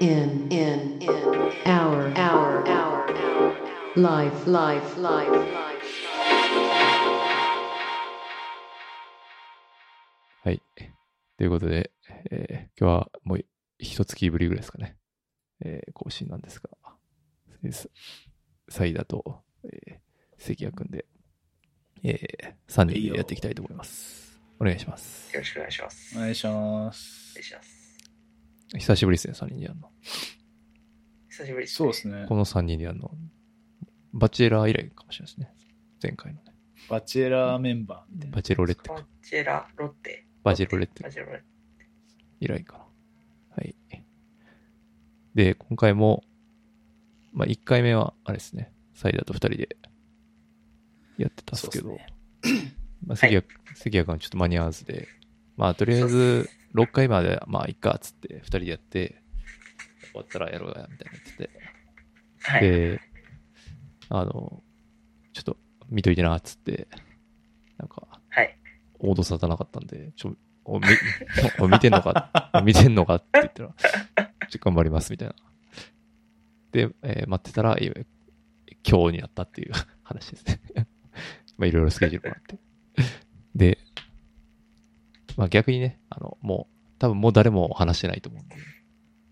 in in in hour hour hour hour life life life life はい。ということで、えー今日はもう一月ぶりぐらいですかね、えー更新なんですが、えーさサイダと、えー関谷くんで、え3人でやっていきたいと思います。お願いします。よろしくお願いします。お願いしますお願い。します。久しぶりですね、3人でやるの。久しぶりです、そうですねこ。の3人でやるの、バチェラー以来かもしれないですね。前回のね。バチェラーメンバーみたいな。バチェロレッテこか。ちら、ロッテ。バチェロレッテバチェロレッテ。以来かな。はい。で、今回も、まあ、1回目は、あれですね、サイダーと2人でやってたんですけど、そうっすまあ、関谷、関谷君はちょっと間に合わずで、まあ、とりあえず、6回まで、まあ、いっか、っつって、2人でやって、終わったらやろうや、みたいな言ってて、はい。で、あの、ちょっと見といてな、っつって、なんか、はい。オード沙汰なかったんで、ちょ、おみ お見てんのか、お見てんのかって言ったら、ちょ、頑張ります、みたいな。で、えー待ってたら、い今日になったっていう 話ですね。まあ、いろいろスケジュールもあって。で、まあ逆にね、あの、もう、多分もう誰も話してないと思うんで、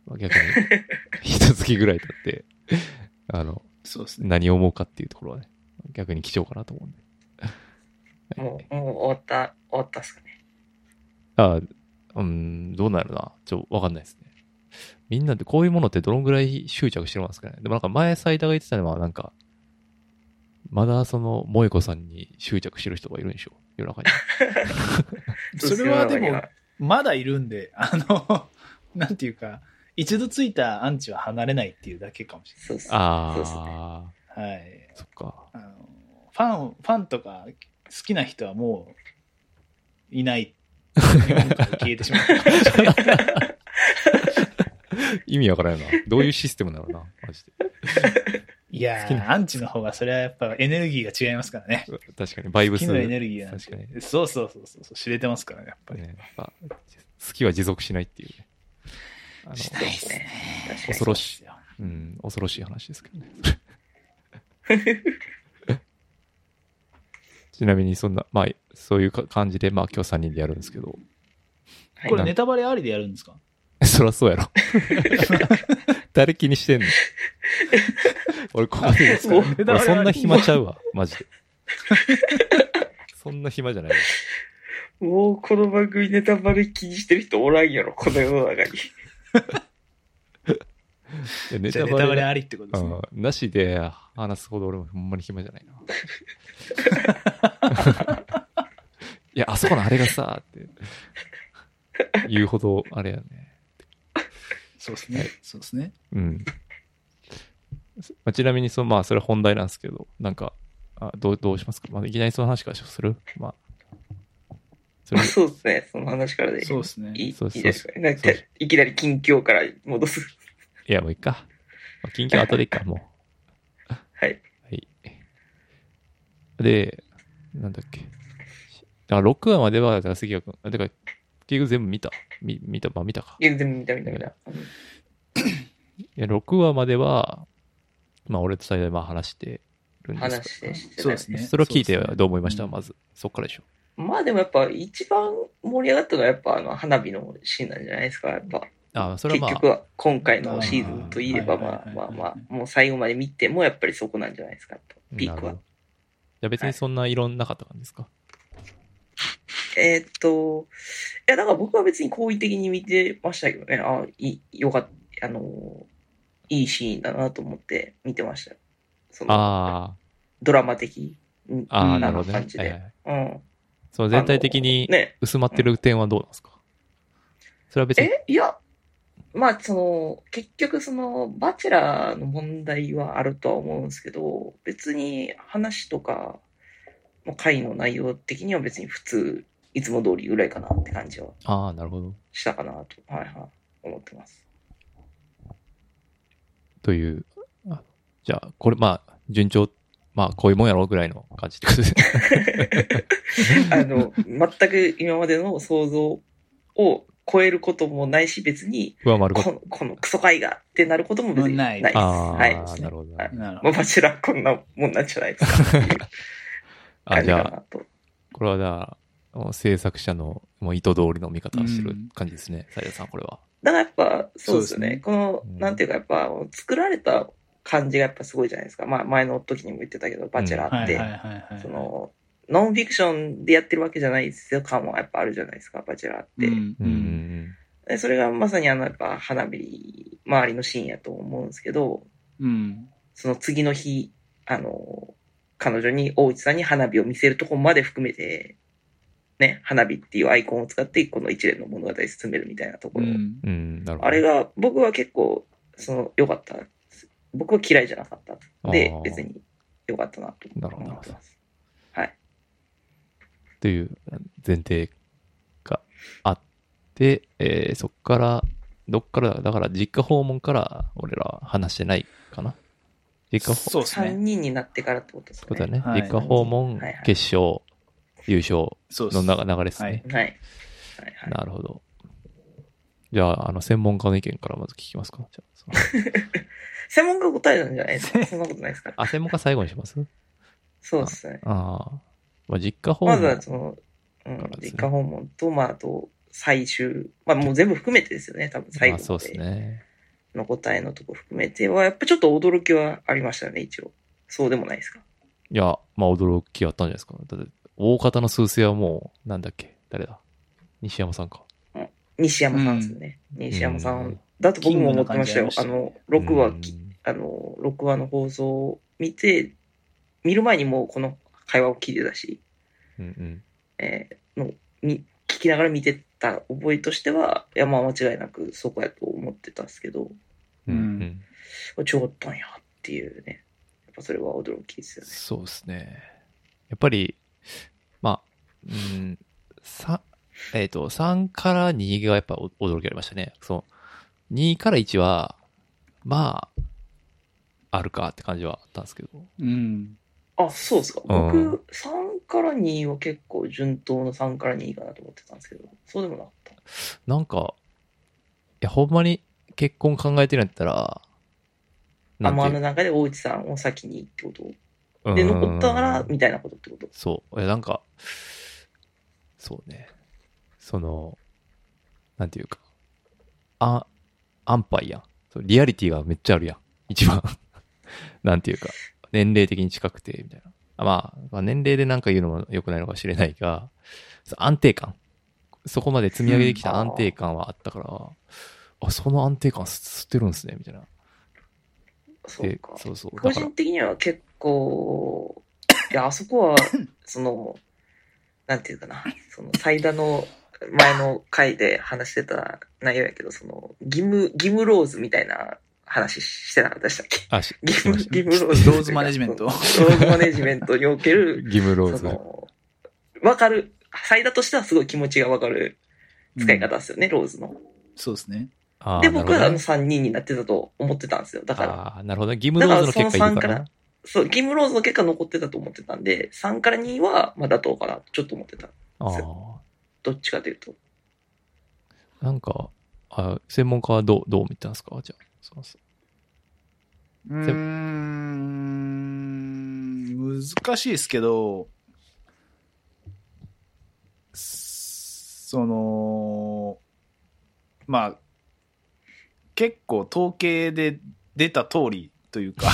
まあ、逆に、一月ぐらい経って、あの、そうですね。何を思うかっていうところはね、逆に貴重かなと思うんで。もう、もう終わった、終わったっすかね。あ、うん、どうなるな。ちょ、わかんないですね。みんなでこういうものってどのぐらい執着してるんですかね。でもなんか前、斉田が言ってたのは、なんか、まだその、萌子さんに執着してる人がいるんでしょ夜 中に。それはで世のも中、まだいるんで、あの、 なんていうか、一度ついたアンチは離れないっていうだけかもしそうっす。そうっすね。あれない。はいあ、。そっか。あのファン、ファンとか好きな人はもう、いない。日本から消えてし まう。意味わからんよな。どういうシステムなのかな、マジで。いやー、アンチの方がそれはやっぱエネルギーが違いますからね。確かに、バイブ好ス。きのエネルギーなん確かにて。そうそうそうそう、知れてますからね、やっぱり。ね、やっぱ好きは持続しないっていうね。あのしないっすね。確かに恐ろしいそうっすよ。うん、恐ろしい話ですけどね。 ちなみに、そんな、まあ、そういうか感じで、まあ、今日3人でやるんですけど、 はいこれネタバレありでやるんですかそらそうやろ。 誰気にしてんの 俺、ここでですからもう俺、そんな暇ちゃうわ、マジで。そんな暇じゃないわもうこの番組ネタバレ気にしてる人おらんやろ、この世の中に。いやネじゃあネタバレありってことですね。うんなしで話すほど俺もほんまに暇じゃ ないな。いや、あそこのあれがさ、って言うほどあれやね。そうですね。そうですね。うん。まあ、ちなみにそ、まあ、それは本題なんですけど、なんか、あどうどうしますか、まあ、いきなりその話からするまあ、それまあ、そうですね。その話からで。そうですね。いいいそうそういですかね。なんかそういきなり近況から戻す。 いや、もういいか。まあ、近況後でいいか、もう。はい。はい。で、なんだっけ。あ、6話までは、だから関谷君、あ、だから、結局全部見た。見見た、まあ見たか。いいや全部見た見た見た。や、6話までは、まあ俺と最大まあ話してるんです話けどでしてそうないですね。それを聞いてそうですねどう思いました、うんまず。そっからでしょ。まあでもやっぱ一番盛り上がったのはやっぱあの花火のシーンなんじゃないですか、やっぱ。あ、それ結はま局あ、は今回のシーズンといえばあーまあはいまはいあはいまあ、もう最後まで見てもやっぱりそこなんじゃないですか、とピーなるクほどは。いや、別にそんな異論なかった感じですか。えーっと、いや、だから僕は別に好意的に見てましたけどね、あいい、よかった、あのー、いいシーンだなと思って見てましたよ。そのあドラマ的あ、ああ、ななるほどね。感じはいはで。いうん。その全体的にね。薄まってる点はどうなんですかそれは別に、えいや、まあ、その、結局その、バチェラーの問題はあるとは思うんですけど、別に話とか、もう回の内容的には別に普通、いつも通りぐらいかなって感じはああ、なるほど。したかなと、はいはい、思ってます。 という、あじゃあ、これ、まあ、順調、まあ、こういうもんやろうぐらいの感じってことですね。 あの、全く今までの想像を超えることもないし、別に、上回る こと。この、このクソ会がってなることも別にないです。まあはあい。ー、なるほどな。なるほもうバチェラーこんなもんなんじゃないですかっていう あ、感じじかゃなあ、と。これはだから、制作者のもう意図通りの見方をしてるうん感じですね、斉藤さん、これは。だからやっぱ、そうですよね。そうですねこのう、んなんていうかやっぱ、作られた感じがやっぱすごいじゃないですか。まあ、前の時にも言ってたけど、バチェラど。ーはっいてはい、はいはい。その、ノンフィクションでやってるわけじゃないですよ感はやっぱあるじゃないですか、バチェラーって。うん、うんうんでそれがまさにあの、やっぱ花火周りのシーンやと思うんですけど、うん。その次の日、あの、彼女に、大内さんに花火を見せるとこまで含めて、ね、花火っていうアイコンを使って、この一連の物語を進めるみたいなとうころ。ん。うん。うん、なるほど。あれが、僕は結構、その、良かったです。僕は嫌いじゃなかった。であー、別に良かったなとなるほど思ってます。はい。という前提があって、えーそっから、どっからだ、だから実家訪問から俺らは話してないかな。実家そ訪うです3ね。人になってからってことです問だかねね。。はい実家訪問、はいはい決勝、優勝そうでのす。な流れですね。はいはい。はいはい。なるほど。じゃあ、あの、専門家の意見からまず聞きますか。じゃあその専門家答えなんじゃないで すかそんなことないですかあ、専門家最後にしますそうですね。ああ。まあ、実家訪問。まずはその、うんからですね実家訪問と、まあ、あと、最終、まあ、もう全部含めてですよね、多分最ま後あ、そうですまでね。の答えのとこ含めては、やっぱちょっと驚きはありましたね、一応。そうでもないですか。いや、まあ驚きあったんじゃないですか。だって、大方の数勢はもう、なんだっけ、誰だ西山さんか。西山さんですよね。西山さんだと僕も思ってましたよ。キあングな感の、6話うんき、あの、6話の放送を見て、見る前にもうこの会話を聞いてたし、うんうん。えーのみ聞きながら見てた覚えとしては、いや、まあ間違いなくそこやと思ってたんですけど、うんうんうんちょっとんやっていうね。やっぱそれは驚きですよね。そうですね。やっぱり、まあ、うん、さ、えっ、と、3から2がやっぱ驚きありましたね。そう。2から1は、まあ、あるかって感じはあったんですけど。うん。あ、そうですか。うん僕、3から2は結構順当の3から2かなと思ってたんですけど、そうでもなかった。なんか、いや、ほんまに結婚考えてるんやったら、あ、てまいあうの中で大内さんを先にってことで、残ったかうら、んみたいなことってことそう。いや、なんか、そうね。その、なんていうか、あ、安牌やん。そうリアリティがめっちゃあるやん。一番。 なんていうか、年齢的に近くて、みたいな。あまあ、まあ年齢でなんか言うのも良くないのかもしれないが、そう安定感。そこまで積み上げてきた安定感はあったから、あ、その安定感吸ってるんですね、みたいな。そでうか。そうそう。個だから人、的には結構、いや、あそ こは、その、なんていうかな、その、最大の前の回で話してた内容やけど、その、義務、義務ローズみたいな話してなかったでしたっけあ、し義しま務、 した義務ローズ。ローズマネジメントローズマネジメントにおける、義 務ローそズ。の、わかる、最大としてはすごい気持ちがわかる使い方ですよね、ローズの。そうですね。あーで、なる僕ほどはねあの3人になってたと思ってたんですよ。だから、ああー、なるほどね。義務ローズの結果いいだかからその3からら。そう、義務ローズの結果残ってたと思ってたんで、3から2は、まあ妥当かな、ちょっと思ってた。あどっちかというと。あ。なんか、あ専門家はどう、どう見たんですかじゃあ。そうそううーん。難しいですけど、その、まあ、結構統計で出た通りという か、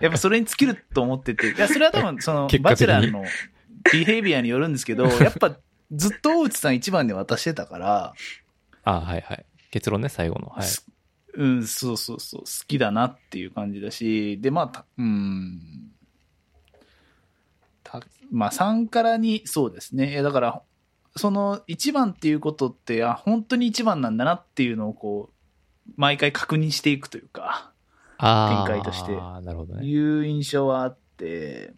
やっぱそれに尽きると思ってて、いや、それは 多分、その、結果バ的チにェラーのビヘイビアによるんですけど、やっぱずっと大内さん一番で渡してたから、ああ、はいはい。結論ね、最後の。はい。すうん、そうそうそう、好きだなっていう感じだし、で、まあ、たうん、たまあ、3から2、そうですね。いやだから、その1番っていうことって、あ、本当に1番なんだなっていうのをこう、毎回確認していくというか、ああ。展開としてああ、なるほどね。いう印象はあって、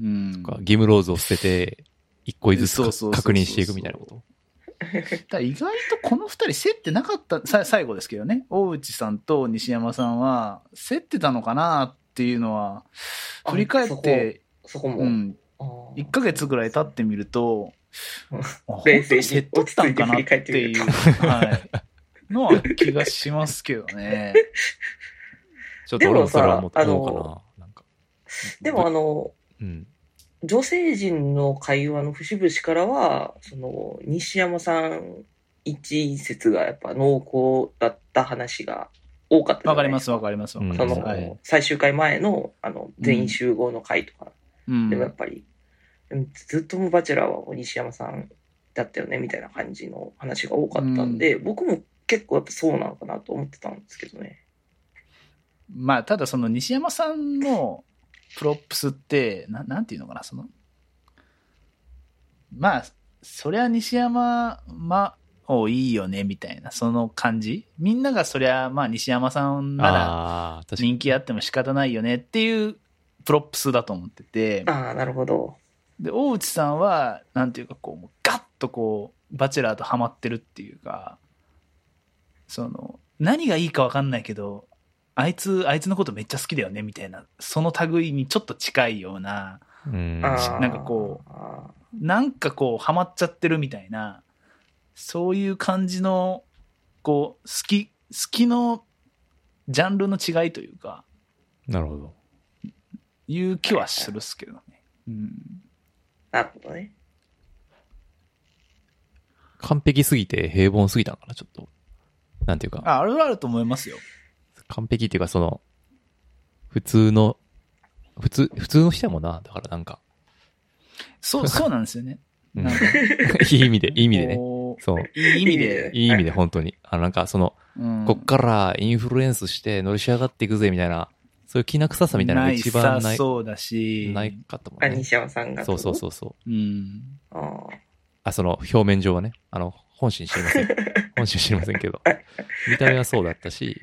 うん。義務ローズを捨てて、一個ずそうつそうそうかそう確認していくみたいなこと。だから意外とこの2人競ってなかったさ最後ですけどね大内さんと西山さんは競ってたのかなっていうのはあ振り返って、そこも。うん、あー1ヶ月ぐらい経ってみると本当冷に静に競っとったんかなっていう、はい、のは気がしますけどね。ちょっと俺もそれは思っでもさ思うかな。なんか。 でもあの、うん。女性陣の会話の節々からは、その、西山さん一説がやっぱ濃厚だった話が多かったじゃわかないりでますすわかりますわかりそまの、す。はうい。最終回前の、あの、全員集合の会とか、うんでもやっぱり、うんずっともうバチェラーは西山さんだったよね、みたいな感じの話が多かったんで、僕も結構やっぱそうなのかなと思ってたんですけどね。まあ、ただその西山さんのプロップスって、ななんていうのかな、その、まあ、そりゃ西山、ま、をいいよね、みたいな、その感じ。みんながそりゃ、まあ、西山さんならああ、確かに。人気あっても仕方ないよねっていうプロップスだと思ってて、ああ、なるほど。で、大内さんは、なんていうか、こう、もうガッとこう、バチェラーとハマってるっていうか、その、何がいいかわかんないけど、あいつ、あいつのことめっちゃ好きだよね、みたいな、その類にちょっと近いような、うん。あああなんかこう。あなんかこう、ハマっちゃってるみたいな、そういう感じの、こう、好き、好きの、ジャンルの違いというか、なるほど。いう気はするっすけどね。うん。あなるほどね。完璧すぎて平凡すぎたのかな、ちょっと。なんていうか、あ、あるあると思いますよ。完璧っていうか、その、普通の、普通、普通の人やもんな。だからなんか、そう、そうなんですよね。うんなんか いい意味で、いい意味でね。こうそう。いい意味いい意味でで。いい意味で、本当に。あの、なんか、その、うんこっからインフルエンスして乗り仕上がっていくぜ、みたいな、そういう気な臭さみたいなのが一番なないさい、そうだし。ないかったもんあ、ね。西山さんが。そうそうそうそう。うん。う。ああ、その、表面上はね。あの、本心知りません。本心知りませんけど。見た目はそうだったし、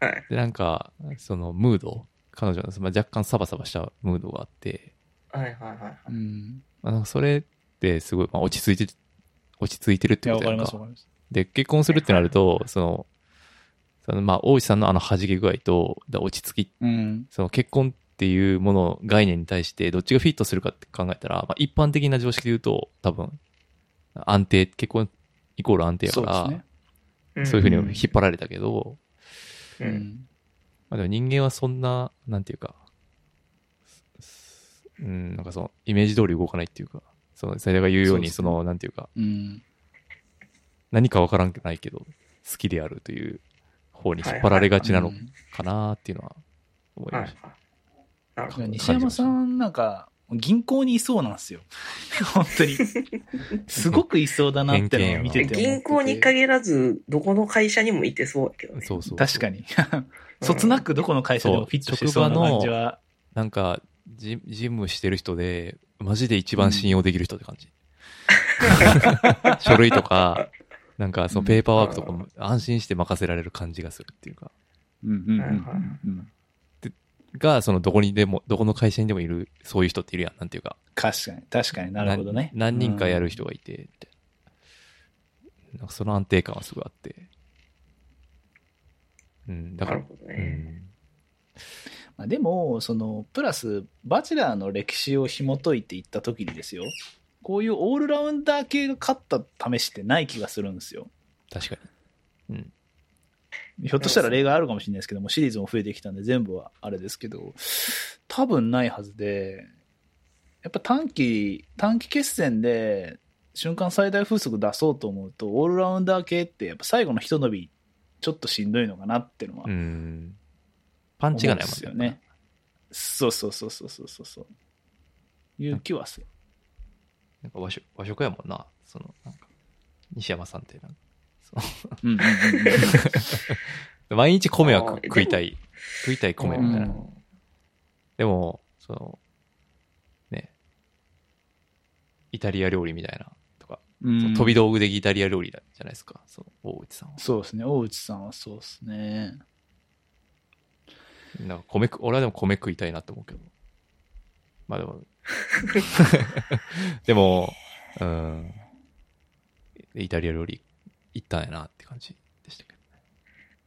あ。はい。で、なんか、その、ムード、彼女の、まあ、若干サバサバしたムードがあって、はいはいはいはうい。ん。まあ、なんかそれってすごい、まあ、落ち着いて、落ち着いてるっいてや、こわとかやりんますかわ。かります。で、結婚するってなると、その、そのまあ、大石さんのあの弾け具合と、だ落ち着きうん。その結婚っていうもの概念に対してどっちがフィットするかって考えたら、まあ、一般的な常識で言うと多分安定結婚イコール安定やそかうですらそう,、ね。んいうふうに引っ張られたけど、ううんん。まあ、でも人間はそんななんていうかうんなんかそのイメージ通り動かないっていうかその斉田が言うようにそそうですねのなんていうかうん。何かわからんくないけど好きであるという方に引っ張られがちなのうんかなっていうのは思いはまいはしいた。。なるほど。西山さんなんか、銀行にいそうなんですよ。 本当に。すごくいそうだなってのを見てて思ってて。銀行に限らず、どこの会社にもいてそうだけどね。そうそうそう確かに。 そつなくどこの会社でもフィットしてそうな感じは。なんかジ、ジムしてる人で、マジで一番信用できる人って感じ。書類とか、なんかそのペーパーワークとかも安心して任せられる感じがするっていうか、うんうんうんはいはいうん。が、そのどこにでも、どこの会社にでもいる、そういう人っているやん、なんていうか。確かに、確かになるほどね。な何人かやる人がいて、みたいな。なんかその安定感はすごいあって。うん、だなかるら、ほどうね。ん。まあ、でもそのプラスバチェラーの歴史を紐解いていった時にですよこういうオールラウンダー系が勝った試しってない気がするんですよ確かに。うん。ひょっとしたら例外あるかもしれないですけどもシリーズも増えてきたんで全部はあれですけど多分ないはずでやっぱ短期短期決戦で瞬間最大風速出そうと思うとオールラウンダー系ってやっぱ最後のひと伸びちょっとしんどいのかなっていうのはうん。パンチがない思うんですもよんねね。。そうそうそうそうそうそうそう。いう気はする。なんか和食和食やもんな、その、なんか、西山さんってなんかうんうんうん毎日米はあー食食いたい、食いたい米みたいな。うんでも、その、ね、イタリア料理みたいな、とか、う んそうんの飛び道具的イタリア料理だじゃないですか、その、大内さんは。そうですね。大内さんはそうですね。なんか米食、俺はでも米食いたいなって思うけど。まあで も、でも、うん、イタリア料理行ったんやなって感じでしたけど。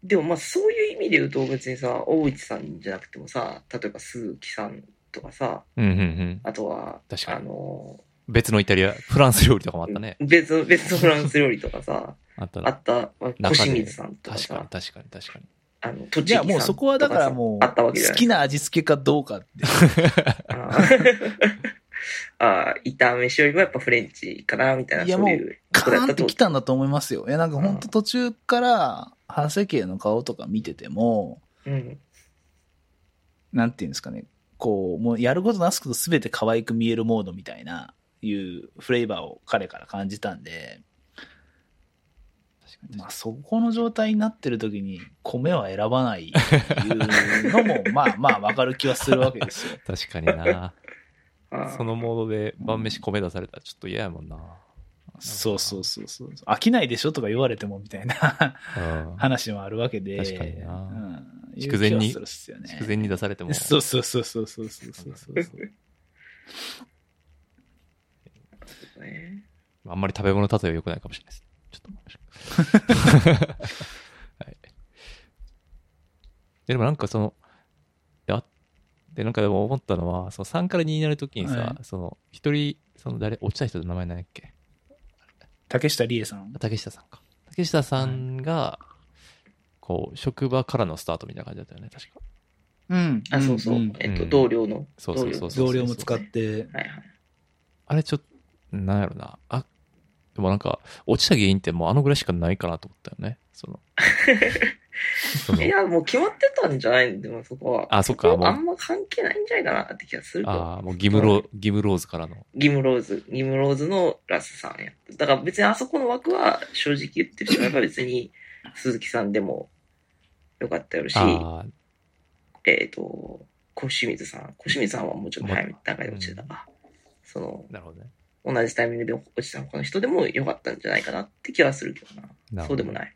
でもまあそういう意味で言うと別にさ、大内さんじゃなくてもさ、例えば鈴木さんとかさ、うんうんうん。あとは、確かにあの、別のイタリア、フランス料理とかもあったね。別の、別のフランス料理とか さ、あったあな。った、小清水さんとか確かにさ、確かに確かに。あの、栃木じゃさあんもうそこはだからもう、あったわけじゃ好ないきな味付けかどうかって。あー あー、炒めしよりもやっぱフレンチかな、みたいな。いやそうもいうとカこだっーンたってときたんだと思いますよ。いや、なんかほんと途中から、ハセ系の顔とか見てても、うん。なんていうんですかね、こう、もうやることなすこと全て可愛く見えるモードみたいな、いうフレーバーを彼から感じたんで、確かに確かまあ、そこの状態になってる時に米は選ばないっていうのもまあまあわかる気はするわけですよ。に確かに な。あーそのモードで晩飯米出されたらちょっと嫌やもんな。そうそうそうそう。飽きないでしょとか言われてもみたいなうん。話もあるわけで。確かになうん、筑前煮いう気はするっすよね筑前に出されても。そうそうそうそうそうそうそうそう。ねあんまり食べ物例えは良くないかもしれないです。ちょっと思いました はい。ででもなんかその、で、あでなんかでも思ったのは、その3から2になるときにさ、はその、一人、その誰、落ちた人の名前なんだっけ竹下理恵さん。竹下さんか。竹下さんが、こう、職場からのスタートみたいな感じだったよね、確か。うんあ、そうそう。んえっうと、ん同僚の。そうそうそうそう同僚も使って。はいはい。あれちょっと、なんやろな。あ、でもなんか、落ちた原因ってもうあのぐらいしかないかなと思ったよね。その。そのいや、もう決まってたんじゃないのでもそこは。あそっかこもうあんま関係ないんじゃないかなって気がするけど。ああ、もうギムロー、ギムローズからの。ギムローズ、ギムローズのラスさんやった。だから別にあそこの枠は正直言ってしまえば別に鈴木さんでもよかったやろし、ああ、えっ、と、小清水さん。小清水さんはもうちょっと早め段階で落ちてたか。その、なるほどね。同じタイミングで落ちた他の人でもよかったんじゃないかなって気はするけどな。なるそほうどでもない。い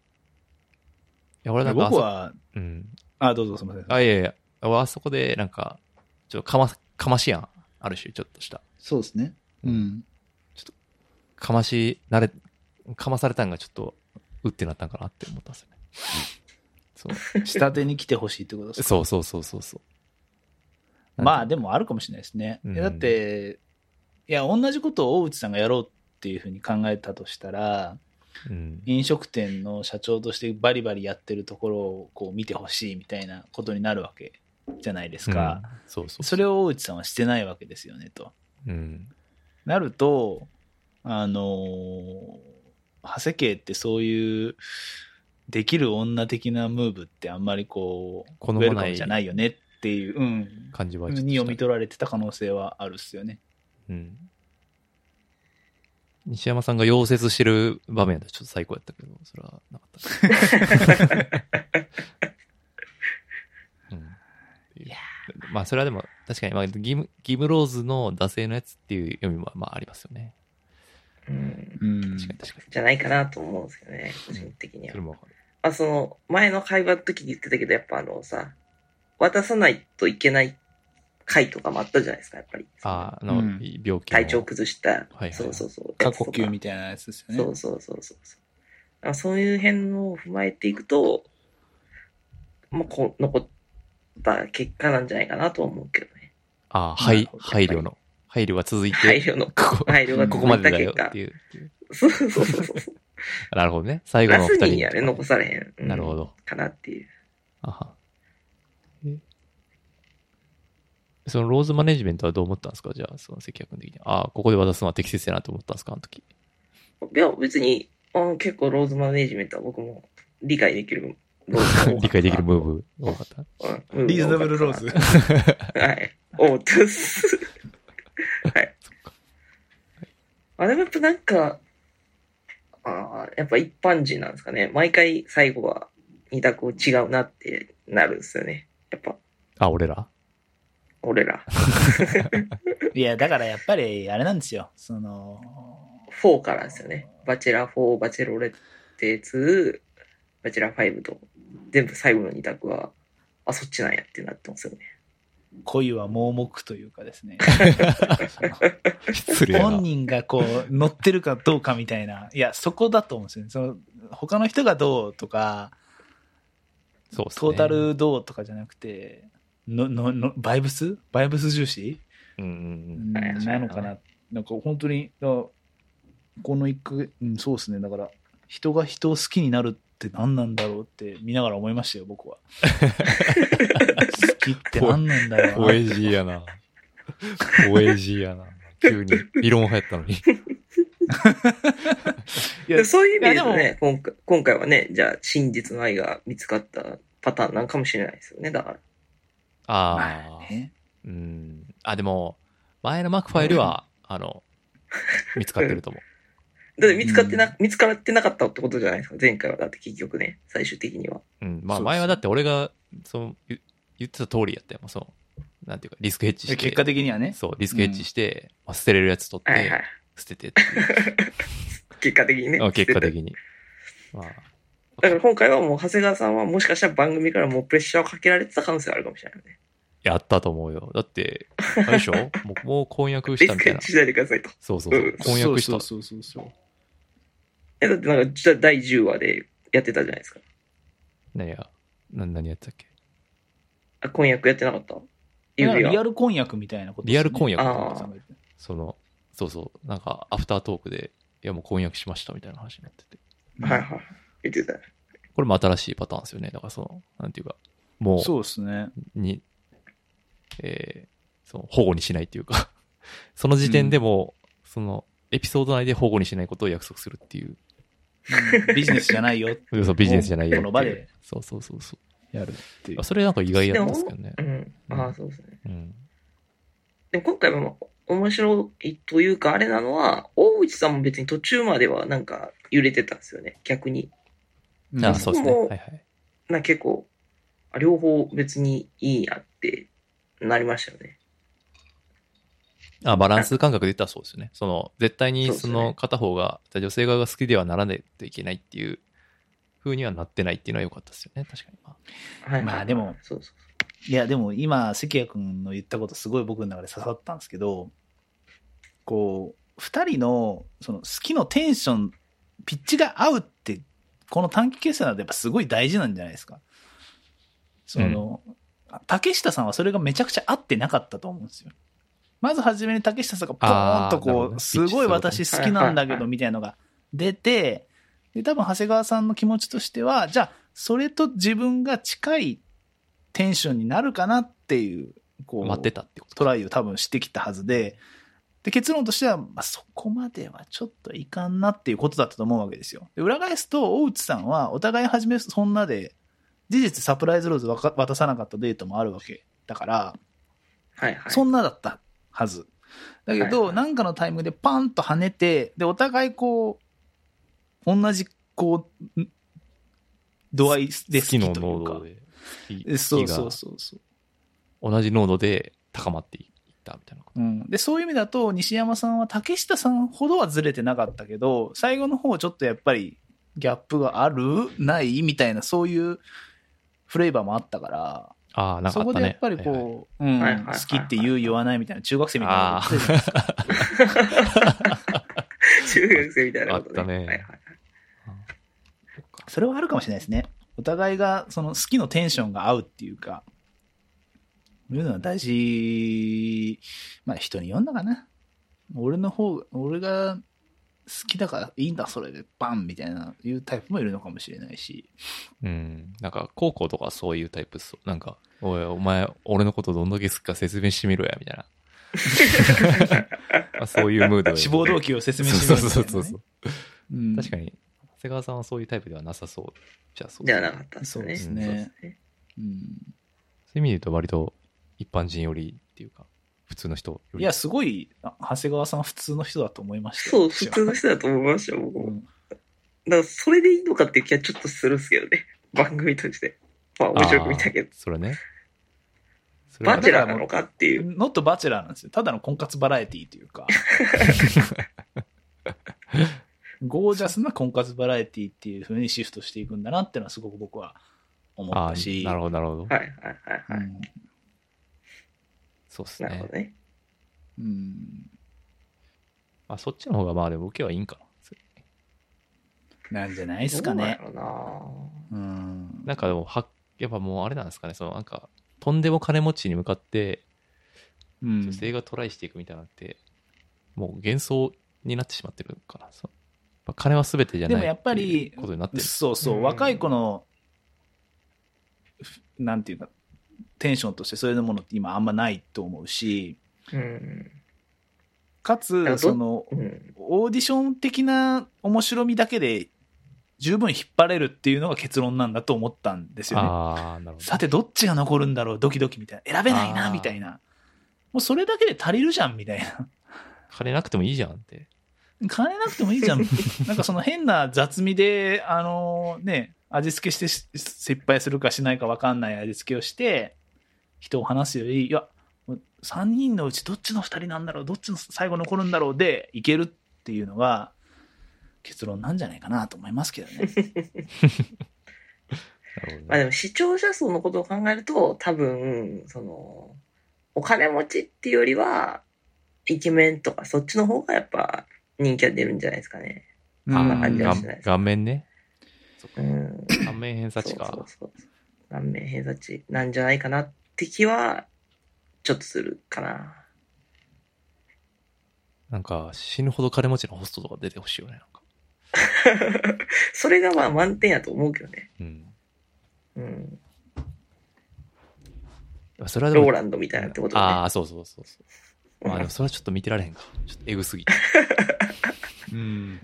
や、俺なんかあそ僕、は、うん。あ、どうぞすみません。あ、いやいや、俺あそこで、なんか、ちょっとかま、かましやん。ある種、ちょっとした。そうですね。うん。かまし、なれ、かまされたんがちょっと、うってなったんかなって思ったんですよね。そう。下手に来てほしいってことですかそうそうそうそうそう。まなあんでもあるかもしれないですね。うんいやだって、いや、同じことを大内さんがやろうっていうふうに考えたとしたら、てうん。飲食店の社長としてバリバリやってるところをこう見てほしいみたいなことになるわけじゃないですか。うん、そうそう。それを大内さんはしてないわけですよねと。うん。なると、あのー、長谷家ってそういう、できる女的なムーブってあんまりこう、好ウまないェルカムじゃないよねっていう、うん、感じはちょっとにした読み取られてた可能性はあるっすよね。うん。西山さんが溶接してる場面だとちょっと最高やったけど、それはなかったね、うん。いやまあ、それはでも、確かに、まあ、ギム、ギムローズの惰性のやつっていう読みも、まあ、ありますよね。うん。うん確かに、確かに。じゃないかなと思うんですけどね、個人的にはそれ。もわかる。まあ、その、前の会話の時に言ってたけど、やっぱあのさ、渡さないといけない回とかもあったじゃないですか、やっぱり。ああ、あの、うん病気の。体調崩した、はいはいそうそうそう。過呼吸みたたいなやつですそようね。そうそうそうそう。だからそういう辺を踏まえていくと、まあ、こう、残った結果なんじゃないかなとは思うけどね。ああ、配なる、ほど配慮の。配慮が続いて、配慮の、ここ、配慮がこ続こまいでただよ結っ果て。いう。っていうそうそうそうそう。なるほどね。最後ラのス二人にやね、残されへん。うんなるほど。かなっていう。あはえそのローズマネジメントはどう思ったんですかじゃあ、その関谷君的に。ああ、ここで渡すのは適切やなと思ったんですかあの時。いや、別に、あ結構ローズマネージメントは僕も理解できる。ローズ 理解できるムーブ多かった。うんリーズナブルローズ。。はい。おうです。はい。あ、でもやっぱなんか、あーやっぱ一般人なんですかね。毎回最後は二択を違うなってなるんですよね。やっぱ、あ、俺ら俺ら。いや、だからやっぱり、あれなんですよ。その、 4からですよね。バチェラー4、バチェロレッテ2、バチェラー5と、全部最後の二択は、あ、そっちなんやってなってますよね。恋は盲目というかですね。 失礼な本。人がこう、乗ってるかどうかみたいな。いや、そこだと思うんですよね。その、他の人がどうとか、そうっすねトータ。ルどうとかじゃなくて、の、の、の、バイブスバイブス重視うんうんうん。なのかなっなんか本当に、だからこの一句、うん、そうですね、だから、人が人を好きになるって何なんだろうって見ながら思いましたよ、僕は。好きって何なんだろうポなエジーやな。ポエジーやな。急に、異論入ったのに。いやそういう意味でいやでね今回、今回はね、じゃあ真実の愛が見つかったパターンなんかもしれないですよね、だから。ああまあ。ねうん。あ、でも、前のマクファイルは、あの、見つかってると思だって見つかってな、見つかってなかったってことじゃないですか、前回は。だって結局ね、最終的には。う。うん。まあそうそう前はだって俺が、その、ゆ言ってた通りやったよ。その、なんていうか、リスクヘッジして。結果的にはね、そう、リスクヘッジして、まあ捨てれるやつ取っはいはいて、。捨ててっていう結果的に ね。あ結果的に。まあ、だから今回はもう長谷川さんはもしかしたら番組からもうプレッシャーをかけられてた可能性があるかもしれないよね。やったと思うよ。だって、あれでしょもうもう婚約しリたスみたクヘいなッ。ジしないでくださいと。そうそうそううん婚約した。そうそうそうそうえ、だってなんかじゃあ第10話でやってたじゃないですか。何や、な何やってたっけあ、婚約やってなかっただから指リア輪。ル婚約みたいなことリアル婚約約あーその、そうそう。なんか、アフタートークで、いやもう婚約しましたみたいな話になってて。はいはい。言ってた。これも新しいパターンですよね。だからその、なんていうか、もそうですねう、に、えーその、保護にしないっていうか、 その時点でも、その、エピソード内で保護にしないことを約束するっていう、うんビジネスじゃないよって そうビジネスじゃないよっていうこの場でそうそうそうそう。やるっていうあそれなんか意外やったんですけどねう。ん。ああ、そうですね。うん。でも今回も面白いというか、あれなのは、大内さんも別に途中まではなんか揺れてたんですよね、逆に。うんあそうですね。僕はいもはい。なんか結構、あ両方別にいいやってなりましたよね。あバランス感覚で言ったらそうですよね。その、絶対にそうですそねの片方が、じゃあ女性側が好きではならないといけないっていう風にはなってないっていうのは良かったですよね。確かに。まあはい、まあでも、そうそういやでも今関谷君の言ったことすごい僕の中で刺さったんですけどこう2人のその好きのテンションピッチが合うってこの短期決戦なんてやっぱすごい大事なんじゃないですかその、竹下さんはそれがめちゃくちゃ合ってなかったと思うんですよまず初めに竹下さんがポーンとあーなるほこどう、ねすごい私好きなんだけはいはいはどみたいなのが出てで多分長谷川さんの気持ちとしてはじゃあそれと自分が近いテンションになるかなっていうこう待ってたってことトか。ライを多分してきたはずでで結論としては、まあ、そこまではちょっといかんなっていうことだったと思うわけですよで裏返すと大内さんはお互い初めそんなで事実サプライズローズわか渡さなかったデートもあるわけだからはいはい。そんなだったはず。だけど、はいなんかのタイミングでパンと跳ねて、で、お互いこう、同じ、こう、ん度合いで好好ききのという濃か度で。好えきそうそう好そうそう。きが同じ濃度で高まっていったみたいなこうん、でそういう意味だと西山さんは竹下さんほどはずれてなかったけど最後の方ちょっとやっぱりギャップがあるないみたいなそういうフレーバーもあったからと。ああ、なんかそあっこたでやっね。ぱりはいはいこううんはいはいはい好きって言う言わないみたいな中学生みたいなあこと言ってたじゃないですかあ、中学生みたいなことあったねはいはいはい。それはあるかもしれないですね。お互いがその好きのテンションが合うっていうか、そういうのは大事、まあ人によんのかな。俺の方、俺が好きだからいいんだ、それでバンみたいな、いうタイプもいるのかもしれないし。うん。なんか、高校とかそういうタイプっすよなんか、おい、お前、俺のことどんだけ好きか説明してみろや、み たいな。まあそういうムードで志望動機を説明しそろうみたいなねそうそうそう。うん確かに、長谷川さんはそういうタイプではなさそう。じゃあ、そうでですはね。なかったですそようね。ですそうね。ねうんそういう意味で言うと、割と一般人よりっていうか、普通の人より。いや、すごい、あ長谷川さんは普通の人だと思いましたそよ。う、普通の人だと思いましたよ、僕うも。んだから、それでいいのかっていう気はちょっとするんですけどね。 番組として。まあ、面白く見たけどあー。それね。それはバチェラーなのかっていう。ノットバチェラーなんですよ。ただの婚活バラエティーというか。ゴージャスな婚活バラエティーっていう風にシフトしていくんだなっていうのはすごく僕は思っあたし。ーなるほど、なるほど。はいはいはいはい。うんそうですなるねほ。どね。うん。まあ、そっちの方が、まあ、でも受けはいいんかな。なんじゃないですかどうなんねや。ろうなうん。なんかでも、は、やっぱもうあれなんですかね、その、なんか、とんでも金持ちに向かって、うん女性がトライしていくみたいなのって、もう幻想になってしまってるからさ。やっぱ金は全てじゃないでもやっぱりていうことになってる。そうそう、うん若い子の、ふなんていうか、テンションとしてそういうものって今あんまないと思うし、うん。かからつ、どその、うん。オーディション的な面白みだけで十分引っ張れるっていうのが結論なんだと思ったんですよね。ああ、なるほど。さて、どっちが残るんだろう、ドキドキみたいな。選べないあな、ーみたいな。もうそれだけで足りるじゃん、みたいな。金なくてもいいじゃんって。金なくてもいい じゃん。なんかその変な雑味で、あのね、味付けしてし失敗するかしないか分かんない味付けをして、人を話すより、いや、3人のうちどっちの2人なんだろう、どっちの最後残るんだろうで、いけるっていうのが、結論なんじゃないかなと思いますけどね。なるほどまあね、でも視聴者層のことを考えると、多分、その、お金持ちっていうよりは、イケメンとか、そっちの方がやっぱ人気は出るんじゃないですかね。 あんな感じはあしないー、顔面ね。うん。顔面偏差値か。そうそうそう。顔面偏差値なんじゃないかなって気は、ちょっとするかな。なんか、死ぬほど金持ちのホストとか出てほしいよね。なんかそれがまあ満点やと思うけどね。うん。うん。それはでロもーランドみたいなってことあね。あ、そうそうそうそう。まあでもそれはちょっと見てられへんか。ちょっとエグすぎて。うん。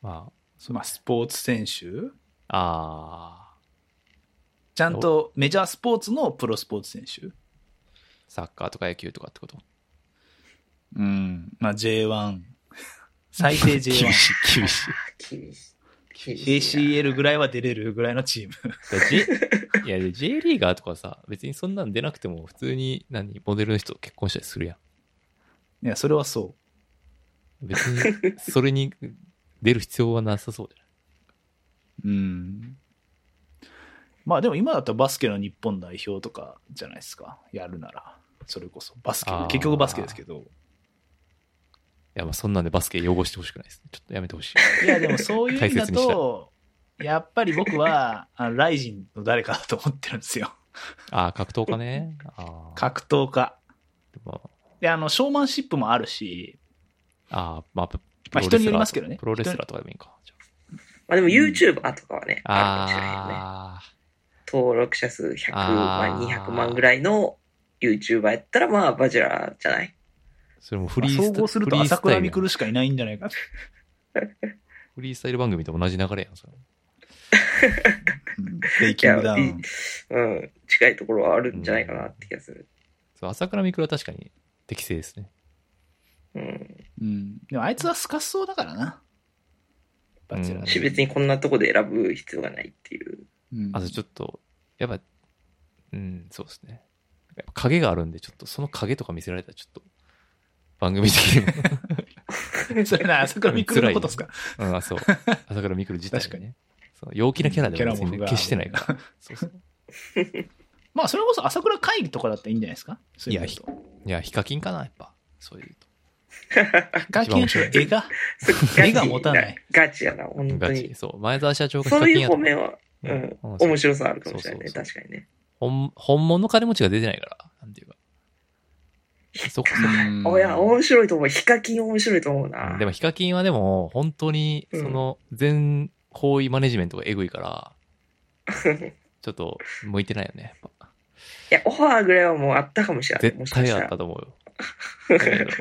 ままあ、スポーツ選手あ、ああ、ちゃんとメジャースポーツのプロスポーツ選手サッカーとか野球とかってことうん。まあ、J1。最低 J1。厳しい、厳しい。厳しい。厳しい ACL ぐらいは出れるぐらいのチーム。だから J- いや、で J リーガーとかさ、別にそんなん出なくても、普通に、何、モデルの人と結婚したりするやん。いや、それはそ。別に、それに出る必要はなさそうじゃないううん。まあでも今だったらバスケの日本代表とかじゃないですか。やるなら。それこそ。バスケあー。結局バスケですけど。いや、まあそんなんでバスケ汚してほしくないですね。ちょっとやめてほしい。いや、でもそういう意味だ大切にと、やっぱり僕は、あのライジンの誰かだと思ってるんですよ。ああ、格闘家ね。ああ。 格闘家。でもで、あの、ショーマンシップもあるし、ああ、まあ、プまあ人によりますけどねプロレスラーとかでもいいか。じゃまあでも YouTuber とかはね、あるかもしれないよね。ああ登録者数100あ万、ー200万ぐらいの YouTuber やったら、まあ、バジラじゃないー、それもフまあリースタ総合すると朝フリース倉タイルや未ん来しかいないんじゃないかな。フリースタイル番組と同じ流れやん、それ。うんベイキングダウいやいン。うん、近いところはあるんじゃないかなって気がする。そう、朝倉未来は確かに適正ですね。うん。うん。でもあいつはスカそうだからな。バチェラーし、別にこんなとこで選ぶ必要がないっていう。うんあとちょっと、やっぱ、うん、そうですね。やっぱ影があるんで、ちょっとその影とか見せられたら、ちょっと、番組的 にも。そ れ な、朝倉未来のことですか。うん、あ、そう。朝倉未来自体確かにね。そう陽気なキャラでは別キャラもに不安決してないから。そうそうまあ、それこそ朝倉会議とかだったらいいんじゃないですか。そういうのだといや、ヒカキンかな、やっぱ。そういうと。会議の人の絵が、絵が持たない。ガチやな、本当ガにチ。。そう。前澤社長がヒそカうキンいうやと方面は、うん、うん面白さあるかもしれないね。そうそう確かにね。本本物の金持ちが出てないから、なんていうか。そこそこうんおや、面白いと思う。ヒカキン面白いと思ううな。んでも、ヒカキンはでも、本当に、うんその、全方位マネジメントがエグいから、 ちょっと、向いてないよね。やっぱいや、オファーぐらいはもうあったかもしれない。も絶しかし対あたっらた。と思うよ。だけど、だ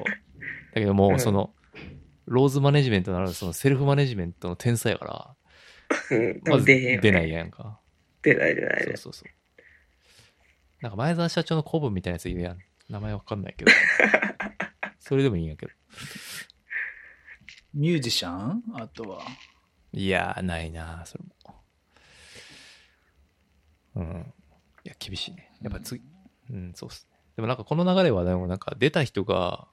けどもうんう、その、ローズマネジメントなら、その、セルフマネジメントの天才やかうん、多ら、ま分ず出へんよね出ないやんか。出ない出ない出そなうい。そうそう。なんか、前澤社長の古文みたいなやついるやん。名前わかんないけ ど。それでもいいんやけど。ミュージシャンあとは。いやー、ないなーそれも。うん。いや、厳しいね。やっぱ次、うん、そうっすね。でもなんかこの流れは、でもなんか出た人が、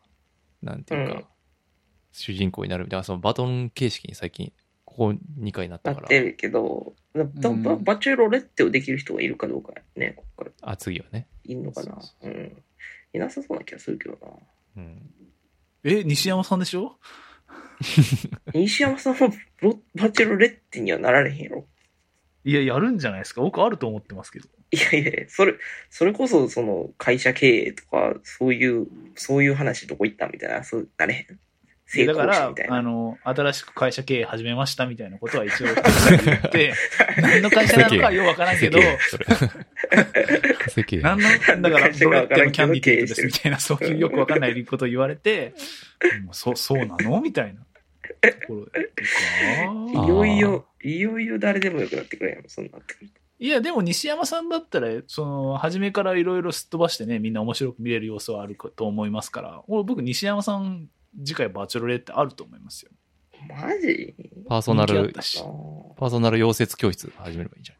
なんていうか、うん主人公になるみたいな、そのバトン形式に最近、ここ2回なったなかっら、てるけど、だだうんババチェロレッテをできる人がいるかどうかやね、ここからあ、次はね。いるのかな。。そううそうんいなさそうな気がするけどな。うん。え、西山さんでしょ西山さんもロバチェロレッテにはなられへんやろ。いや、やるんじゃないですか。僕あると思ってますけど。いやいやいや、それ、それこそ、その、会社経営とか、そういう、そういう話どこ行ったみたいな、そう、なれへん。成だ功か者らみたい、あな。の、新しく会社経営始めましたみたいなことは一応一つ 言って、何の会社なのかはようわからんけど、そ れ。奇跡何の、 だから、どうやってもキャンディーテイトでするみたいな、そういうよくわかんないことを言われて、 うんそそうなのみたいなところとかい あよいよ、いよいよ誰でもよくなってくれんよ、そんなってくるといや、でも西山さんだったら、その、初めからいろいろすっ飛ばしてね、みんな面白く見れる要素はあるかと思いますから、俺僕、西山さん、次回バチェロレってあると思いますよ。マジパーソナ人気あっルた、しあパーソナル溶接教室始めればいいん じゃ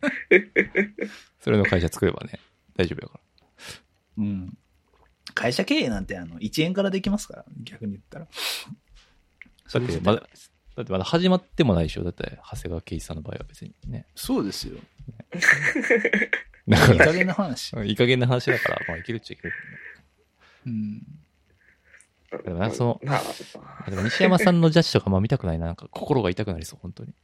ないそれの会社作ればね、大丈夫やから。うん。会社経営なんて、あの、1円からできますから、逆に言ったら。だってまだ、だってまだ始まってもないでしょ。だって、長谷川圭一さんの場合は別にね。そうですよ。だいかいら加減な話。、いい加減な話だから、まあ、いけるっちゃい けるうん。ーでもなそのまあ、けどね。あでも、西山さんのジャッジとか、まあ、見たくないな。なんか、心が痛くなりそう、本当に。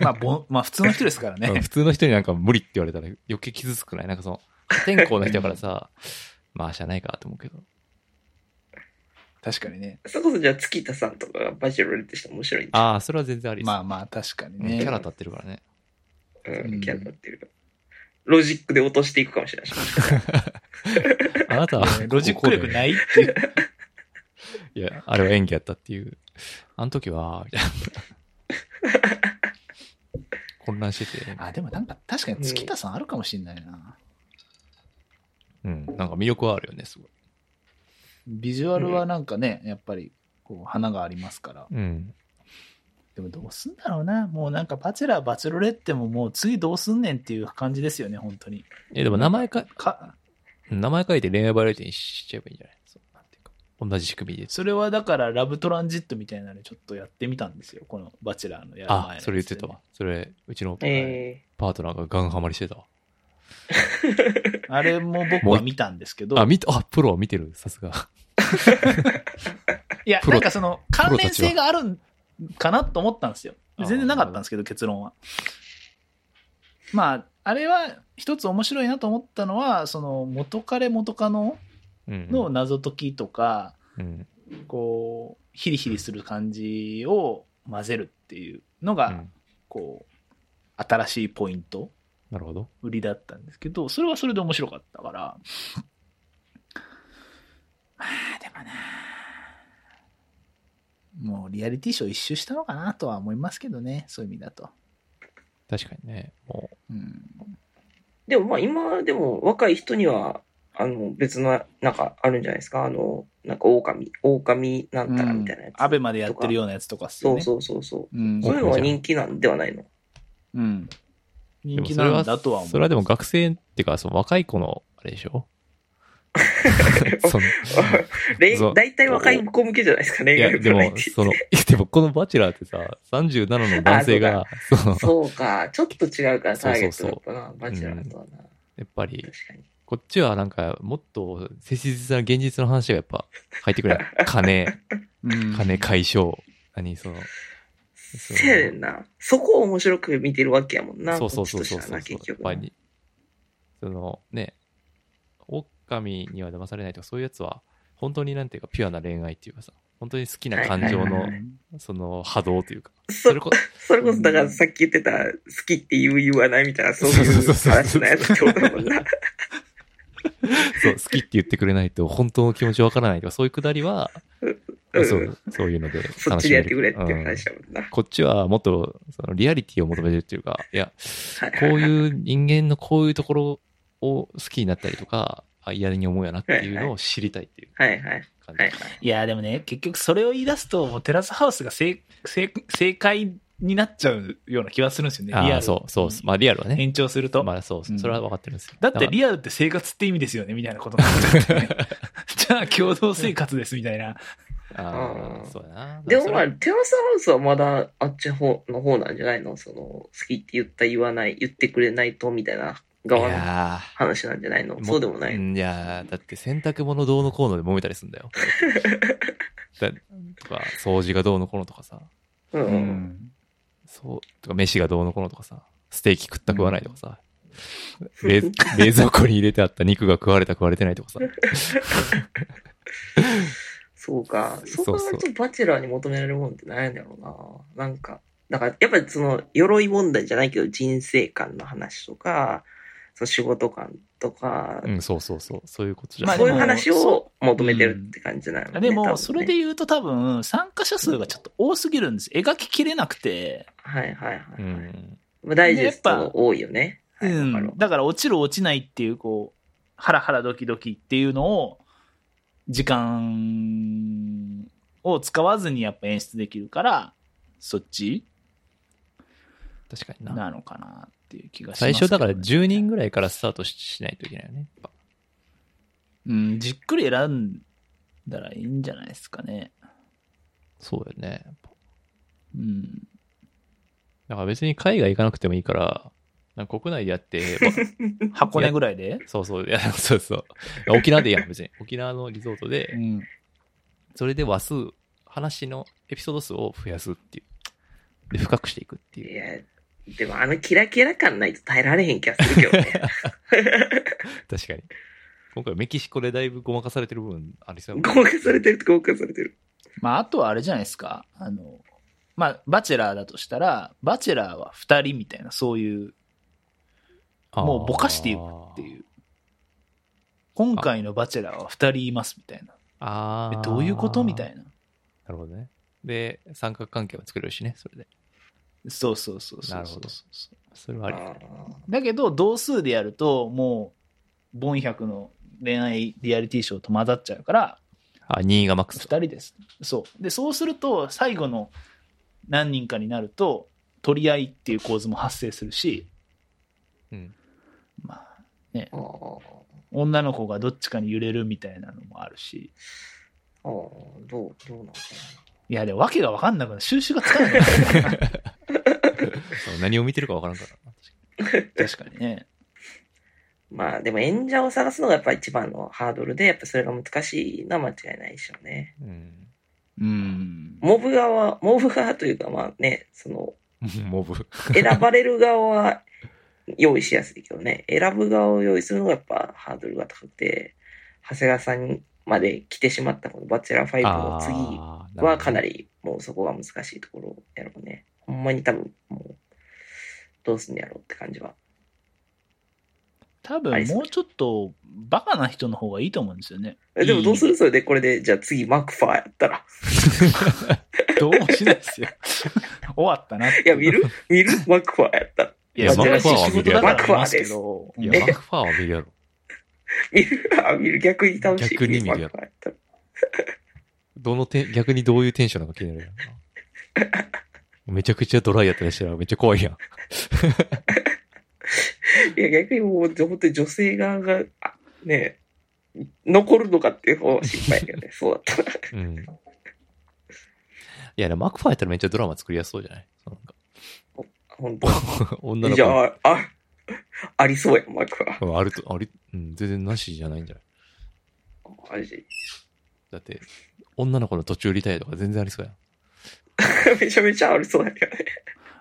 まあ、ぼまあ、普通の人ですか らうんね。普通の人になんか無理って言われたら余計傷つくないなんか その、破天荒な人だからさ、まあ、しゃあないかと思うけど。確かにね。それこそじゃあ、月田さんとかがバジルレってしたら面白いんじゃんああ、それは全然ありです。まあまあ、確かにうんね。キャラ立ってるからね。ううんん、キャラになってるから。ロジックで落としていくかもしれないし。あな たは、。ねロジック力ないいっていう。いや、あれは演技やったっていう。あの時は、みたいな。 混乱して て。あ、でもなんか、確かに月田さんあるかもしれないな。うん。なんか魅力はあるよね、すごい。ビジュアルはなんかね、やっぱり、こう、花がありますから。うん。でもどうすんだろうな。もうなんか、バチェラー、バチェロレってももう次どうすんねんっていう感じですよね、本当に。え、でも名前か、か、名前書いて恋愛バラエティにしちゃえばいいんじゃないそう、なんていうか。同じ仕組みで。それはだから、ラブトランジットみたいなのちょっとやってみたんですよ。このバチェラーのやる前あのやつでね、、それ言ってたわ。それ、うちのパーえトナーがガンハマりしてたわ。あれも僕は見たんですけど、あ、見た、あ、プロは見てる、さすが。いや、プロなんかその、関連性があるんかなと思ったんですよ。あー全然なかったんですけど、結論は。まあ、あれは一つ面白いなと思ったのは、その、元彼元カノうんの謎解きとか、うん。こう、ヒリヒリする感じを混ぜるっていうのうが、んこう、新しいポイント、なるほど。売りだったんですけど、それはそれで面白かったから。まあ、でもなもうリアリティショー一周したのかなとは思いますけどね、そういう意味だと。確かにね。もうん。ーでもまあ今でも若い人には、あの別のなんかあるんじゃないですかあの、なんか狼、狼なんたらみたいなやつ。アベまでやってるようなやつとかっすよね。そうそうそうそう。う。ん。そういうのは人気なんではないのうん。う、人気なんだとはで思もそれう。はそれはでも学生っていうか、その若い子の、あれでしょ その れそう大体若い子向けじゃないですかね、い恋や、で愛プロもイ、テその、いやでもこのバチェラーってさ、37の男性が、その、 そうか、ちょっと違うから、タそうーゲそうッそうトだったな、バチェラーとはな。やっぱり、確かに。こっちはなんか、もっと切実な現実の話がやっぱ入ってくる やん。金、うん金解消。何、その、そうせやねんな。そこを面白く見てるわけやもんな。そうそうそうそうこっちそとう。してやはな結っ局ぱり、そのね、狼には騙されないとか、そういうやつは、本当になんていうか、ピュアな恋愛っていうかさ、本当に好きな感情はいはいのは、その波動というか、そそれれこそれこそ、だからさっき言ってた、好きって言う言わないみたいな、そういう話のやつってことだも んな。そう、好きって言ってくれないと、本当の気持ちわからないとか、そういうくだりは、うんそう、そういうので楽しめる、そっちでやってくれっていううん話だもんな。こっちはもっと、その、リアリティを求めてるっていうか、いや、はいこういう人間のこういうところを好きになったりとか、あ嫌に思うやなっていうのを知りたいっていうはいはい。感じ。はいはい。いや、でもね、結局それを言い出すと、もうテラスハウスが正正正解になっちゃうような気がするんですよね、リアルあにあ、そう、そう、まあリアルはね。延長すると。まあそう、うんそれは分かってるんですよ。だってアリアルって生活って意味ですよね、みたいなこと になっちゃってねじゃあ共同生活です、みたいな。ル。あうあ、んそうやな。でもそまれあ、テラスハウスはまだあっちの方の方なんじゃないのその、好きって言った言わない、言ってくれないとみたいない側のや話なんじゃないのーそうでもない。うんいやーだって洗濯物どうのこうので揉めたりすんだよ。だとか、掃除がどうのこうのとかさ。うん。そう、とか飯がどうのこうのとかさ、ステーキ食った食わないとかさ、冷冷蔵庫に入れてあった肉が食われた食われてないとかさ、そうか。そそうそうう考えると、バチェラーに求められるものって何やねんやろうな。なんか、だから、やっぱりその、鎧問題じゃないけど、人生観の話とか、その仕事観とか、うん、そうそうそう、そういうことじゃまあない。でそもういう話を求めてうるんって感じなの、ねで多分ねも、それで言うと多分、参加者数がちょっと多すぎるんです。描ききれなくて。はいはいはい。うはいん。まあダイジェスでやっぱト多いよね。はい、うわかるわん。だから、落ちる落ちないっていう、こう、ハラハラドキドキっていうのを、時間を使わずにやっぱ演出できるから、そっち確かにな。なのかなっていう気がします最けどね、初だから10人ぐらいからスタートししないといけないよね。やっぱうん、じっくり選んだらいいんじゃないですかね。そうよね。やっぱうん。だから別に海外行かなくてもいいから、なんか国内でや って、ば箱根ぐらいでそうそう、いや、そうそう。沖縄でいいやん、別に。沖縄のリゾートうで、ん。それで話数、話のエピソード数を増やすっていう。で、深くしていくってい いう。や、でもあのキラキラ感ないと耐えられへん気がするけ どね。確かに。今回メキシコでだいぶごまかされてる部分ありそうやもん合格されてると合格されてる。まあ、あとはあれじゃないですか。あの、まあ、バチェラーだとしたら、バチェラーは2人みたいな、そういう、もうぼかしていくっていう。今回のバチェラーは2人いますみたいな。あえーあ。どういうことみたな。いな。なるほどね。で、三角関係も作れるしね、それで。そうそうそうそう。なるほどそうそうそれはああり。だけど、同数でやると、もう、ボン100の恋愛リアリティショーと混ざっちゃうから、あ、2位がマック 2ス。人です。そう。で、そうすると、最後の何人かになると、取り合いっていう構図も発生するし、うん。まあ、あー女の子がどっちかに揺れるみたいなのもあるし、あー、どう、どうなんかいや、でも訳が分かんなくなる。収拾がつかない。そう何を見てるかわからんからな。確かにね。な。まあでも演者を探すのがやっぱ一番のハードルで、やっぱそれが難しいのは間違いないでしょうね。うん。うん。モブ側、モブ側というかまあね、その、 モブ。選ばれる側は用意しやすいけどね、選ぶ側を用意するのがやっぱハードルが高くて、長谷川さんまで来てしまったこのバチェラー5の次次はかなり。りもうそこが難しいところやろうね。ほんまに多分もうどうすんのやろうって感じは。多分、もうちょっと、バカな人の方がいいと思うんですよね。えでもどうすいるそれでこれでじゃあ次マクファーやったら。いどうもしないですよ。 終わったなって。いや見る見るマクファーやったら。いや、いや珍しいマクファーは仕事だからありますけど。いうんや、マクファーは見るやろ。見るあ見る逆に楽しい。逆に見るやろマクファーやったらどのて、逆にどういうテンションなのか気になるやんな。 めちゃくちゃドライやったりしたらめっちゃ怖いやん。いや、逆にもう、本当に女性側が、あねえ、残るのかっていう方が心配だけどね、 そうだったら。うん。いや、でもマクファーやったらめっちゃドラマ作りやすそうじゃないなん本当か 女のじ子ゃあ、あ、ありそうや、マークは。うんあると、あり、うん、全然なしじゃないんじゃないマジ。 だって、女の子の途中リタイアとか全然ありそうやん。めちゃめちゃありそうだけどね。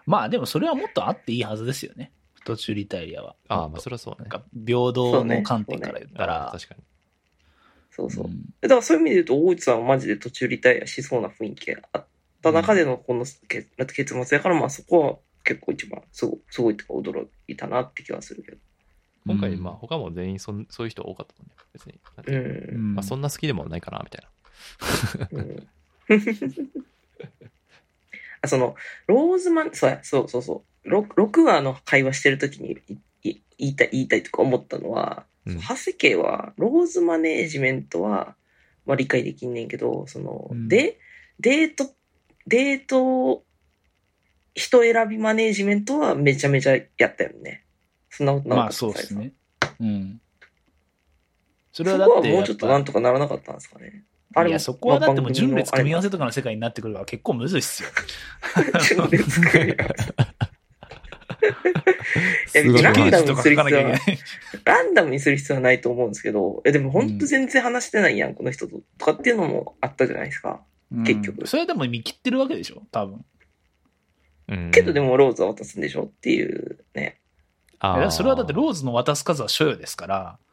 まあ、でもそれはもっとあっていいはずですよね。途中リタイアは。ああ、まもあっそとれはそうなねん。か、平等の観点から言ったあら。ー確かに。そうそうう。んだからそういう意味で言うと、大内さんはマジで途中リタイアしそうな雰囲気があった中でのこの結結末だから、まあそこは結構一番、すごい、すごいってか驚いたなって気はするけど。今回、うんまあ他も全員そんそういう人多かったもんね。別に。なんてういうかん。まあそんな好きでもないかな、みたいな。うん、 あそのローズマンそうやそうそうそうろ 6, 話の会話してる時にいい言いたい言いたいとか思ったのは、うん長谷家はローズマネージメントは、まあ、理解できんねんけどその、うんでデートデート人選びマネージメントはめちゃめちゃやったよねそんなことなまかあったそうですね。うん。それそはこだはってやもっうぱ、ちょっとなんとかならなかったんですかねあれいもや、そこはだってもまうあ順列組み合わせとか番の世界になってくるから結構むずいっすよ。組のあれも順列組み合わせやすごいランダム話とか書かなきゃいけない。ランダムにする必要はないと思うんですけど、え、でも本当全然話してないやん、この人と。とかっていうのもあったじゃないですか。結局うんそれでも見切ってるわけでしょ多分。うんけどで、もローズは渡すんでしょっていうね。あいーやそれはだってローズの渡す数は所有ですから、う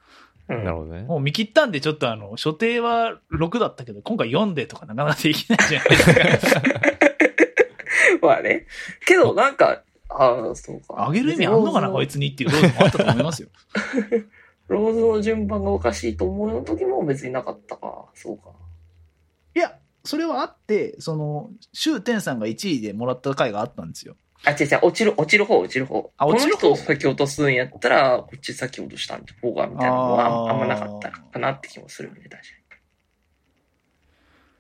んなるほどね。もう見切ったんでちょっとあの、所定は6だったけど、今回4でとかなかなかできないじゃないですか。まあね。けどなんか、ああ、そうか。あげる意味あんのかな、こいつにっていうローズもあったと思いますよ。ローズの順番がおかしいと思うの時も別になかったか。そうか。 いや、それはあって、その、シュウテンさんが1位でもらった回があったんですよ。あ、違う違う、落ちる、落ちる方、落ちる方。あ落ちる方この人を先落とすんやったら、こっち先落としたん方が、みたいなのはあんあーあんまなかったかなって気もするよね、確か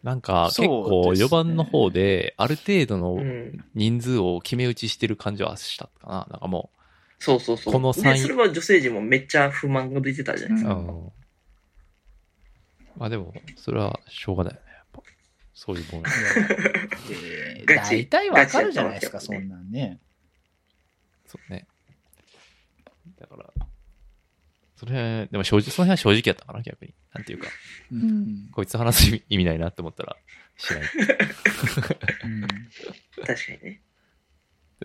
なんか、そ結う構ですね4番の方で、ある程度に。うのん。人数を決め打ちしてる感じはしたかな。なんかもそうそうそう。この三で、それは女性陣もめっちゃ不満が出てたじゃないですう、か。うん。まあでも、それはしょうがないよね。やっぱ、そういうもん。でガチ大体わかるじゃないですか、ガチそやったわんけなんね。そうね。だから、それ、でも正直、その辺は正直やったかな、逆に。なんていうか、うんこいつ話す意味意味ないなって思ったら、し ない。うん確かにね。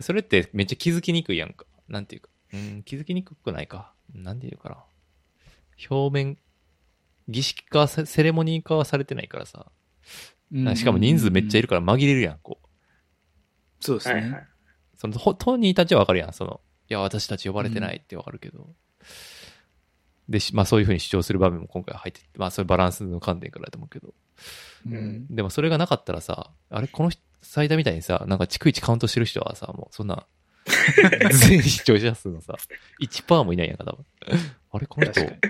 それってめっちゃ気づきにくいやんか。なんていうか。うん、気づきにくくないか。なんていうかな。表面、儀式化さ、セレモニー化はされてないからさ。しかも人数めっちゃいるから紛れるやん、こう。そうですはいはね。い。その、ほ当人たちはわかるやん、その。いや、私たち呼ばれてないってわかるけど。で、しまあそういうふうに主張する場面も今回入っててまあそういうバランスの観点からだと思うけど。ううんんでもそれがなかったらさ、あれ、この人最多みたいにさ、なんか逐一カウントしてる人はさ、もうそんな、全視聴者数のさ、1%もいないやんか、多分。あれ、この人、 確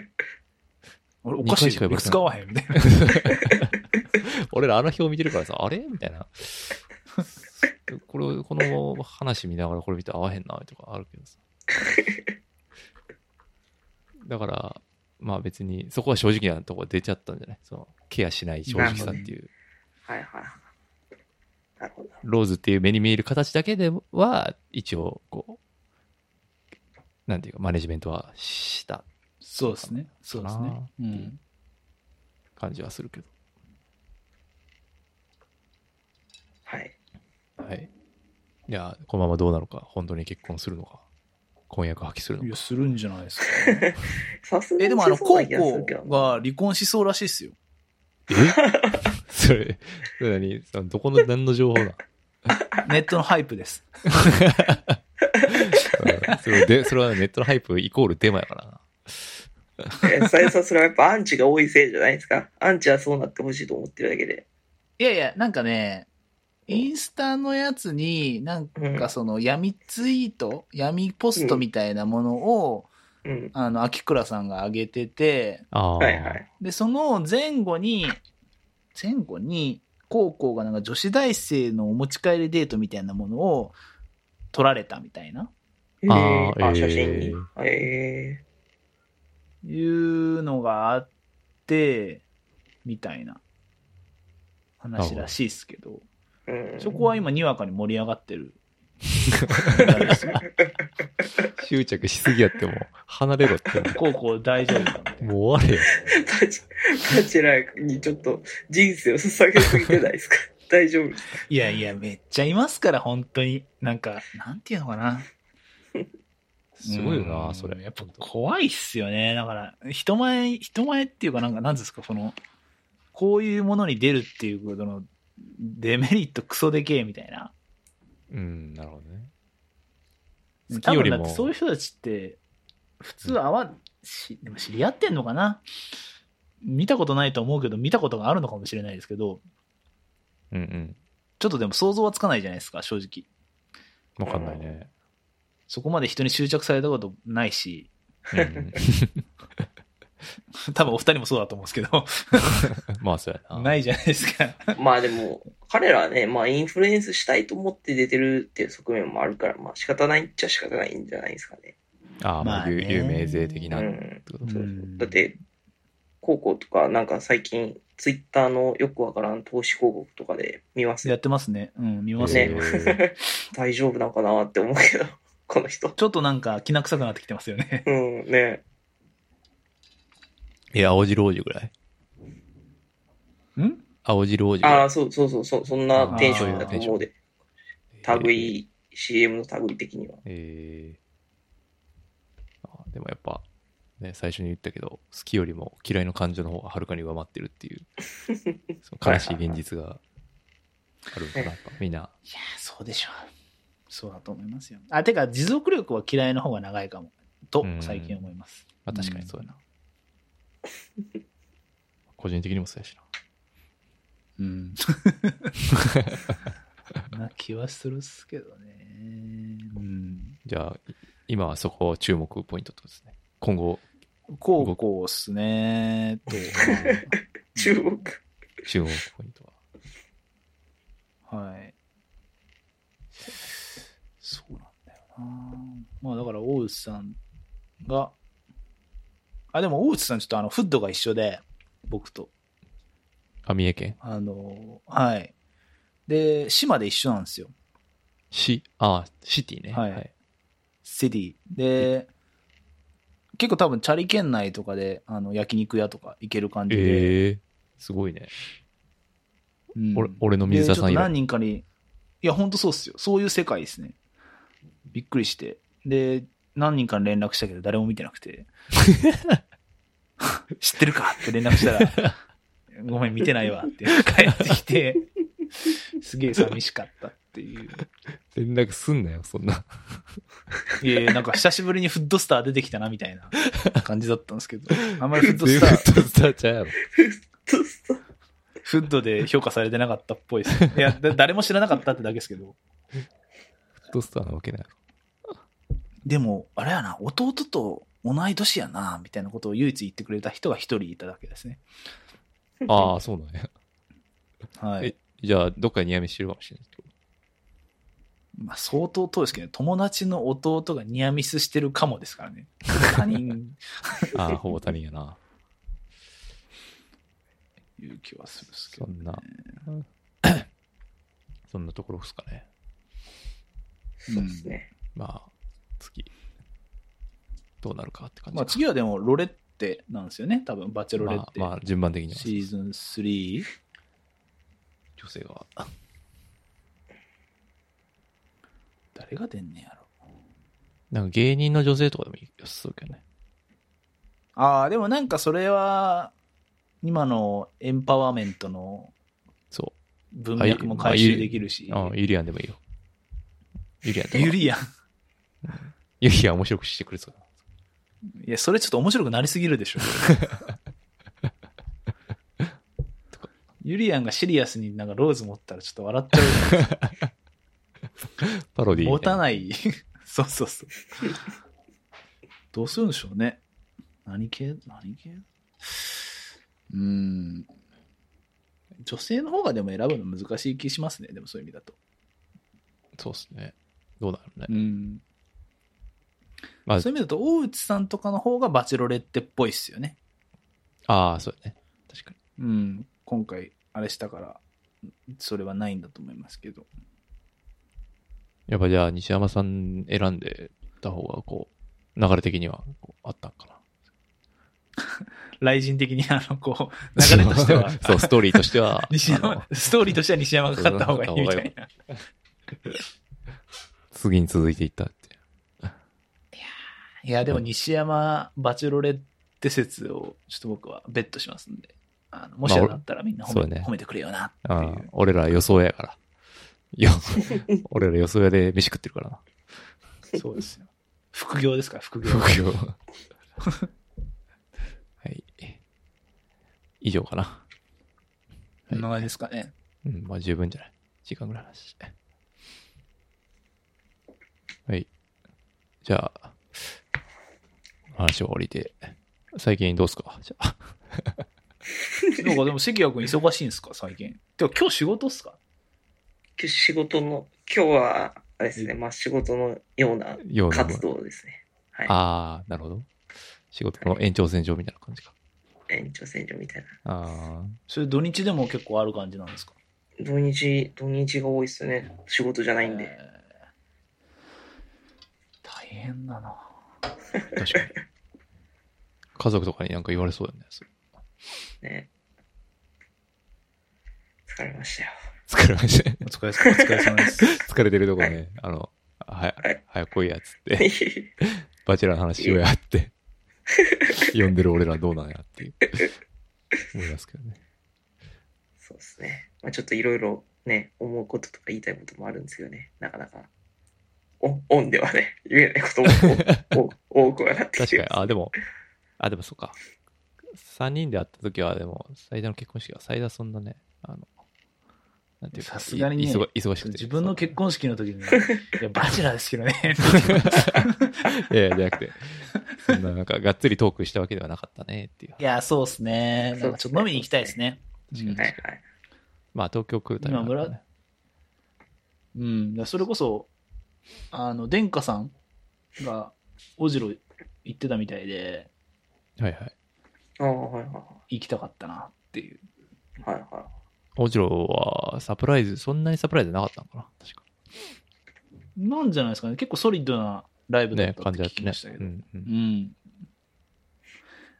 俺おかしいよ、二回しか呼ばれてない理屈使わへんみたいな。俺らあの表見てるからさ、あれみたいな。 これ、この話見ながらこれ見て合わへんな、とかあるけどさ。だから、まあ別に、そこは正直なとこ出ちゃったんじゃないその、ケアしない正直さっていう。はいはいはい。なるほど。ローズっていう目に見える形だけでは、一応、こう、なんていうか、マネジメントはしたそうですね。そうですね。うん感じはするけど。はい。はい。いや、このままどうなのか、本当に結婚するのか、婚約破棄するいのや、か。するんじゃない ですか。さすがにえ、でもあの、しコそうウな気がするけどが離婚しそうらしいですよ。それ、それ何そのどこの、何の情報だネットのハイプです。うんそれでそれはネットのハイプイコールデマやからな。えそれさそれはやっぱアンチが多いせいじゃないですか。アンチはそうなってほしいと思ってるだけで。いやいや、なんかね、インスタのやつに、なんうんかその闇ツイート、闇ポストみたいなものを、うん。あの、秋倉さんが上げてて、ああ。はいはい。で、その前後に、前後に、高校がなんか女子大生のお持ち帰りデートみたいなものを撮られたみたいな、あえーーあ、写真に。ええいうのがあって、みたいな話らしいですけど、う んそこ は今にわかに盛り上がってる。みたいですよ執着しすぎやっても、離れろっても高校大丈夫かみたいなう、もう終われよ。バチバチェラーにちょっと人生を捧げすぎてないですか 大丈夫ですいやいや、めっちゃいますから、本当に。なんか、なんていうのかな。すごいよな、うんそれ。やっぱ怖いっすよね。だから、人前、人前っていうか、なんか、なんですか、その、こういうものに出るっていうことの、デメリットクソでけえみたいな。うん、なるほどね。好多きよ分りだっもて、そういう人たちって、普通はわ、し、でも知り合ってんのかな見たことないと思うけど、見たことがあるのかもしれないですけど、うんうん。ちょっとでも想像はつかないじゃないですか、正直。わかんないね。そこまで人に執着されたことないし、うんうん、 多分お二人もそうだと思うんですけど、まあ、そうやな。ないじゃないですか。まあでも、彼らはね、まあインフルエンスしたいと思って出てるっていう側面もあるから、まあ仕方ないっちゃ仕方ないんじゃないですかね。ああ、ままあ、あ有ね有名税的うなってん。こと、そうそううんだって、高校とかなんか最近、ツイッターのよくわからん投資広告とかで見ますやよってますね。うん、見ますねね。えー大丈夫なんかなって思うけど、 この人。ちょっとなんか、きな臭くなってきてますよね。 うん、ねえ、青白王子ぐらいん青白王子ぐらあいあ、そうそうそうそう、そんなテンションだと思うで。えー類い CM の類的には。えーあでもやっぱ、ね、最初に言ったけど、好きよりも嫌いの感情の方がはるかに上回ってるって いう、その悲しい現実があるのかなと、みんな。いやー、そうでしょう。そうだと思いますよ。あ、てか、持続力は嫌いの方が長いかも。とうん、最近思います。まあ、確かにそうやな。個人的にもそうやしな。うん。な気はするっすけどね。うん。 じゃあ、い今はそこを注目ポイントってことですね。今後、こうこうっすねと。 中国。注目ポイントは。はい。そうなんだよな。まあだから、大内さんが、あ、でも大内さんちょっとあの、フッドが一緒で、僕と。あ、三重県あの、はい。で、島で一緒なんですよ。シ、あ、シティね。はいシティ。で、結構多分、チャリ圏内とかで、あの、焼肉屋とか行ける感じで。ええすごいね。うん俺俺の水田さん以でちょっと来何人かに、いや、本当そうっすよ。そういう世界ですね。びっくりして。で、何人かに連絡したけど、誰も見てなくて。 知ってるかって連絡したら、 ごめん、見てないわって帰ってきて、すげえ寂しかったっていう。連絡すんなよ、そんな。いやいやなんか久しぶりにフッドスター出てきたなみたいな感じだったんですけど、あんまりフッドスター、 全部フットスターちゃうやろ。そうそうフッドで評価されてなかったっぽいです。いや、だ誰も知らなかったってだけですけど。フットスターなわけない。でも、あれやな、弟と同い年やな、みたいなことを唯一言ってくれた人が一人いただけですね。ああ、そうなんや。はえい。じゃあ、どっかに嫌みしてるかもしれないってこと まあ、相当遠いですけどね、友達の弟がニアミスしてるかもです からね。他人、ああ、ほぼ他人やな。いう気はするっすけそど。 んな、そんなところですかね。そうですね。まあ、次、どうなるかって感じまあ、次はでも、ロレッテなんですよね。多分、バチェロレッテ。まあ、まあ、順番的には。シーズン 3? 女性が。誰が出んねやろ。なんか芸人の女性とかでも良さそうけどね。ああ、でもなんかそれは、今のエンパワーメントのそ文脈も回収できるしう。。ああ、ユリアンでもいいよ。ユリアンとか ユリアン。ユリアン面白くしてくれそうだな。いや、それちょっと面白くなりすぎるで しょ。ユリアンがシリアスになんかローズ持ったらちょっと笑っ ちゃパロデう。ィ持たいない。 そうそうそう。どうするんでしょうね。何系何系うーん。女性の方がでも選ぶの難しい気しますね。でもそういう意味だと。な。そうっすね。どうだろうねう。ん。まあそういう意味だと、大内さんとかの方がバチェロレッテっぽいっすよね。ああ、そうだね。確かに。うん、今回あれしたからそれはないんだと思いますけどやっぱじゃあ、西山さん選んでた方が、こう、流れ的にはこうあったんかな。雷神的にあのこう流れとして は。そう、ストーリーとしては西あの山ストーリーとしては西山が勝った方がいいみたいな次に続いていったって。いやでも西山バチェロレッテ説をちょっと僕はベットしますんであのもしあだったらみんな褒め,、そうね褒めてくれよなってあいあう俺ら予想やから。 よ、俺ら予想屋で飯食ってるからな。そうですよ副業ですから副業副業。はい。以上かな。こんな感じですかねうん、まあ十分じゃない。時間ぐらいの話。はい。じゃあ、話は終わりで。最近どうっすかじゃあ。なんかでも関谷君忙しいんですか最近てか今日仕事っすか今日仕事の、今日は、あれですね、まあ仕事のようなような活動ですね。はい。ああ、なるほど。仕事の延長線上みたいな感じか。延長線上みたいな。ああ、それ土日でも結構ある感じなんですか土日、土日が多いですよね。仕事じゃないんで。えー大変だな確かに。家族とかになんか言われそうだよね。それね。疲れましたよ。疲れましたね。 お疲れ様お疲れ様です疲れてるとこね、あの、は早く来いやっつって、バチェラーの話しようや って、読んでる俺らどうなんやっていう、思いますけどね。そうですね。まあ、ちょっといろいろね、思うこととか言いたいこともあるんですけどね、なかなか、オオンではね、言えないことも おお多くはなってき確てかに、ますあ、でも、あ、でもそうか。3人で会った時は、でも、最大の結婚式は、最大そんなね、あの、なんていうか、さすがにねい忙忙しくて。 自分の結婚式の時 に、いや、バチェラーですけ どね。 いやいや、じゃなくて、そんななんか、がっつりトークしたわけではなかったねっていうい。や、そうですね。なんかちょっと飲みに行きたいですね。確かはにいはい。まあ、東京来るタイミングだからねうん。だからそれこそ、あの、殿下さんが、おじろ行ってたみたいで、はいはい。ああ、はいはいはい。行きたかったなっていう。はいは大次郎は、サプライズ、そんなにサプライズなかったのかな確か。なんじゃないですかね。結構ソリッドなライブだっね、たっ感てじだ聞っきたまねしたけ。ど。うんうんうん。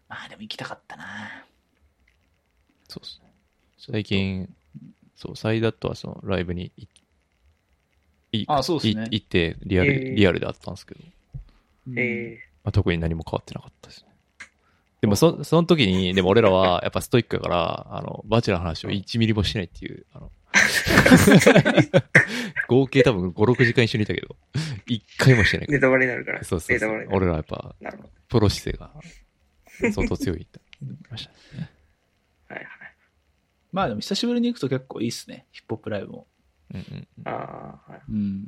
まあでも行きたかったな。そうですね。最近、そう、サイダットはそのライブにいいあそうっすねい行って、リアル、えーリアルであったんですけど、い。えまあ、特に何も変わってなかったですね。でもそ、その時に、でも俺らはやっぱストイックやから、あの、バチェラーの話を1ミリもしないっていう、あの、合計多分5、6時間一緒にいたけど、1回もしてないー、かネタバレになるから。ら。そうそうネそタバうレに。なる。俺らやっぱ、なるほど。プロ姿勢が相当強いって言ってました。はいまあでも久しぶりに行くと結構いいっすね。ヒップホップライブも。うんうんうん。はい。ああ、はい。うん。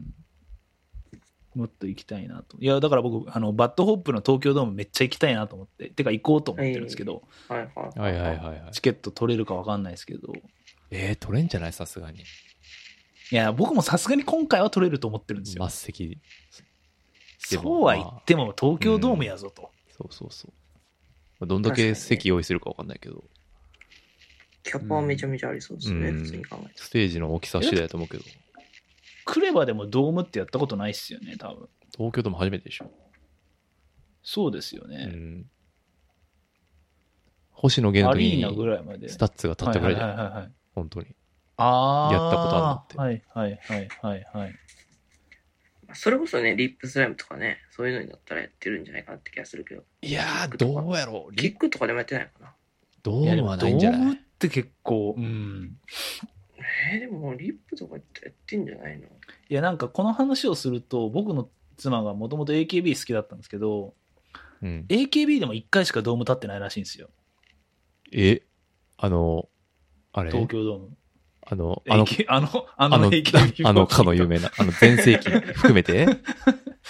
もっと行きたいなと。いや、だから僕、あの、バッドホップの東京ドームめっちゃ行きたいなと思って。てか行こうと思ってるんですけど、はいはい。はいはいはいはい。チケット取れるか分かんないですけど。えー、取れんじゃないさすがに。いや、僕もさすがに今回は取れると思ってるんですよ末。席。でもそうは言っても東京ドームやぞと。そうそうそう。まあどんだけ席用意するかわかんないけど、キャパはめちゃめちゃありそうですね、うん普通に考えて。ステージの大きさ次第だと思うけど、クレバでもドームってやったことないっすよね、多分。東京でも初めてでしょ。そうですようね。ん。星野源アの時リーナぐにらいまで。スタッツが立ったぐらいじゃはいんはいはいはいはい本当に。あーやったことあるはいはいはいはいはい。まあそれこそね、リップスライムとかね、そういうのになったらやってるんじゃないかなって気がするけど、いやー、どうやろう。キリックとかでもやってないのかな。ドやーでムもはないんじゃドームなっいて結構、うん。えー、でもリップとかやってやってんじゃないのいやなんかこの話をすると僕の妻がもともと AKB 好きだったんですけどうん。 AKB でも1回しかドーム立ってないらしいんですよえ、あの、あれ東京ドームあの、ああのの、あの ああのの AKB、あの、かの有名な、あの、全 盛期含めて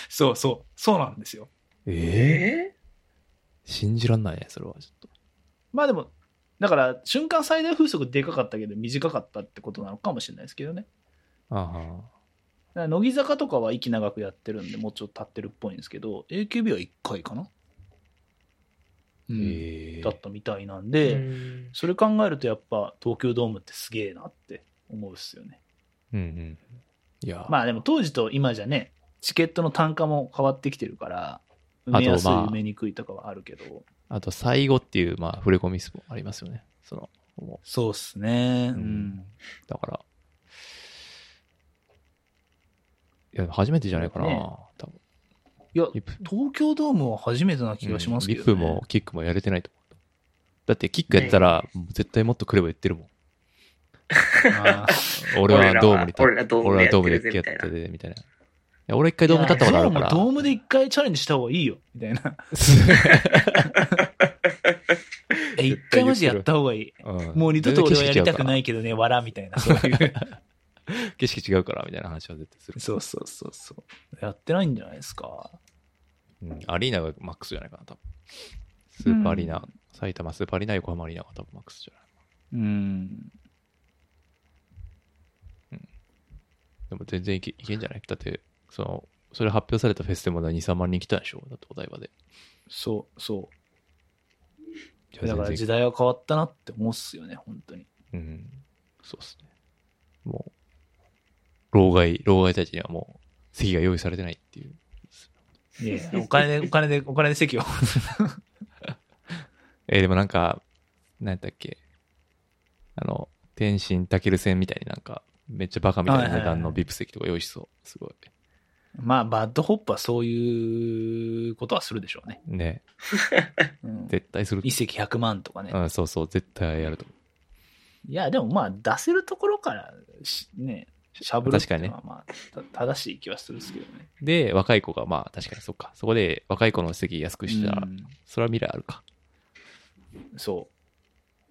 そうそうそうなんですよえー、え信じらんないね、それはちょっと。まあでもだから瞬間最大風速でかかったけど短かったってことなのかもしれないですけどねあだから乃木坂とかは息長くやってるんでもうちょっと立ってるっぽいんですけど AKB は1回かなうあ、ん、ええだったみたいなんーで、うんそれ考えるとやっぱ東京ドームってすげえなって思うっすよねうんうん。いや、まあでも当時と今じゃね、チケットの単価も変わってきてるから、ま埋あめやすい、埋めにくいとかはあるけど。あと、最後っていう、まあ、触れ込みスもありますよね。その、もそうっすね。ううんん。うだから。いや、初めてじゃないかな、ね多分。いや、リップ東京ドームは初めてな気がしますけど、ねうんリップもキックもやれてないと思う。だって、キックやったら、もう絶対もっと来れば言って るもん。あー俺はドームに立っ俺らは俺らドームでやって俺はドームるぜでやってるぜ、みたいな。いや俺一 回ドーム立ったことあるから。いやそうもうドームで一回チャレンジした方がいいよ、みたいな。え、一回マジやった方がいい。うんもう二度と俺はやりたく全然ないけどね、わら、みたいな。そういう。景色違うから。景色違うから、みたいな話は絶対する。そうそうそうそう。やってないんじゃないですか。うんアリーナがマックスじゃないかな、多分。スーパーアリーナ、うん埼玉スーパーアリーナ、横浜アリーナが多分マックスじゃない。うん。でも全然いけいけんじゃないだって、その、それ発表されたフェスでも2、3万人来たでしょだってお台場で。そうそう。いやだから全時然代は変わったなって思うっすよね、本当に。うん。そうっすね。もう、老害、老害たちにはもう、席が用意されてないっていう。いやいやお金で、お金で、お金で席を。えーでもなんか、なんだっけ、あの、天心たける戦みたいになんか、めっちゃバカみたいな値段のはいはいは VIP 席とか用意しそう。すごい。まあ、バッドホップはそういうことはするでしょうね。ね。うん、絶対する。一石100万とかね。うん、そうそう、絶対やると思いや、でもまあ、出せるところからし、ね、しゃぶるっていうのはまあ、た正しい気はするんですけどね。う。で、若い子が、まあ、確かにそっか。そこで若い子の席安くしたら、うんそれは未来あるか。そ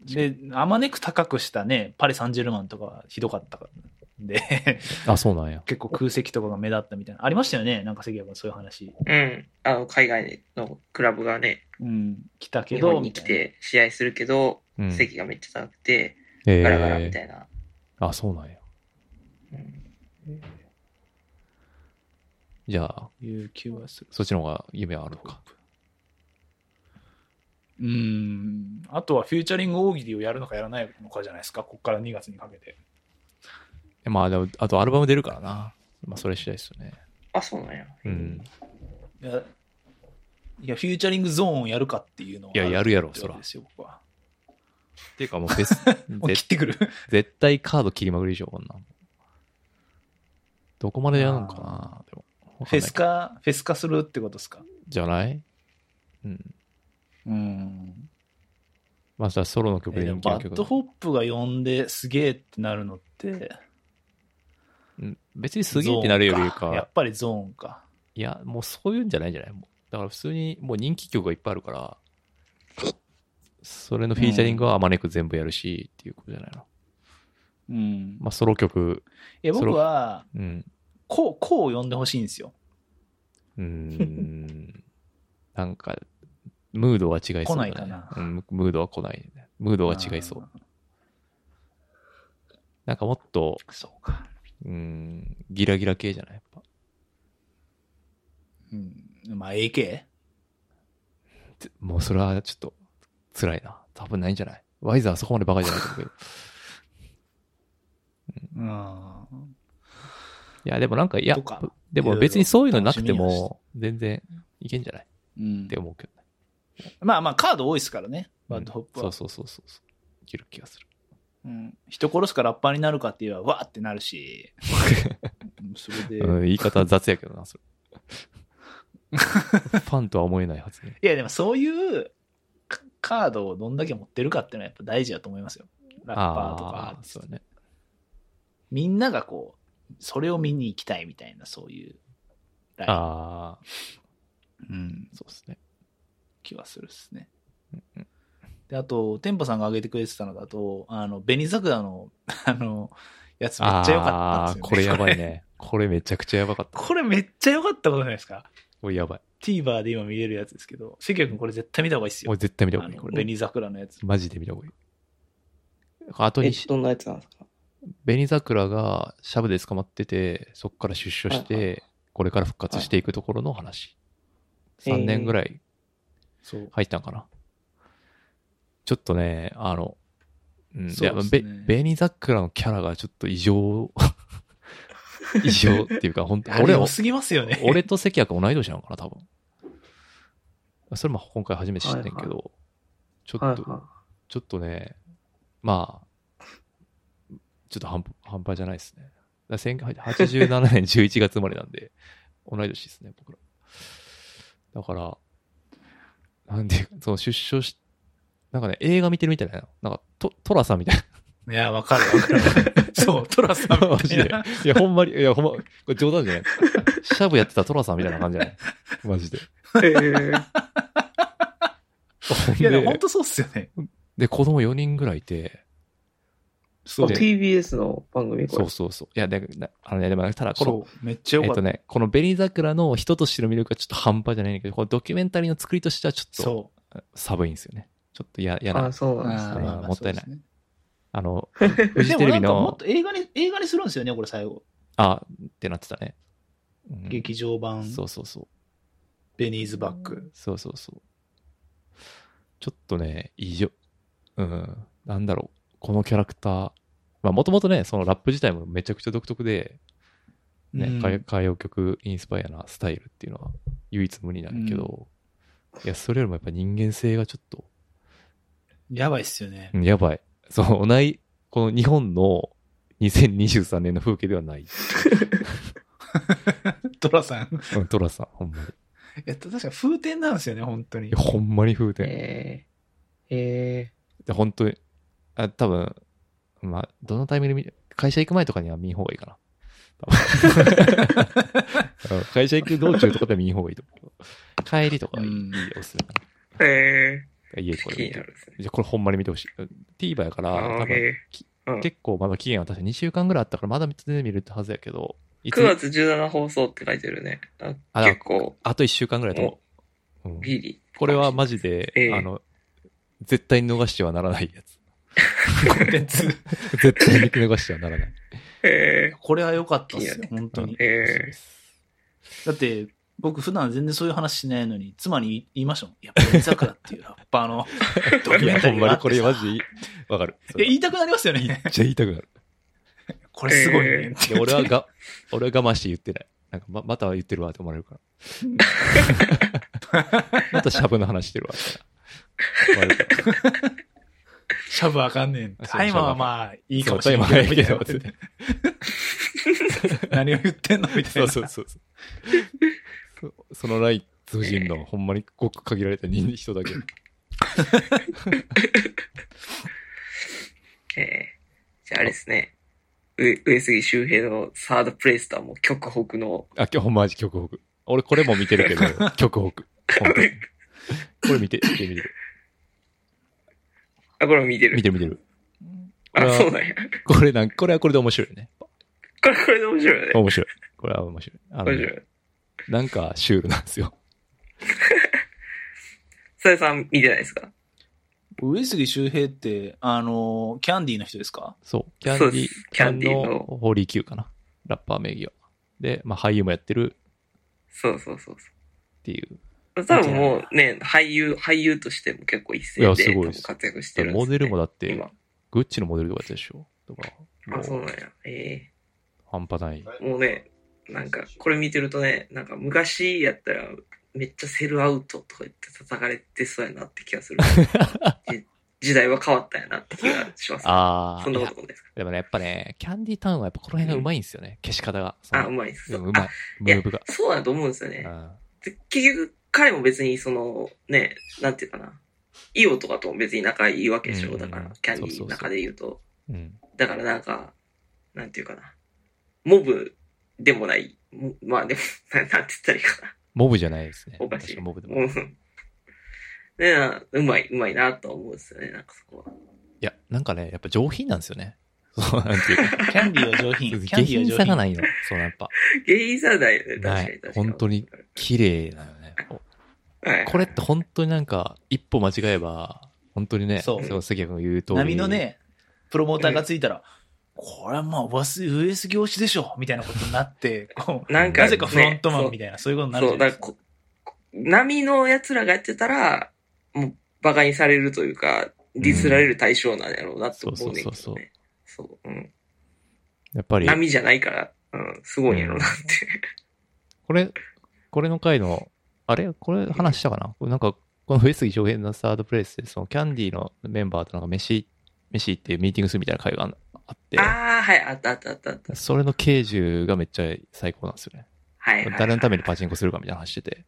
う。で、あまねく高くしたね、パリ・サンジェルマンとかはひどかったからで、 あ、そうなんや。結構空席とかが目立ったみたいな。ありましたよね、なんか関谷君そういう話。うん。あの、海外のクラブがね、うん、来たけ日ど、本に来て試合するけど、うん。席がめっちゃ高くて、えガラガラみたいな。あ、そうなんや。うんじゃあ、みたいな。いう気はする。そっちの方が夢はあるのか。うん、あとはフューチャリング大喜利をやるのかやらないのかじゃないですか、ここから2月にかけて。まあ、でも、あとアルバム出るからな。まあ、それ次第ですよね。あ、そうなんや。うん。いや、いやフューチャリングゾーンをやるかっていうのは。いややるやろそらですよ、僕は。っていうか、もうフェ ス、もう切ぜってくる。絶対カード切りまくりでしょ、こんなん。どこまでやるのかな、でも。わかんフェないス化、フェス化するってことですか。じゃないうん。うん。まあ、じゃあソロの曲えーでで人も気のバ曲ッドホップが呼んですげえってなるのって、うん別にすげえってなるよりゾーンやかっ、ぱりゾーンか。いや、もうそういうんじゃないんじゃないもうだから普通にもう人気曲がいっぱいあるから、それのフィーチャリングはあまねく全部やるし、っていうことじゃないの。うん。まあ、ソロ曲、いや、それ僕は、うん。こう、こう呼んでほしいんですよ。うー ん。なんか、ムードは違いそうだ、ね。来ないかなうん、ムードは来ない、ね。ムードは違いそうあ。ー。なんかもっと、そうか。うーん、ギラギラ系じゃないやっぱ。うん。まあ、AK? つもうそれはちょっと辛いな。多分ないんじゃないワイザーはそこまでバカじゃないと思うけど。うん。いや、でもなんか、いやとか、でも別にそういうのなくても、全然いけんじゃないうんって思うけどね。まあまあ、カード多いですからね、バッドホップそはう。そうそうそうそう。いける気がする。うん人殺すかラッパーになるかって言えば、わーってな るし。うんそれで。うん、言い方は雑やけどな、そ れ。ファンとは思えない発言。いや、でもそういうカカードをどんだけ持ってるかっていうのはやっぱ大事だと思いますよ。ラッパーとかあー、そうね。みんながこう、それを見に行きたいみたいな、そういう、ライブああ、うん、そうですね。気はするですねうんうん。で、あと、テンポさんが挙げてくれてたのだと、あの、紅桜の、あの、やつめっちゃ良かったんですよ、ね。あーこれやばい。ね。これめちゃくちゃやばかった。これめっちゃ良かったことないですかこれやばい。 ?TVer で今見れるやつですけど、関谷君これ絶対見た方がいいですよ俺。絶対見たあ方がいい。のこれ、紅桜のやつ。マジで見た方がいい。あとに、どんなやつなんですか紅桜がシャブで捕まってて、そこから出所して、はいはこれから復活していくところの話。はい3年ぐらいそう。入ったんかな。ちょっとね、あの、うん、いそうや、ですねべ紅桜のキャラがちょっと異 常、異常っていうか、本当俺俺良を、すぎますよね。俺と関谷君同い年なのかな、多分。それも今回初めて知ってんけど、はいちょっと、 はいはちょっとね、まあ、ちょっと半半端じゃないですね。だから1987年11月生まれなんで、同い年ですね、僕ら。だから、なんで、その出所し、なんかね、映画見てるみたいな、なんかトトラさんみたいな。いや、わかるわか る。そう、トラさんマみたジいでな。。いや、ほんまに、いや、ほんま、これ冗談じゃない。シャブやってたトラさんみたいな感じじゃないマジで。い。へーほんいや、ででも本当そうっすよね。で、子供4人ぐらいいて、そう。で TBS の番組こそれう。そうそう。いや、でなあのね、でもただ、このそう。めっちゃよえっかっとた。ね、この紅桜の人としての魅力がちょっと半端じゃないんだけど、このドキュメンタリーの作りとしてはちょっそと寒いんですよね。ちょっと嫌嫌な。あ、あそうう。なんですーまあもったいないい。 の、フジでテもレなビんかものっ、と映画に、映画にするんですよね、これ最後。あ、ってなってたね。うん劇場版、そうそうそう。ベニーズバック。そうそうそう。ちょっとね、異常。うん。なんだろう。このキャラクター。まあ、もともとね、そのラップ自体もめちゃくちゃ独特で、ねうん歌歌謡曲インスパイアなスタイルっていうのは唯一無二なんだけど、いや、それよりもやっぱ人間性がちょっと、やばいっすよねう。んやばい。その、ない、この日本の2023年の風景ではない。ドラさん。 うん、トラさん、ほんまに。えっと、確か風天なんですよね、本当いにや。ほんまに風天。えー、えで本当に、あ、多分、まあ、どのタイミングで見会社行く前とかには見ん方がいいかな。多分うん 会社行く道中とかでは見ん方がいいと思うけど。帰りとかいい、うんいいおすすめかー、えな。家でこー、れ気見にてなるんですね。じゃあこれほんまに見てほしい。TVer やから、あ多ー分えー結構まだ期限は確か2週間ぐらいあったから、まだ全然見れるはずやけど、いうん、9月17放送って書いてるね。ああ結構、あと1週間ぐらいだと思う。うんギリ。これはマジで、ええあの、絶対に逃してはならないやつ。 コンテンツ。絶対に逃してはならない。えこれは良かったっすよ、本当にー、。えだって、僕普段全然そういう話しないのに、妻に言いましたもん。いや、紅桜っていうラッパ ーのドキュメンタほリんーがまにこあってさ。れいマジでいいわかる。そやれ言いたくなりますよね。めっちゃ言いたくなる。これすごいねえ。で俺はが、俺は我慢して言ってない。なんかままた言ってるわって思われるから。またシャブの話してるわみたいな。思われるからシャブあかんねん。そうタイマーはまあいいかもしそうれないタイマーはいいけどみたいな 何を言ってんのみたいそうな。そうそうそう。そそのライ通じるのはほんまにごく限られた人人だけ。ー、えー、じゃああれですね。上上杉周平のサードプレイスとはもう極北の、あ、今日ほんま味極北。俺これも見てるけど、 極北。本当にこれ見て、見て見てる。あ、これも見てる。見てる見てる。これあ、はそうなんや。これなん、これはこれで面白いよね。これ、これで面白いよね。面白い。これは面白い。あの面ね白い。なんかシュールなんですよ。さやさん見てないですか上杉周平って、あの、キャンディーの人ですかそう。キャンそうディでーす、キャンキャンディーののホーリー Q かな。ラッパー名義は。で、まあ俳優もやってるそうそうそうっていう。そう。多分もうね、俳優、俳優としても結構一い世やです多ごいで分す活躍してるんです、ね。モデルもだって、今。グッチのモデルとかやったでしょ。とか、あ、そうもなうんや。え半端ない。えもうね、なんか、これ見てるとね、なんか昔やったら、めっちゃセルアウトとか言って叩かれてそうやなって気 がする。じ時代は変わったやなって気がします。あそあ、んいなこやともないですかでもね、やっぱね、キャンディータウンはやっぱこの辺がうまいんですよね。消し方が。そあ、うのまいです。うんうまい。ムーブが。そうだと思うんですようね。んで結局、彼も別に、その、ね、なんていうかな。イオとかとも別に仲いいわけでしうんうょ。んだから、キャンデそィーうそうそうの中で言うと。うん。だからなんか、なんていうかな。モブでもない。もまあでも、 ななんて言ったらいいかな。モブじゃないですね。おかし確い。かモブでもう。ん。ねなうまい、うまいなとは思うんですよね。なんかそこは。いや、なんかね、やっぱ上品なんですよね。 そう、なんていうか。キャンディーは上 品。下キャンディーは品上さが品。ないの。そう、やっぱ、ゲイザーだよね。確ないかに確かに。本当に綺麗なのね。はい。これって本当になんか、一歩間違えば、本当にね、そうそう、関谷君が言うと波の、ね、プロモーターがついたら、これはまあ、上杉上杉推しでしょみたいなことになって、こ う、なんか、なぜかフロントマねンみたいな、そういうことになるじそゃう、ないだでからすか。こ、こ波の奴らがやってたら、もう、馬鹿にされるというか、ディスられる対象なんやろうなと思うねんけどね。そうそうそうそうそううん。やっぱり、波じゃないから、うん、すごいんやろうなって。これ、これの回の、あれこれ話したかなこれなんか、この上杉翔平のサードプレイスで、そのキャンディーのメンバーとなんか飯、飯行ってミーティングするみたいな会があって、ああ、はい、あったあったあったあった。それの刑事がめっちゃ最高なんですよね。はいはい、はい。誰のためにパチンコするかみたいな話してて。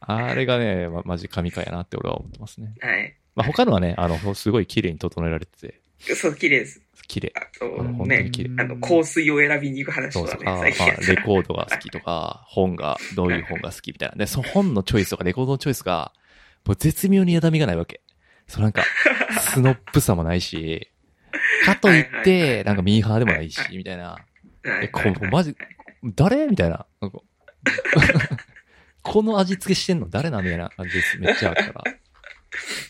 あれがね、ま、マジ神回やなって俺は思ってますね。はい。まあ、他のはね、あの、すごい綺麗に整えられてて、そう、綺麗です。綺麗。あうと、ん本当にね、綺麗。あの、香水を選びに行く話そとうかそう。ねあ、まあ、レ最近やったコードが好きとか、本が、どういう本が好きみたいな。で、その本のチョイスとかレコードのチョイスが、もう絶妙に枝みがないわけ。そうなんか、スノップさもないし、かといっはいはいて、なんかミーハーでもないし、みたいな。はえ、いこう、マジ、誰みたいな。なんかこの味付けしてんの誰なみたいな感じです。めっちゃあるから。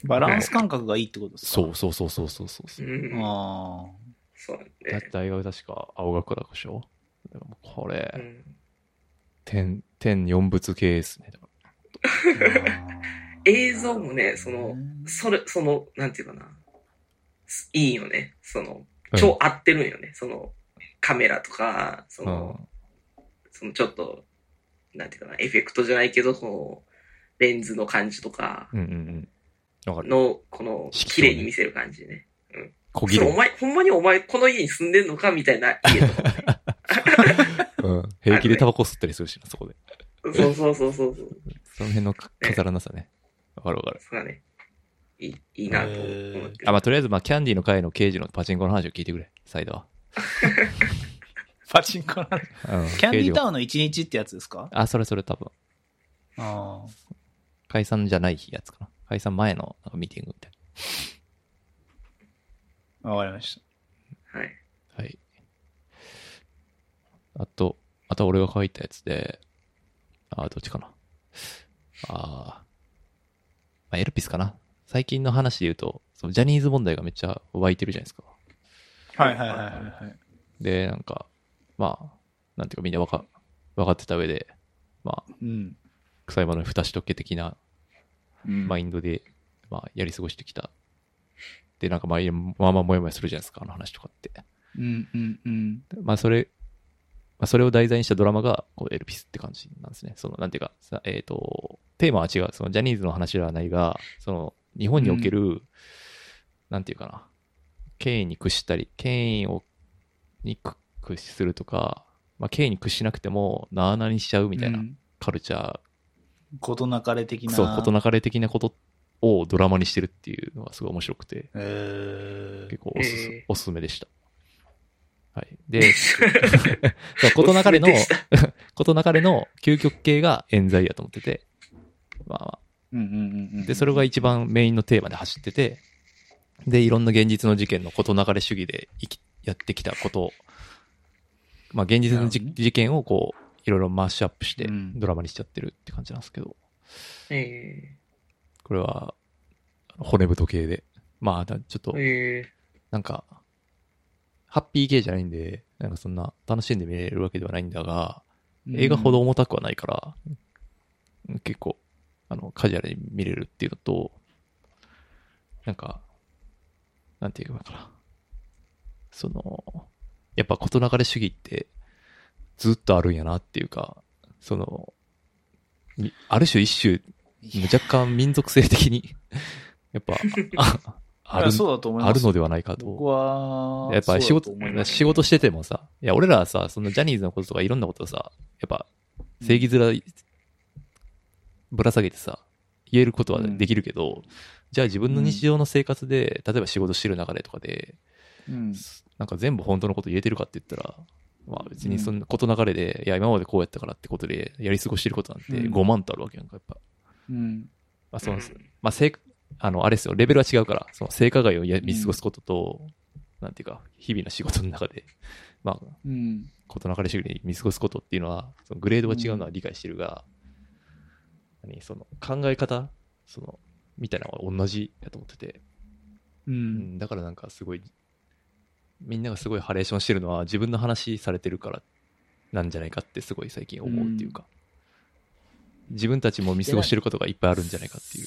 バランス感覚がいいってことですかそう。そうそうそうそうそううそう。ん。ああ。そうだねって。大学確か青学だでしょだからもうこうれ、ん天、天四物系ですね。だから映像もねそのそれ、その、なんていうかな。すいいよね。その、超合ってるんよね。その、カメラとか、そうんの、そのちょっと、なんていうかな、エフェクトじゃないけど、その、レンズの感じとかうんうんうん。わかる。の、この、色綺調ね麗に見せる感じね。小切そう、おれ。 前、ほんまにお前、この家に住んでんのかみたいな家とかね。うん。平気でタバコ吸ったりするしな、そこで。そうそうそうそうそう。その辺のか飾らなさね。わかるわかる。そうだね。いいいいなと思っへーて。あ、まあ、とりあえず、まあ、キャンディの会の刑事のパチンコの話を聞いてくれ、サイドは。 パチンコの話うん。キャンディータウンウンの一日ってやつですかあ、それそれ多分。ああ。解散じゃないやつかな。解散前のなんかミーティングみたいわかりましはい。な。はい。あと、あと俺が書いたやつで、あー、どっちかな。あー、まあ、エルピスかな。最近の話で言うと、そのジャニーズ問題がめっちゃ湧いてるじゃないですか。た。はいはいはいはいはい。で、なんか、まあ、なんていうかみんなわか、分かってた上で、まあ、うん。臭いものに蓋しとけ的なマあ、インドで、まあ、やり過ごしてきた。で、なんかまあ、まあまあ、もやもやするじゃないですか、あの話とかって。うんうんうん。まあ、それ、まあ、それを題材にしたドラマが、こう、エルピスって感じなんですね。その、なんていうか、さえっ、と、テーマは違う。その、ジャニーズの話ではないが、その、日本における、なんていうかな、権威に屈したり、権威を、に屈屈するとか、まあ、権威に屈しなくても、なあなあにしちゃうみたいなうん。カルチャー、事なかれ的な。そう、事なかれ的なことをドラマにしてるっていうのがすごい面白くて、え結構おすす,、えーおすすめでした。はい。 で、そう事なかれのおすすめで、 事なかれの究極系が冤罪やと思ってて、まあまうんうんうんうあ、ん。で、それが一番メインのテーマで走ってて、で、いろんな現実の事件の事なかれ主義で生き、やってきたことを、まあ、現実のじなるほど事件をこう、いろいろマッシュアップしてうんドラマにしちゃってるって感じなんですけど、えこれは、骨太系で。まあ、だちょっとー、、えなんか、ハッピー系じゃないんで、なんかそんな楽しんで見れるわけではないんだが、映画ほど重たくはないから、結構、あの、カジュアルに見れるっていうのと、なんか、なんていうのかな。その、やっぱ事なかれ主義って、ずっとあるんやなっていうか、その、みある種一種、若干民族性的に、やっ ぱ、あああるる。そうだと思います。あるのではないか僕と。は、やっぱり仕そ事うだと思いま、す仕事しててもさ、いや、俺らはさ、そのジャニーズのこととかいろんなことさ、やっぱ、正義面、ぶら下げてさ、言えることはできるけど、じゃあ自分の日常の生活で、例えば仕事してる中でとかで、うんなんか全部本当のこと言えてるかって言ったら、まあ別にそんなこと流れで、いや、今までこうやったからってことで、やり過ごしてることなんてうん5万とあるわけやんか、やっぱ。うん。まあーその、まあ、成あの、あれですよ、レベルは違うから、その成果外をや見過ごすことと、なんていうか、日々の仕事の中で、 まあ、うん。事なかれ主義で見過ごすことっていうのは、そのグレードが違うのは理解してるが、何その考え方その、みたいなのは同じやと思ってて、う。うんん、だからなんかすごい、みんながすごいハレーションしてるのは自分の話されてるからなんじゃないかってすごい最近思うっていうか、自分たちも見過ごしてることがいっぱいあるんじゃないかっていう。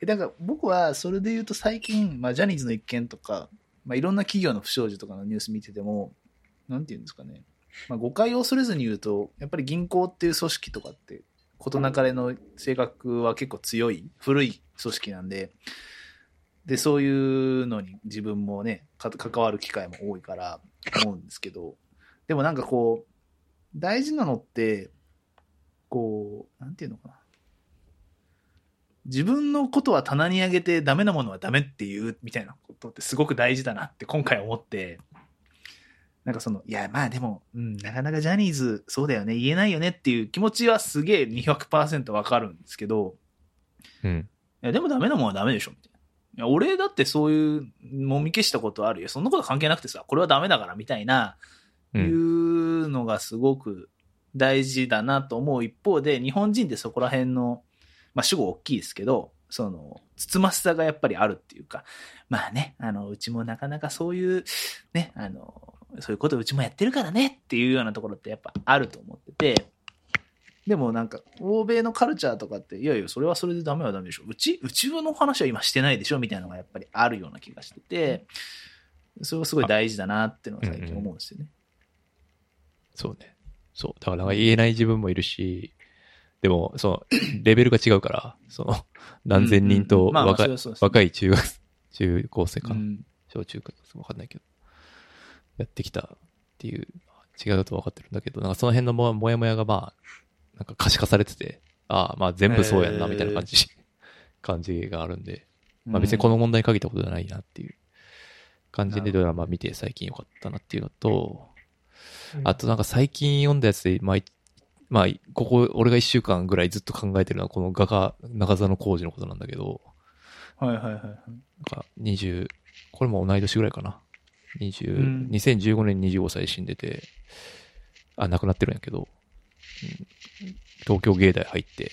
えだから僕はそれで言うと最近、まあ、ジャニーズの一件とか、まあ、いろんな企業の不祥事とかのニュース見ててもなんて言うんですかね、まあ、誤解を恐れずに言うとやっぱり銀行っていう組織とかって事なかれの性格は結構強い古い組織なんででそういうのに自分もねか関わる機会も多いから思うんですけどでもなんかこう大事なのってこうなんていうのかな自分のことは棚に上げてダメなものはダメっていうみたいなことってすごく大事だなって今回思ってなんかそのいやまあでも、うん、なかなかジャニーズそうだよね言えないよねっていう気持ちはすげえ200%わかるんですけどうんいやでもダメなものはダメでしょみたいないや俺だってそういうもみ消したことあるよそんなこと関係なくてさこれはダメだからみたいなういんうのがすごく大事だなと思う一方で日本人ってそこら辺の、まあ、主語大きいですけどそのつつましさがやっぱりあるっていうかまあねあのうちもなかなかそういうねあのそういうことうちもやってるからねっていうようなところってやっぱあると思っててでもなんか欧米のカルチャーとかっていやいやそれはそれでダメはダメでしょうちうちの話は今してないでしょみたいなのがやっぱりあるような気がしててそれはすごい大事だなっていうのは最近思うんですよね。そうね。そう。だからなんか言えない自分もいるし、でも、その、 レベルが違うから、その、何千人とうんうんうんまあまあ若それいはそうですね若い中学、 中高生かうな、ん小中学生わかんないけど、やってきたっていう違うと分かってるんだけど、なんかその辺のももやもやがまあ、なんか可視化されてて、ああ、まあ全部そうやんな、へーみたいな感じ、 感じがあるんで、うまあん別にこの問題に限ったことじゃないなっていう感じなでるほどドラマ見て最近良かったなっていうのと、うんあとなんか最近読んだやつで、まあ、いまあ、ここ俺が一週間ぐらいずっと考えてるのはこの画家、中沢の工事のことなんだけど、はいはいはいはい。なんか20、これも同い年ぐらいかな。20うん2015年25歳で死んでて、あ、亡くなってるんやけど、うん東京芸大入って、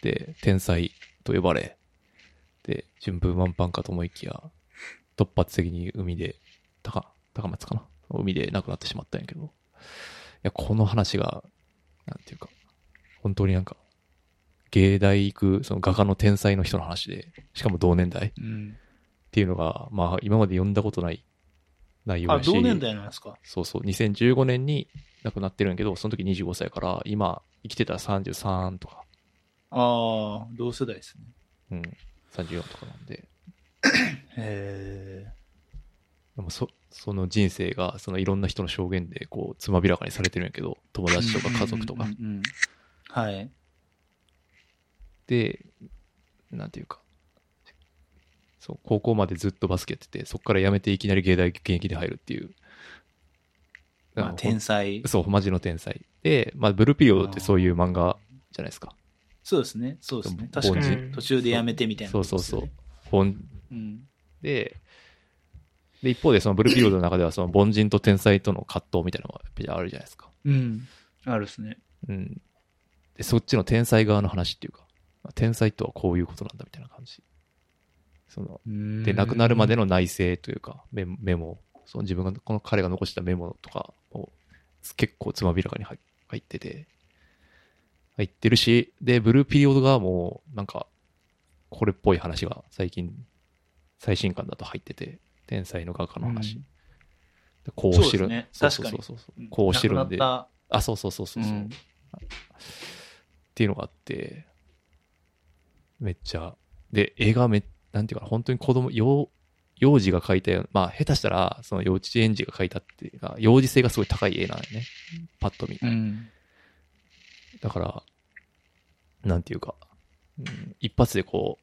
で、天才と呼ばれ、で、順風満帆かと思いきや、突発的に海で、高、高松かな海で亡くなってしまったんやけど、いや、この話が、なんていうか、本当になんか、芸大行く、その画家の天才の人の話で、しかも同年代。うん、っていうのが、まあ、今まで読んだことない内容あ、やし同年代なんですか。そうそう、2015年に亡くなってるんやけど、その時25歳から、今、生きてたら33とか、ああ、同世代ですね。うん、34とかなんで、へでもそその人生が、そのいろんな人の証言で、こう、つまびらかにされてるんやけど、友え。達とか家族とかうん。うんうんうんはい。で、なんていうか、そう、高校までずっとバスケやってて、そこから辞めていきなり芸大現役で入るっていう。まあ、天才。そう、マジの天才。で、まあ、ブルーピリオドってそういう漫画じゃないですか。そうですね。そうですね。凡確か人に。途中でやめてみたいな、そうそうそう。。本うん。で、で、一方でそのブルーピリオドの中ではその凡人と天才との葛藤みたいなのがやっぱりあるじゃないですか。うん。あるですね。うん。で、そっちの天才側の話っていうか、天才とはこういうことなんだみたいな感じ。その、で、亡くなるまでの。の内政というか、メメモ、その自分が、この彼が残したメモとかを結構つまびらかに入入ってて、入ってるし、で、ブルーピリオドがもう、なんか、これっぽい話が最近、最新刊だと入ってて、天才の画家の話。うんでこうしてそうでする。ねそうそうそうそうこうしてるんで亡く。なっあ、そうそうそうたそうそう、うんっていうのがあって、めっちゃ、で、絵がめ、なんていうかな、本当に子供、幼、幼児が描いたような、まあ、下手したら、その幼稚園児が描いたっていうか、幼児性がすごい高い絵なんよね。パッと見。うん。だから、なんていうか、うん一発でこ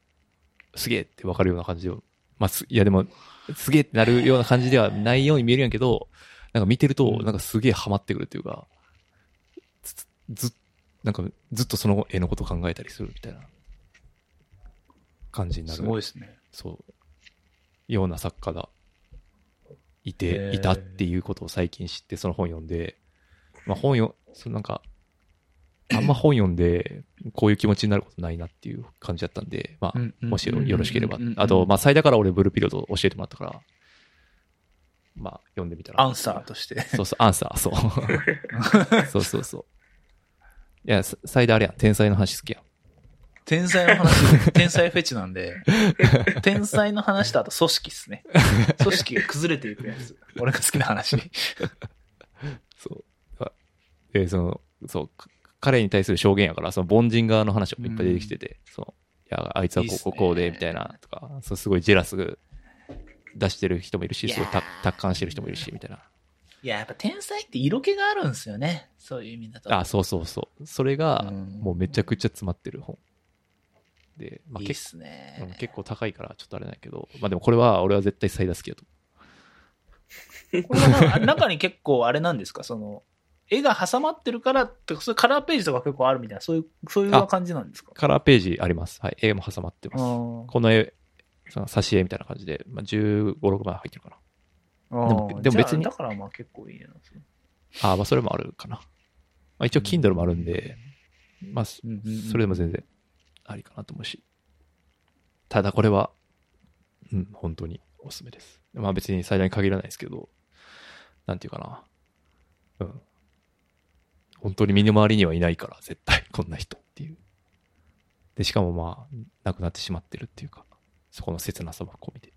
う、すげえってわかるような感じで、まあ、すいやでも、すげえってなるような感じではないように見えるんやけど、なんか見てると、うんなんかすげえハマってくるというか、ず、ずなんかずっとその絵のこと考えたりするみたいな感じになる。すごいですね。そう、ような作家がいへて、ーいたっていうことを最近知って、その本読んで、まあ本よ、そのなんか、あんま本読んで、こういう気持ちになることないなっていう感じだったんで、まあ、うんうんもしよろしければうんうんうんう。んあと、まあ、最だから俺ブルーピリオド教えてもらったから、まあ、読んでみたら。アンサーとして。そうそう、アンサー、そう。 そうそうそう。いや、さ最大あれやん。天才の話好きやん。天才の話、 天才フェチなんで、天才の話とあと組織っ すね。組織が崩れていくやつ。俺が好きな話。そう。あで、その、そう、か彼に対する証言やから、その凡人側の話もいっぱい出てきてて、そう、いや、あいつはこいいうっすこねうこうで、みたいな、とか、そうすごいジェラス出してる人もいるし、いやすーごいた達観してる人もいるし、みたいな。いや、やっぱ天才って色気があるんですよね。そういう意味だと。あ、そうそうそう。それが、うんもうめちゃくちゃ詰まってる本。で、まあいいっ結すうんね。結構高いからちょっとあれないけど、まあでもこれは俺は絶対最大好きだと思う。これはな中に結構あれなんですかその、絵が挟まってるから、とかそういうカラーページとか結構あるみたいな、そういう、そういうあ感じなんですかカラーページあります。はい。絵も挟まってあます。ーこの絵、その挿絵みたいな感じで、まあ15、6枚入ってるかな。あー。でもでも別にじゃあだからまあ結構いいな。ああ、まあ、それもあるかな。まあ、一応、Kindle もあるんで、まあ、そうんうんうんそれでも全然ありかなと思うし。ただ、これは、うん、本当におすすめです。まあ、別に最大に限らないですけど、なんていうかな。うん。本当に身の回りにはいないから、絶対、こんな人っていう。で、しかもまあ、亡くなってしまってるっていうか、そこの切なさも込みで。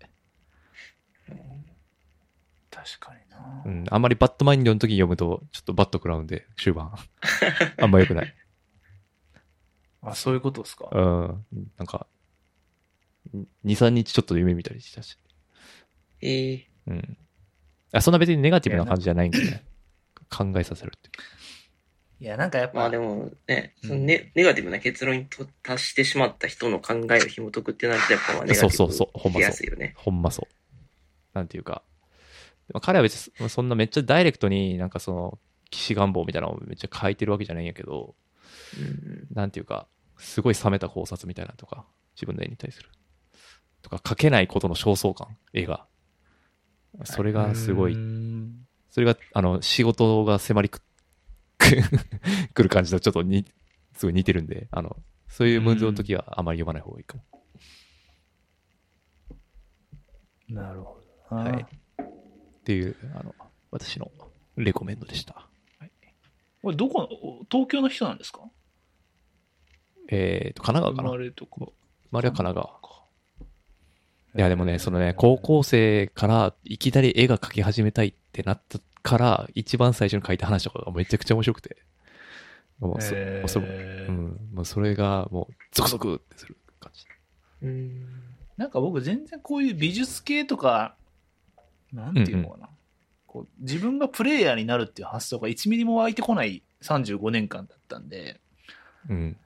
確かになう。ん、あんまりバットマインドの時に読むと、ちょっとバット食らうんで、終盤。あんま良くない。あ、そういうことですか。うん。なんか、2、3日ちょっと夢見たりしたし。えーうん。あ、そんな別にネガティブな感じじゃないんでね。 考えさせるっていう。いや、なんかやっぱ、まあでもね、うんそのネネガティブな結論にと達してしまった人の考えを紐解くってなると、やっぱまあネガテそうそうそうィほブんまそうしやすいよね。ほんまそう。なんていうか、でも彼は別にそんなめっちゃダイレクトになんかその、騎士願望みたいなのをめっちゃ書いてるわけじゃないんやけど、うんなんていうか、すごい冷めた考察みたいなのとか、自分の絵に対する。とか、描けないことの焦燥感、絵が。それがすごい、うんそれが、あの、仕事が迫りく、 くる感じとちょっとに、すごい似てるんで、あの、そういう文章の時はあまり読まない方がいいかも。なるほどな。はい。っていう、あの、私のレコメンドでした。これどこの、お東京の人なんですかえっ、と、神奈川生かまなれとか。周りは神奈川。いいや、でもね、そのね、高校生からいきなり絵が描き始めたいってなったから、一番最初に書いた話とかがめちゃくちゃ面白くて。もうそ、えもうそーうん、もうそれがもう、ゾクゾクってする感じ。うんなんか僕全然こういう美術系とか、なんていうのかな。こう自分がプレイヤーになるっていう発想が1ミリも湧いてこない35年間だったんで、うん。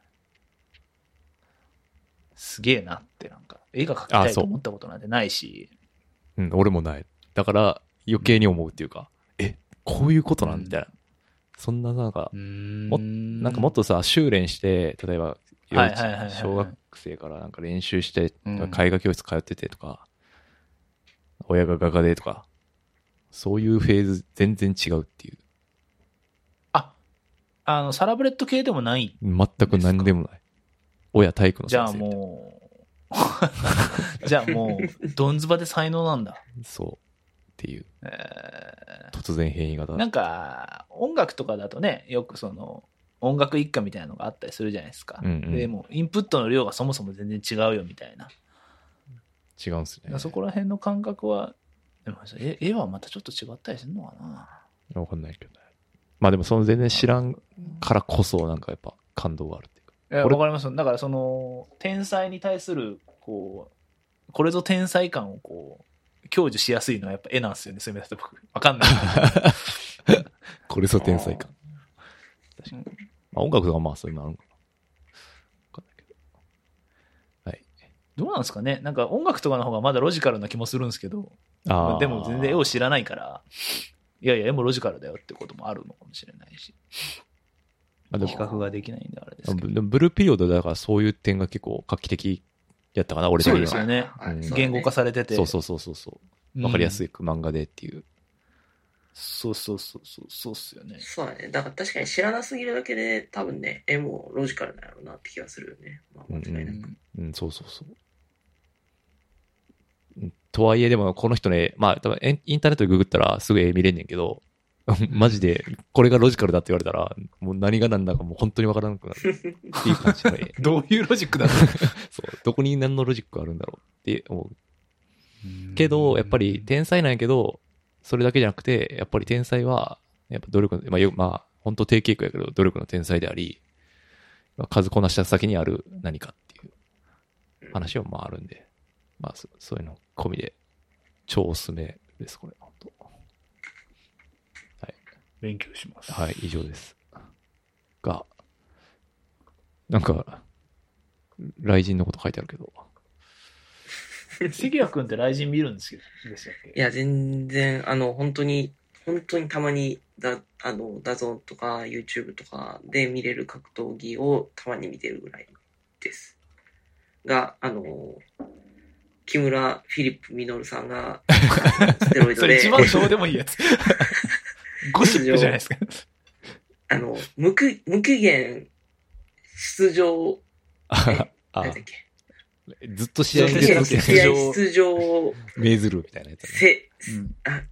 すげえなって、なんか、絵が描きたいと思ったことなんてないし、うん、俺もない。だから、余計に思うっていうか、え、こういうことなんうんみたいな。そんな、なんか、ももなんかもっとさ、修練して、例えば、幼はい稚はいはいはい小学生からなんか練習してうん、絵画教室通っててとか、親が画家でとか、そういうフェーズ全然違うっていう。あ、あの、サラブレッド系でもない。全く何でもない。親体育のじゃ先あ生みたいな。もう、 じゃあもう、どんずばで才能なんだ。そう。っていう、え突然変異型ー。なんか、音楽とかだとね、よくその、音楽一家みたいなのがあったりするじゃないですか。うんうんでも、インプットの量がそもそも全然違うよみたいな。違うんですね。そこら辺の感覚は、でも絵絵はまたちょっと違ったりするのかな。わかんないけどね。まあでもその全然知らんからこそ、なんかやっぱ感動があるっていうか。いやこれわかりますだからその天才に対するこうこれぞ天才感をこう享受しやすいのはやっぱ絵なんですよねそういう意味だと僕わかんない これぞ天才感。確かに。まあ音楽とかまあそういうのあるのかな。わかんないけど。はい。どうなんですかねなんか音楽とかの方がまだロジカルな気もするんですけどまあでも全然絵を知らないからいやいや絵もロジカルだよってこともあるのかもしれないしまあでも比較ができないんであれですけどでもブルーピリオドだからそういう点が結構画期的やったかな、俺的そうにでは。すよねはいうんそうだね言語化されててそうそうそうそうそうう。わかりやすい、い漫画でっていう。そうそうそうそうそうっすよねそうだね。だから確かに知らなすぎるだけで、多分ね、絵もロジカルなんやろうなって気がするよね。まあ、間違いなく。うん、そうそうそう。うんとはいえ、でも、この人ね、まあ、多分エンインターネットでググったらすぐ絵見れんねんけど、 マジで、これがロジカルだって言われたら、もう何が何だかもう本当にわからなくなるっていう感じの絵どういうロジックだろそう。どこに何のロジックがあるんだろうって思う。うけど、やっぱり天才なんやけど、それだけじゃなくて、やっぱり天才は、やっぱ努力の、まあ、よまあ、本当定型句やけど、努力の天才であり、まあ数こなした先にある何かっていう。話はまああるんで、まあそそういうの込みで、超おすすめです、これ。本当勉強しますはい、以上です。が、なんか、雷神のこと書いてあるけ ど、関谷君って雷神見るんですけど、でしたっけいや、全然、あの、本当に、本当にたまに、だ、あの、ダゾーンとか YouTube とかで見れる格闘技をたまに見てるぐらいです。が、あの、木村フィリップ・ミノルさんが、ステロイ ドそれで、一番どうでもいいやつ。ゴシップじゃないですか。あの、無期、無期限出場、あ何だっけずっと試合に出出場続け試て、合出場命ずるみたいなやつだね。せ、あ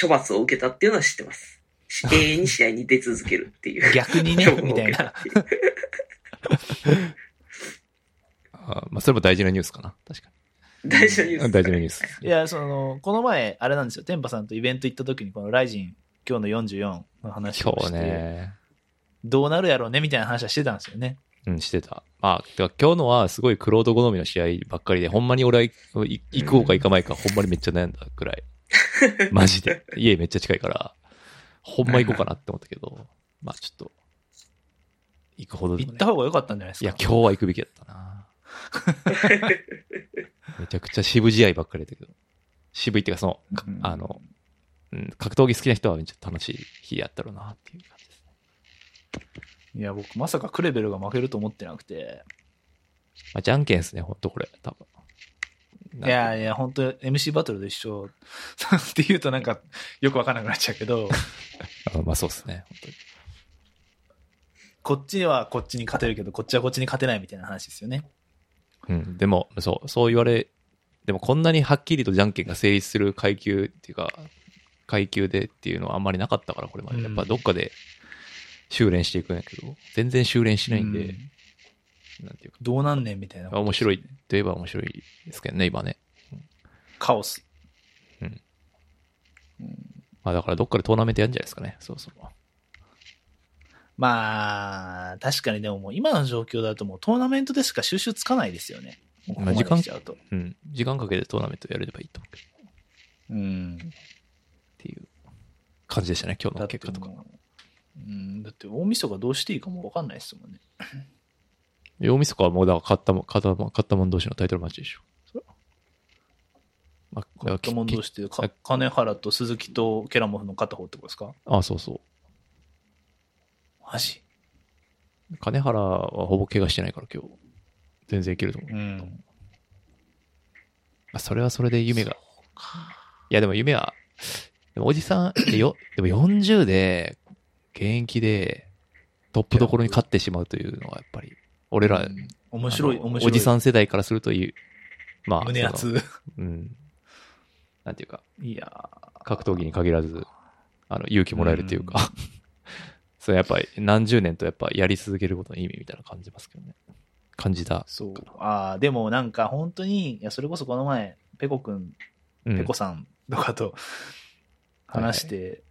処罰を受けたっていうのは知ってます。し永遠に試合に出続けるっ ていう。逆にね処、分をみ受たいけな。っていう。あまあ、それも大事なニュースかな。確か大事なニュース。に。大事なニュース。いや、その、この前、あれなんですよ、天パさんとイベント行った時に、このライジン、今日の44の話今を日して、ね、どうなるやろうね、みたいな話はしてたんですよね。うん、してた。まあ、てか今日のはすごいクロード好みの試合ばっかりで、ほんまに俺はいい行 こうか行かないか、ほんまにめっちゃ悩んだくらい。マジで。家めっちゃ近いから、ほんま行こうかなって思ったけど、まあちょっと、行くほどで行もっねた方が良かったんじゃないですいか。や、今日は行くべきだったな。 めちゃくちゃ渋試合ばっかりだけど。渋いっていうか、その、かうんあの、うん、格闘技好きな人はめっちゃ楽しい日やったろうなっていう感じですね。いや、僕、まさかクレベルが負けると思ってなくて。まあ、じゃんけんですね、ほんとこれ、多分。いやいや、本当 MC バトルと一緒って言うとなんか、よくわかんなくなっちゃう けど、あまあそうですね、本当に。こっちはこっちに勝てるけど、こっちはこっちに勝てないみたいな話ですよね。うん、でも、そう、そう言われ、でもこんなにはっきりとじゃんけんが成立する階級っていうか、階級でっていうのはあんまりなかったから、これまで。うんやっぱどっかで修練していくんやけど、全然修練しないんで、うんなんていうか、どうなんねんみたいな。面白いといえば面白いですけどね、今ね。カオス。まあだからどっかでトーナメントやるんじゃないですかね、そうそう。まあ、確かにでももう今の状況だともうトーナメントでしか収集つかないですよね。もうここまで時間来ちゃうと。うん、時間かけてトーナメントやれればいいと思うけどうん。っていう感じでしたね、今日だのって結果とかも。ううん、だって大晦日どうしていいかもわかんないですもんね。大晦日はもうだから買ったもん、買ったもん、買ったもん同士のタイトルマッチでしょ。それはまあ、これ買はったもん同士っていうか、金原と鈴木とケラモフの片方ってことですかあそうそマジう。金原はほぼ怪我してないから今日、全然いけると思う。うん。まあ、それはそれで夢が。いや、でも夢は、でもおじさんでよ、でも40で、現役で、トップどころに勝ってしまうというのはやっぱり、俺ら、面白い、あの面白おい。じさん、ん世代からするという、まあ、胸その熱。うん。なんていうか、いや格闘技に限らず、あの、勇気もらえるというか、 そう、やっぱり何十年とやっぱやり続けることの意味みたいな感じますけどね。感じた。そう。ああ、でもなんか本当に、いや、それこそこの前、ペコくん、うんペコさんとかと話して、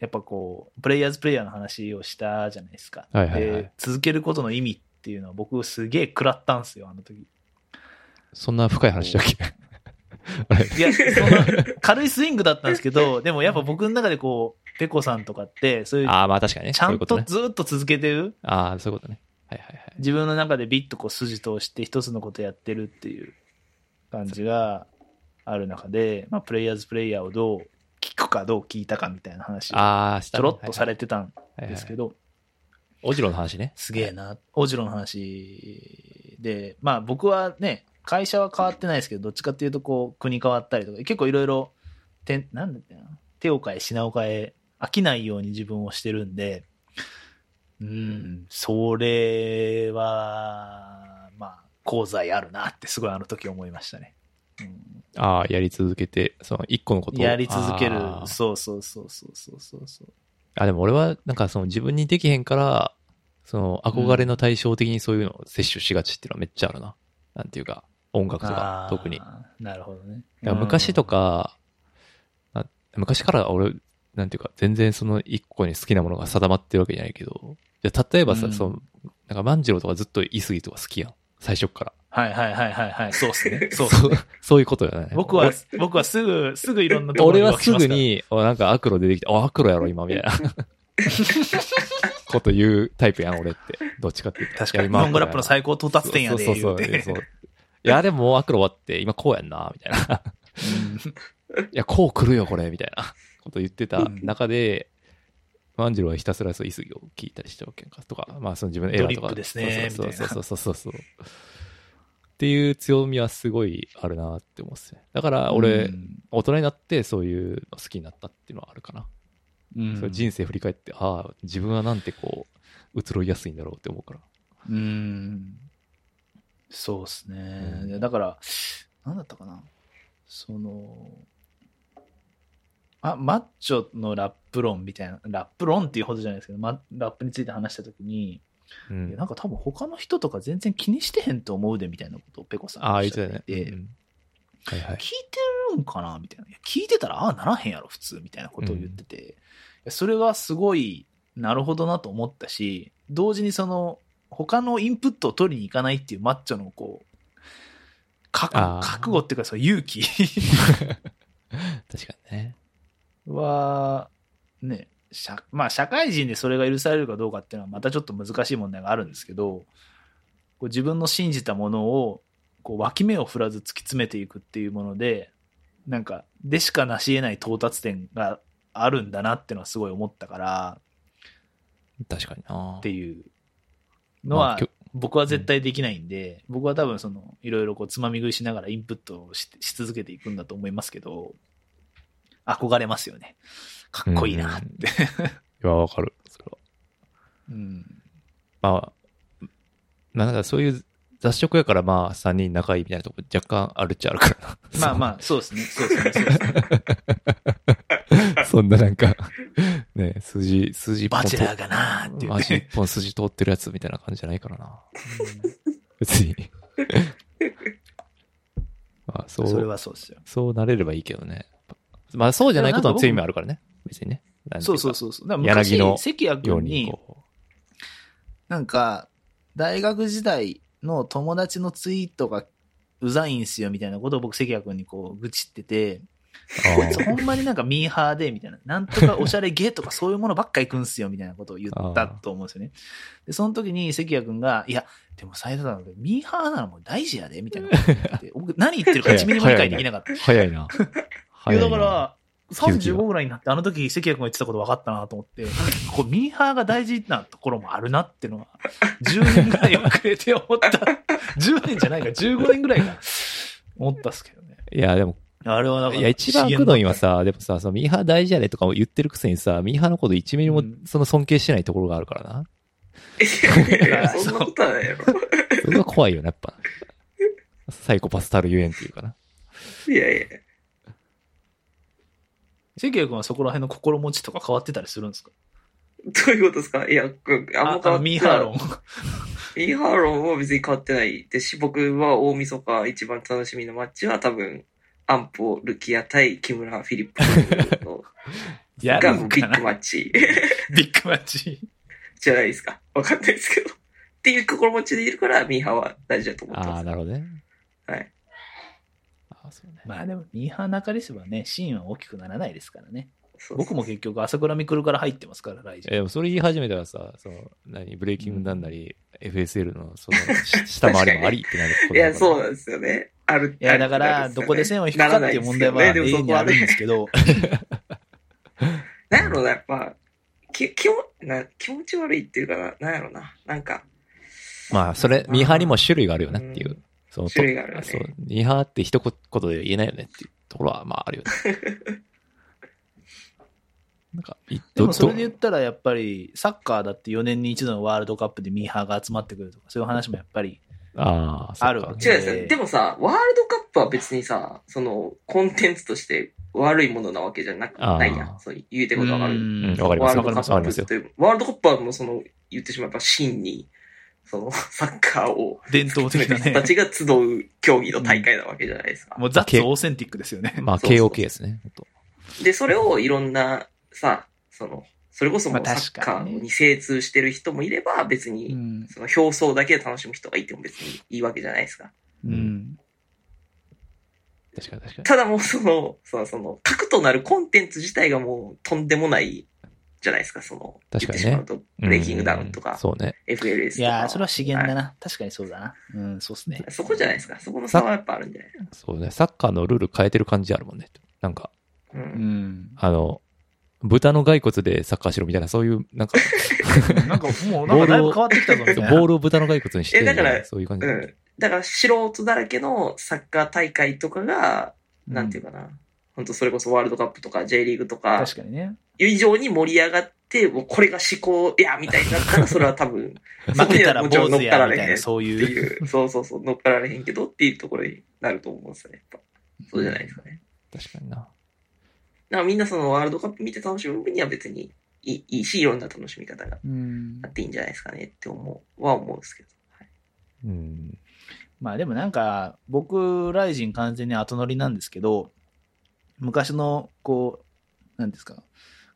やっぱこう、プレイヤーズプレイヤーの話をしたじゃないですか。はいはいはいで、続けることの意味っていうのは僕すげえ食らったんですよ、あの時。そんな深い話だっけあれ いや、その軽いスイングだったんですけど、でもやっぱ僕の中でこう、ペコさんとかって、そういう、ああ、まあ確かにね。ちゃそういんうこととね。ずっと続けてる、ああ、そういうことね。はいはいはい。自分の中でビッとこう筋通して一つのことやってるっていう感じがある中で、まあ、プレイヤーズプレイヤーをどう聞くかどう聞いたかみたいな話をああ、しちたょねろっとされてたんはいはいですけはいはいど、オジロの話ね。すげえな、大次郎の話で、まあ僕はね、会社は変わってないですけど、どっちかっていうとこう、国変わったりとか、結構いろいろ、てなんだっけな、手を変え、品を変え、飽きないように自分をしてるんで、うん、それは、まあ、功罪あるなってすごいあの時思いましたね。うんああ、やり続けて、その一個のことをやり続けるあ、ーそうそうそうそうそうそうそう。あ、でも俺は、なんかその自分にできへんから、その憧れの対象的にそういうのを摂取しがちっていうのはめっちゃあるな。なんていうか、音楽とかあ、ー特に。だか。なるほどね。ら昔とか、な昔から俺、なんていうか、全然その一個に好きなものが定まってるわけじゃないけど、じゃあ例えばさ、うんその、なんか万次郎とかずっとイスギとか好きやん。最初っから。うん。はいはいはいはいはい。そうっすね。そうっそすねう、そういうことだね。僕は、僕はすぐ、すぐいろんなところ俺には浮気しすまぐすから。に、おなんかアクロ出てきて、あ、アクロやろ、今、みたいな。 こと言うタイプやん、俺って。どっちかって言 ったら。確かに、いや今日本語ラップの最高到達点やで、そうそ言ううそうそうそて。う。いや、でもアクロ終わって、今こうやんな、みたいな。いや、こう来るよ、これ、みたいな こと言ってた中で、万次郎はひたすらそう、いすぎを聞いたりしてわけかとか、まあ、その自分の映画とドリッか。プですねそうそうみたいそなうそうそうそうそう。っていう強みはすごいあるなって思うんですね。だから、俺、うん大人になってそういうの好きになったっていうのはあるかな、うんそう人生振り返ってああ自分はなんてこう移ろいやすいんだろうって思うからうんそうですね、うんいやだから、なんだったかな。その、あ、マッチョのラップ論みたいな、ラップ論っていうほどじゃないですけど、ま、ラップについて話したときに、ういやんなんか多分他の人とか全然気にしてへんと思うでみたいなことをペコさんああおっ言っしてゃってたねい、てうんはいはい聞いてるんかなみたいな。いや聞いてたら、ああ、ならへんやろ、普通、みたいなことを言ってて。いやそれはすごい、なるほどなと思ったし、同時にその、他のインプットを取りに行かないっていうマッチョのこう、覚あ悟、ー覚悟っていうか、その勇気確かにねは、ね、社まあ、社会人でそれが許されるかどうかっていうのはまたちょっと難しい問題があるんですけどこう自分の信じたものをこう脇目を振らず突き詰めていくっていうものでなんかでしか成し得ない到達点があるんだなっていうのはすごい思ったから確かになっていうのはまあきょ僕は絶対できないんで、僕は多分そのいろいろこうつまみ食いしながらインプットをしし続けていくんだと思いますけど憧れますよねかっこいいなって、いや、わかる。それは。うんまあ、まあなんかそういう雑食やからまあ3人仲いいみたいなとこ若干あるっちゃあるからな。まあまあそうですねそうですね そうですねあ。 そんななんか、ね、筋、筋バチェラーがなーっていうマジね一本筋通ってるやつみたいな感じじゃないからな。別に。 まあそそれう、はそうですよそうなれればいいけどね。まあそうじゃないことの強みもあるからね。別にね。なんていそうかそうそうそうだから柳の昔関谷よう君ににこなんか大学時代の友達のツイートがうざいんすよみたいなことを僕関谷君にこう愚痴っててう。あこいつほんまになんかミーハーで、みたいな。なんとかおしゃれゲーとかそういうものばっか行くんすよ、みたいなことを言ったと思うんですよね。で、その時に関谷くんが、いや、でも斉藤さん、ミーハーなのも大事やで、みたいなこと言ってて僕何言ってるか1ミリも理解できなかった。あ早いな。 い早や、いな。だから、気づきが35ぐらいになって、あの時関谷くんが言ってたこと分かったなと思って、こう、ミーハーが大事なところもあるなっていうのは、10年ぐらい遅れて思った。10年じゃないか、15年ぐらいか。思ったっすけどね。いや、でもあれはだから、いや、一番工藤はさ、でもさ、そのミーハー大事やでとかも言ってるくせにさ、ミーハーのこと一ミリうもんその尊敬してないところがあるからな。いやいや、そうそんなことはないやろ。それが怖いよね、やっぱ。サイコパスたるゆえんっていうかな。いやいや。関谷君はそこら辺の心持ちとか変わってたりするんですかどういうことですかいや、こあんま変わってあのミーハーロン。ミーハーロンは別に変わってないですし、僕は大晦日一番楽しみのマッチは多分、アンポ、ルキア対木村フィリップの やがるんビかッグなマッチ ビッグマッチ。じゃないですか。わかんないですけど。っていう心持ちでいるから、ミーハーは大事だと思ってあまあ、す。なるほどね。はい。ああ、そうね。まあでも、ミーハーなかりしはね、シーンは大きくならないですからね。そう僕も結局、朝倉未来から入ってますから、い来や場。でもそれ言い始めたらさ、その、何、ブレイキングダウンなり、FSL の、その、し下回りもありってなることいや、そうなでんですよね。あるいや、だから、どこで線を引くかっていう問題は永遠にあるんですけ ど、なんやろうな、やっぱ、き気もな気持ち悪いっていうかな、なんやろうな。なんか、。す。まあ、それ、ミーハーにも種類があるよねっていううんその種類があるよねそう、ミーハーって一言で言えないよねっていうところは、まあ、あるよね。なんか、いでどもそれでど言ったら、やっぱり、サッカーだって4年に一度のワールドカップでミーハーが集まってくるとか、そういう話もやっぱり、ああ、そっかあるわけ違うんですえよ。ーでもさ、ワールドカップは別にさ、その、コンテンツとして悪いものなわけじゃなく、あーないやん。そう言うてることわかうる。うんんわかります、わかりまワールす、ドわかカりますッよ。プって、ワールドカップはもうその、言ってしまえば真に、その、サッカーを伝統詰的めな た人たね、ちが集う競技の大会なわけじゃないですか。もうザッツオーセンティックですよね。まあ、そうそうそう KOK ですね。ほんとで、それをいろんな、さ、その、それこそもうまサあッ確カかにねーに精通してる人もいれば、別うに、んその表層だけで楽しむ人がいても別にいいわけじゃないですか。うん確かに確かに。ただもうその、その、その、核となるコンテンツ自体がもうとんでもないじゃないですか、その、確かにね言ってしまうと、ブレイキングダウンとうんか、そうね。 FLS とか。いやー、それは資源だな。な。確かにそうだな。うん、そうっすね。そこじゃないですか。そこの差はやっぱあるんじゃないそうね。サッカーのルール変えてる感じあるもんね。なんか、う。うんん。あの、豚の骸骨でサッカーしろみたいな、そういう、なん か、なんかもう、なんかだいぶ変わってきたぞ、みたいな。ボールを豚の骸骨にして、えだからそういう感じ。うん。だから素人だらけのサッカー大会とかが、なんていうか。かな。本当それこそワールドカップとか J リーグとか、確かにね。以上に盛り上がって、もうこれが思考、いや、みたいになったら、それは多分、 負けたらそこには坊もちろん乗っ主からや、れみへたんいな、そうっていう。いう、そうそうそう、乗っかられへんけどっていうところになると思うんですよね。やっぱそうじゃないですかね。確かにな。だからみんなそのワールドカップ見て楽しむ分には別にいいいいし、いろんな楽しみ方がうんあっていいんじゃないですかねって思う、は思うんですけど。はいうん。まあでもなんか、僕、ライジン完全に後乗りなんですけど、昔の、こう、なんですか、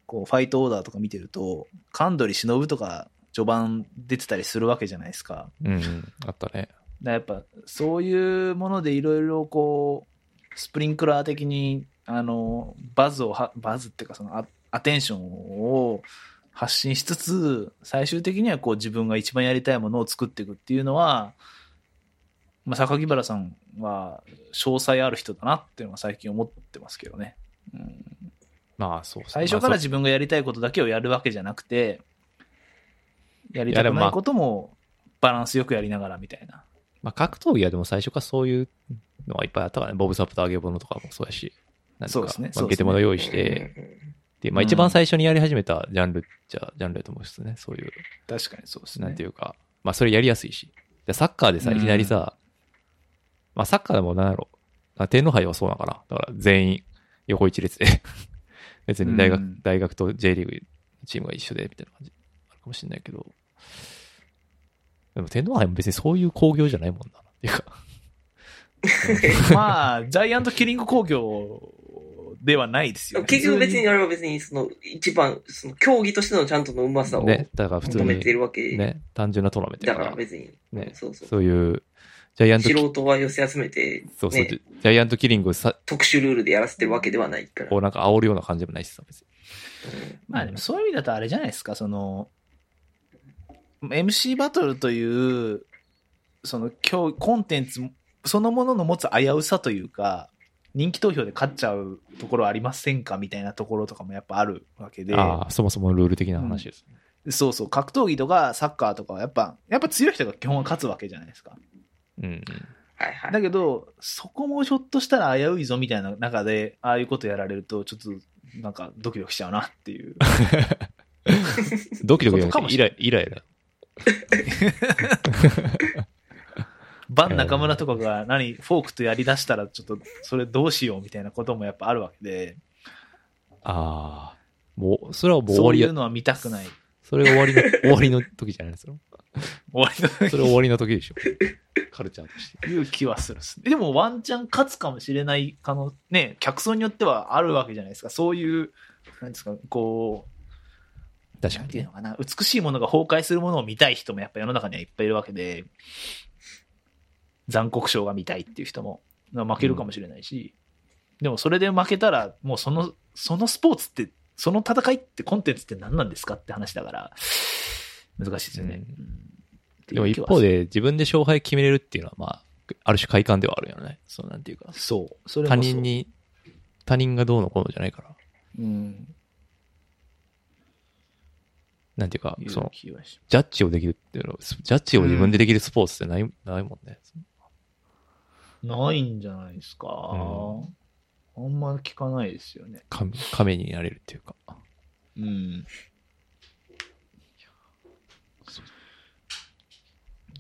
こう、ファイトオーダーとか見てると、神取忍とか、序盤出てたりするわけじゃないですか。うん。あったね。だやっぱそういうものでいろいろこうスプリンクラー的にあのバズをはバズっていうかそのあアテンションを発信しつつ、最終的にはこう自分が一番やりたいものを作っていくっていうのは、まあ、榊原さんは詳細ある人だなっていうのは最近思ってますけどね。うん、まあそうですね最初からまあそ自分がやりたいことだけをやるわけじゃなくて、やりたいやでくもなまいあこともバランスよくやりながらみたいな。まあ格闘技はでも最初からそういうのはいっぱいあったからね。ボブサップと揚げ物とかもそうやし。なんていかそうですねまそあ、うでゲすねテモノ用意して、で、まあうん一番最初にやり始めたジャンルじゃ、ジャンルだと思うんですね。そういう、確かにそうですね。なんていうか、まあそれやりやすいし。でサッカーでさ、うんいきなりさ、まあサッカーでもなんやろ。あ天皇杯はそうなのかな。だから全員横一列で。 別に大学、うん大学と J リーグチームが一緒で、みたいな感じ。あるかもしれないけど。でも天皇杯も別にそういう興行じゃないもんな。っていうか。 まあ、ジャイアントキリング工業ではないですよ、ね。結局別にあれは別にその一番、その競技としてのちゃんとのうまさをね求、だから普通めにて、るわけ。ね、単純なトーナメントだやかからら、別に。ねそうそう。そういう、ジャイアントキ素人は寄せ集めて、そうそう、ねジャイアントキリングをさ、特殊ルールでやらせてるわけではないから。こうなんか煽るような感じでもないしさ、別に。まあでもそういう意味だとあれじゃないですか、その、MC バトルという、その競コンテンツそのものの持つ危うさというか、人気投票で勝っちゃうところありませんかみたいなところとかもやっぱあるわけで、ああ、そもそもルール的な話です。そうそう、格闘技とかサッカーとかはやっぱ、やっぱ強い人が基本は勝つわけじゃないですか。うん。はいはい。だけど、そこもひょっとしたら危ういぞみたいな中で、ああいうことやられると、ちょっとなんかドキドキしちゃうなっていう。 ドキドキことかもしイライイライラ。バン中村とかが何、フォークとやりだしたら、ちょっとそれどうしようみたいなこともやっぱあるわけで、ああ、もう、それはもう終そわうりいうや、のは見たくない。それが終わりの、終わりの時じゃないですか。終わりのそれは終わりの時 でしょ。カルチャーとして。いう気はするっすねでもワンチャン勝つかもしれない可能、ね、客層によってはあるわけじゃないですか。そういう、なんですか、こう、確かなんにていうねの。かな、美しいものが崩壊するものを見たい人もやっぱ世の中にはいっぱいいるわけで、残酷賞が見たいっていう人も負けるかもしれないし、でもそれで負けたら、もうその、そのスポーツって、その戦いってコンテンツって何なんですかって話だから、難しいですよね。ううんでも一方、で、自分で勝敗決めれるっていうのは、まあ、ある種快感ではあるよね。そうなんていうか。そう、それも他そう人、に、他人がどうのこうのじゃないから。うん、なんていうかい、うその、気はしジャッジをできるっていうのは、スジャッジを自分でできるスポーツってない,、ないもんね。ないんじゃないですか。あんま聞かないですよね。亀亀になれるっていうか。うん。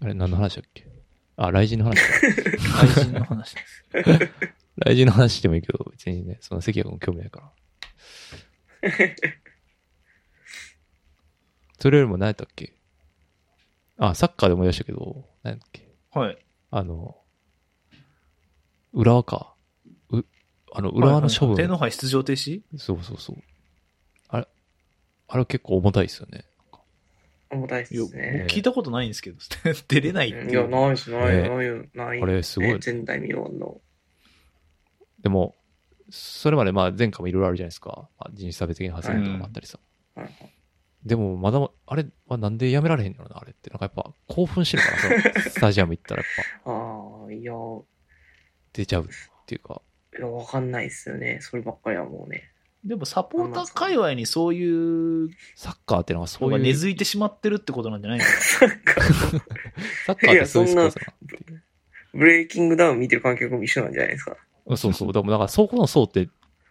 あれ、何の話だっけあ、雷神の話か。愛人の話です。 雷神の話してもいいけど、別にね、その関谷君興味ないから。 それよりも何やったっけあ、サッカーで思い出したけど、何やったっけはい。あの、浦和か。う、あの、浦和の処分。天皇杯出場停止そうそうそう。あれ、あれ結構重たいですよね。重たいっすいや、ね。僕聞いたことないんですけど、 出れないってうんいいや、う。ないし、ないねよ、ないよ、ないよ。あれすごいね前代未聞の。でも、それまでまあ前回もいろいろあるじゃないですか。まあ、人種差別的な発言とかもあったりさ。うんうんでも、まだま、あれはなんでやめられへんのよな、あれって。なんかやっぱ興奮してるから さ、スタジアム行ったらやっぱああ、いや、い出ちゃうっていうか。や、わかんないっすよね。そればっかりはもうね。でもサポーター界隈にそういうサッカーってなんかそのうがいう、根付いてしまってるってことなんじゃないですか。サッカーってそういうスポーツだなっていうブレイキングダウン見てる観客も一緒なんじゃないですか。うん。そうそう。でもなんかそこの層って、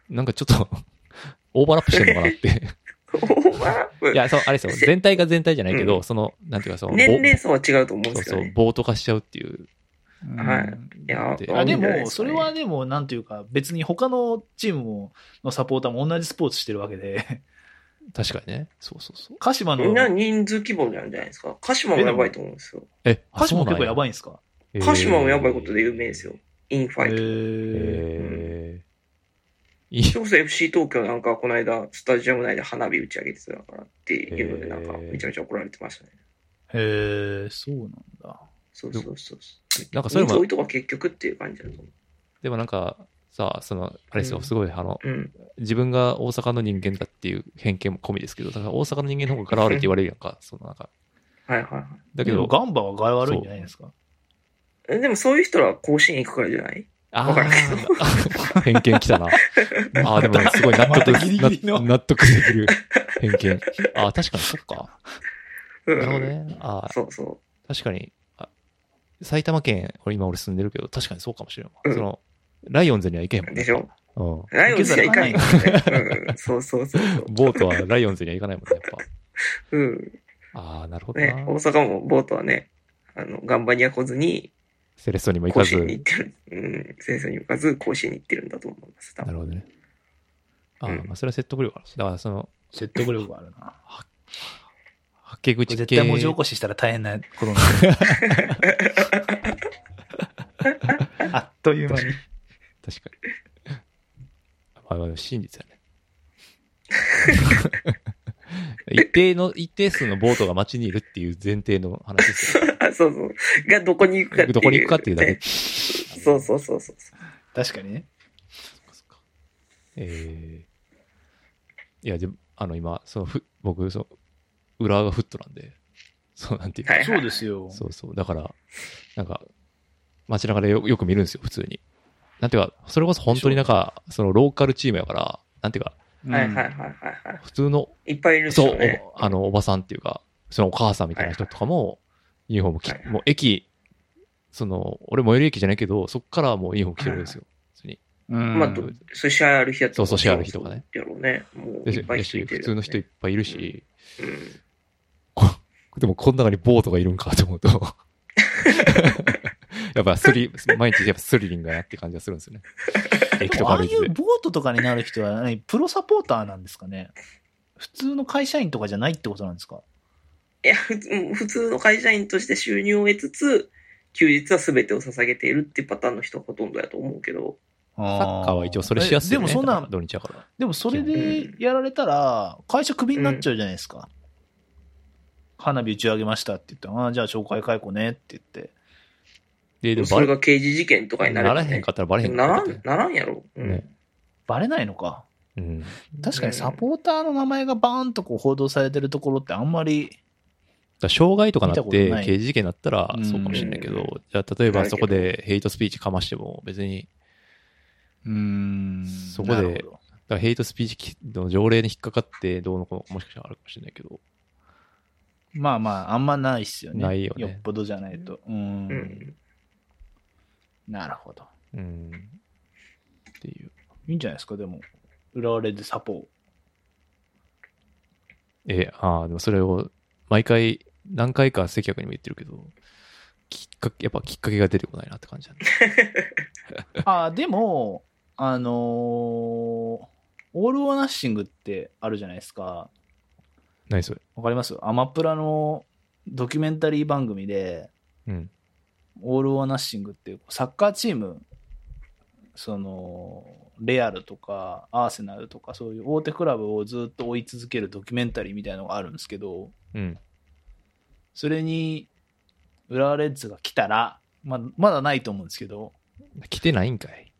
なんかちょっと、 オーバーラップしてるのかなっ て。オーバーラップいや、そう、あれですよ。全体が全体じゃないけど、うんその、なんていうか、その、年齢ぼ層は違うと思うそんでうすけそどうね、。暴徒化しちゃうっていう。はいいやでわかあんなでいすねも、それはでも、なんていうか、別に他のチームものサポーターも同じスポーツしてるわけで、 確かにね。そうそうそう。鹿島みのん、な人数規模なんじゃないですか。鹿島もやばいと思うんですよ。え、あ鹿島そうなん結構やばいんですか鹿島もやばいことで有名ですよ。インフへァイト。ーえー、いいそれこそ FC 東京なんかこの間、スタジアム内で花火打ち上げてたからっていうので、なんかへーめちゃめちゃ怒られてましたね。へえ、そうなんだ。そうそうそうそう。なんかそれ人数多もい、とか結局っていう感じだと思う。でもなんか、さ、その、あれですうよ、んすごい、あの、うん。自分が大阪の人間だっていう偏見も込みですけど、だから大阪の人間の方が柄悪いって言われるやんか、そのなんか。はいはいはだけけど、ど、ガンバはガヤ悪いんじゃないですか。いえ。でもそういう人らは甲子園行くからじゃないあわからんけー偏見きた な。ああ、でもすごい 納ま得、たギリギリの納納得できる偏見。ああ、確かにそっか。うん。なるほどね。ああ、 そうそ確かに、あ埼玉県、これ今俺住んでるけど、確かにそうかもしれんわ。うんその、ライオンズには行けへんもう。んでしょうん。ライオンズしか行かないもんね。うん。そうそうそうそう。ボートはライオンズには行かないもんね、やっうん。ぱ。ああ、なるほどな。ね、大阪もボートはね、あの、頑張りやこずに、セレッソにも行甲か子ず。園に行ってる。うん。戦争に向かず、甲子園に行ってるんだと思います。多なる分ほどね。ああ、うんまあそれは説得力ある。だからその、説得力があるな。はけ口系絶対文字起こししたら大変なことになる。あっという間に。確かに。まあ、まあ、真実やね。一定の、一定数のボートが街にいるっていう前提の話ですよ。あ そうそう。が、どこに行くか っていう。どこに行くかっていうだけね。そうそうそうそう。確かにね。えーいや、でも、あの、今、そのふ、僕、その、裏がフットなんで、そう、なんていうか、はいはいそうですよ。そうそう、だから、なんか、街中でよよく見るんですよ、普通に。なんていうか、それこそ本当になんか、その、ローカルチームやから、なんていうか、うんはいはいはいはいは普通のい。いっぱいいるでしそょううね。、おあの、おばさんっていうか、そのお母さんみたいな人とかも、ユニフォーム着はいはいもう駅、その、俺最寄り駅じゃないけど、そっからはもうユニフォーム着てるんですよ。普通に。うんまあどそう、試合ある日やったそうそう試合ある日とかね。やろうね。もう、でいっぱいだ人いしてる、普通の人いっぱいいるし、うん。こでもこの中にボートがいるんかと思うと、 やっぱスリ、毎日やっぱスリリングやなって感じがするんですよね。駅とかああ歩いいててうボートとかになる人は何プロサポーターなんですかね普通の会社員とかじゃないってことなんですかいや、ふつもう普通の会社員として収入を得つつ、休日は全てを捧げているっていうパターンの人がほとんどやと思うけど、ササッカーは一応それしやすいでよ、ね。もそんだなから、土日やから。でもそれでやられたら、会社クビになっちゃうじゃないですか。花火打ち上げましたって言ったら、ああー、じゃあ懲戒解雇ねって言って。で、でもそバれレが刑事事件とかになる、ならへんかったらバレへんなかららん、ならんやろ。うん。ねバレないのか。うん。確かにサポーターの名前がバーンとこう報道されてるところってあんまり、だから障害とかなっ見たこてとない刑事事件になったらそうかもしれないけど、うんじゃあ例えなばるけそどこでヘイトスピーチかましても別に、うーんそこでなるだほどからヘイトスピーチの条例に引っかかってどうのこうのもしかしたらあるかもしれないけど、まあまあ、あんまないっすよね。ないよねよっぽどじゃないと。うーん。うん。なるほど。うん。っていう。いいんじゃないですか、でも。浦和レッズサポえ、ああ、でもそれを毎回何回か接客にも言ってるけど、きっかけ、やっぱきっかけが出てこないなって感じなんだ。ー。ああ、でも、あのーオール・オア・ナッシングってあるじゃないですか。何それ。わかりますアマプラのドキュメンタリー番組で、うん。オール・オア・ナッシングっていうサッカーチーム、その、レアルとかアーセナルとかそういう大手クラブをずっと追い続けるドキュメンタリーみたいなのがあるんですけど、うん。それに、浦和レッズが来たら、まあまだないと思うんですけど、来てないんか い。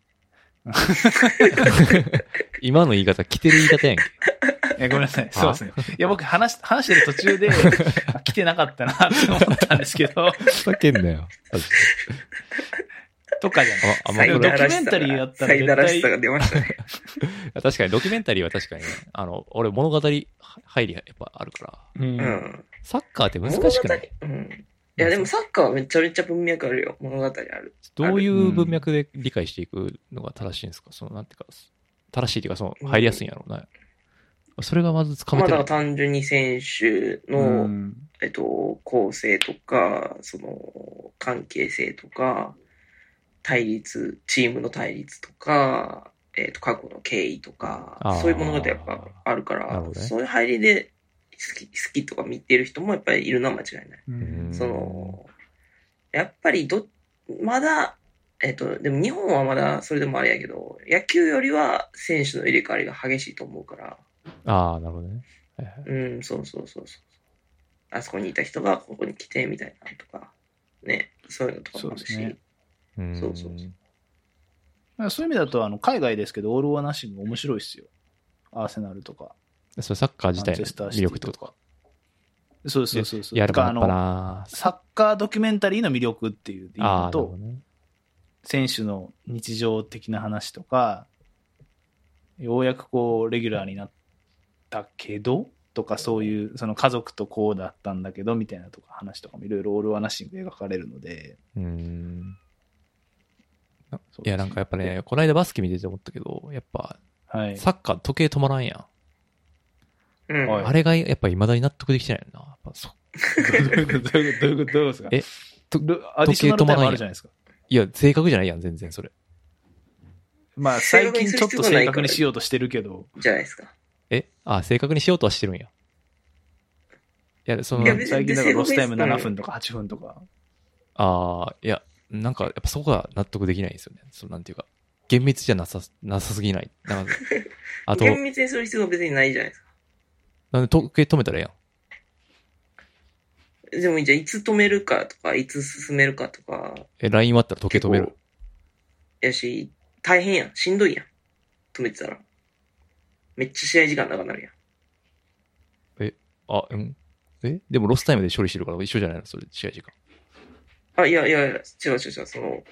今の言い方、来てる言い方やんけ。えごめんなさい。そうですね。いや、僕話し、話してる途中で、あ来てなかったなって思ったんですけど、ふざけんなよ。とかじゃない。あ、あんまサこれイダらドキュしさメンタリーやったがらサイ絶対ダらしさが出ましたね。確かにドキュメンタリーは確かにね、あの、俺物語入りやっぱあるから、うんうん。サッカーって難しくない物語うん。いや、でもサッカーはめちゃめちゃ文脈あるよ。物語ある。どういう文脈で理解していくのが正しいんですかその、なんていうか、正しいっていうか、その、入りやすいんやろうな。それがまずつかまめあ、だてかならい。単純に選手の、えっと、構成とか、その、関係性とか、対立、チームの対立とか、えっと、過去の経緯とかあー、そういう物語やっぱあるかなるら、ほどねそういう入りで好き、好きとか見てる人もやっぱりいるのは間違いない。うんその、やっぱりど、まだ、えっと、でも日本はまだそれでもあれやけど、野球よりは選手の入れ替わりが激しいと思うから、ああ、なるほどね。はいはいうん、そうそうそうそう。あそこにいた人がここに来てみたいなのとか、ね、そういうのとかもあるそうですねし、うんそうそうそからそういう意味だと、あの海外ですけど、オール・オア・ナッシング面白いっすよ。アーセナルとか、それサッカー自マ体ンチのェスター魅シテ力っィてこととか。そうそうそうそう。いや、でもだやかっぱらあのなサッカードキュメンタリーの魅力っていう意あ味あ、なるほとど、ね。選手の日常的な話とか、ようやくこう、レギュラーになったけど、とかそういう、その家族とこうだったんだけど、みたいなとか話とかもいろいろオール・オア・ナッシングで描かれるので、うーん。そういや、なんかやっぱね、この間バスケ見てて思ったけど、やっぱ、はい。サッカー時計止まらんやん。うん。はいあれがやっぱ未だに納得できてないよな。やっぱそどういうことどういうことどういうことどういうことえですかどアディショナルタイムあるじゃないですか。いや、正確じゃないやん、全然それ。まあ最近ちょっと正確にしようとしてるけど、じゃないですか。えあ、正確にしようとはしてるんや。いや、そのいや、別に最近だからロスタイム7分とか8分とか。ああ、いや、なんか、やっぱそこが納得できないんですよね。そのなんていうか、厳密じゃなさ、なさすぎない。 なんかあと、厳密にする必要は別にないじゃないですか。なんで時計止めたらええやん。でも、じゃあ、いつ止めるかとか、いつ進めるかとか、え、LINE 割ったら時計止める。やし、大変やん。しんどいやん。止めてたら。めっちゃ試合時間長くなるやん。あ、うん。えでもロスタイムで処理してるから一緒じゃないのそれ、試合時間。あ、いやいやいや、違う違う違う、その、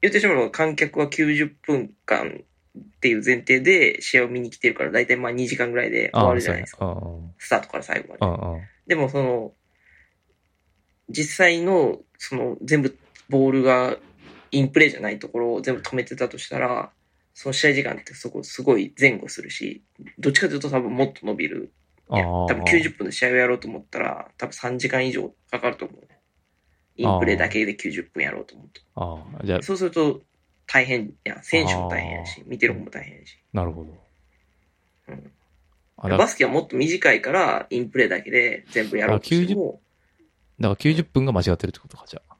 言ってしまえば観客は90分間っていう前提で試合を見に来てるから、だいたいまあ2時間ぐらいで終わるじゃないですか。か。うんスタートから最後までう。んうん。でもその、実際の、その、全部ボールがインプレーじゃないところを全部止めてたとしたら、その試合時間ってそこすごい前後するし、どっちかというと多分もっと伸びる。いあやあ。多分90分の試合をやろうと思ったら、多分3時間以上かかると思うね。インプレーだけで90分やろうと思うと。ああ、じゃあ、そうすると大変やん。選手も大変やし、見てる方も大変やし。なるほど。うんあだバスケはもっと短いから、インプレーだけで全部やろうとしても、だから90分が間違ってるってことか、じゃあ。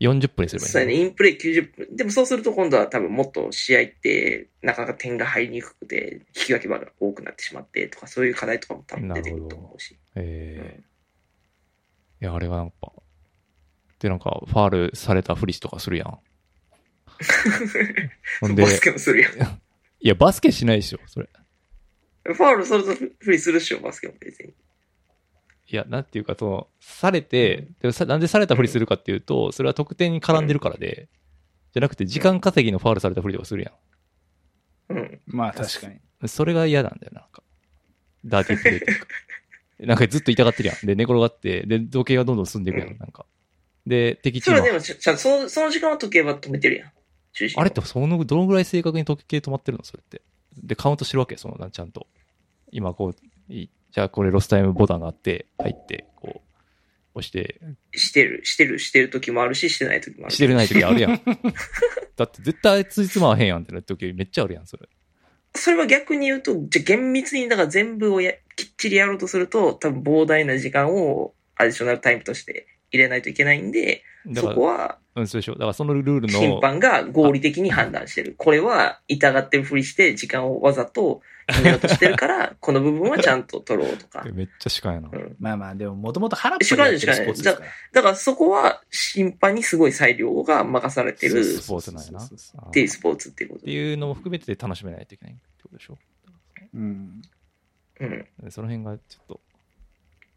40分にすればいいの。そうやね、インプレー90分。でもそうすると今度は多分もっと試合って、なかなか点が入りにくくて、引き分け場が多くなってしまってとか、そういう課題とかも多分出てくると思うし。ええいや、あれはなんか、で、なんか、ファールされたふりとかするやん。 ほんで、バスケもするやん。いや、バスケしないでしょ、それ。ファウルそれとフリするっしょ、バスケも別に。いや、なんていうか、その、されて、でもさなんでされたふりするかっていうと、それは得点に絡んでるからで、じゃなくて、時間稼ぎのファールされたふりとかするやうん。まあ確かに。ん。それが嫌なんだよ、なんか。ダーティープレイ っていうか。なんかずっと痛がってるやん。で、寝転がって、で、時計がどんどん進んでいくやうんん、なんか。で、敵チーそれムははでもちゃ、ちゃんとその、その時間は時計は止めてるやん。中心あれってそのどのぐらい正確に時計止まってるのそれって。で、カウントしてるわけそのなんちゃんと。今こう、いじゃあこれロスタイムボタンがあって、入って、こう、押して、してる、してる、してる時もあるし、してない時もある。してるない時ある やん。だって絶対ついつまわへんやんってなった時めっちゃあるやん、それ。それは逆に言うと、じゃあ厳密に、だから全部をやきっちりやろうとすると、多分膨大な時間をアディショナルタイムとして入れないといけないんで、だそかこら、はうん、そうでしょ。だからそのルール審の、判が合理的に判断してる。これは痛がってるふりして時間をわざと決めようとしてるから、この部分はちゃんと取ろうとか。めっちゃ主観 やな。うんまあまあ、でももともと腹っぽいやってるスポーツですから。だからそこは審判にすごい裁量が任されてるスっポーツなんやな。そっうそうそうていうてスポーツっていうこと。いうのも含めて楽しめないといけないってことでしょ。うん。うん。その辺がちょっと、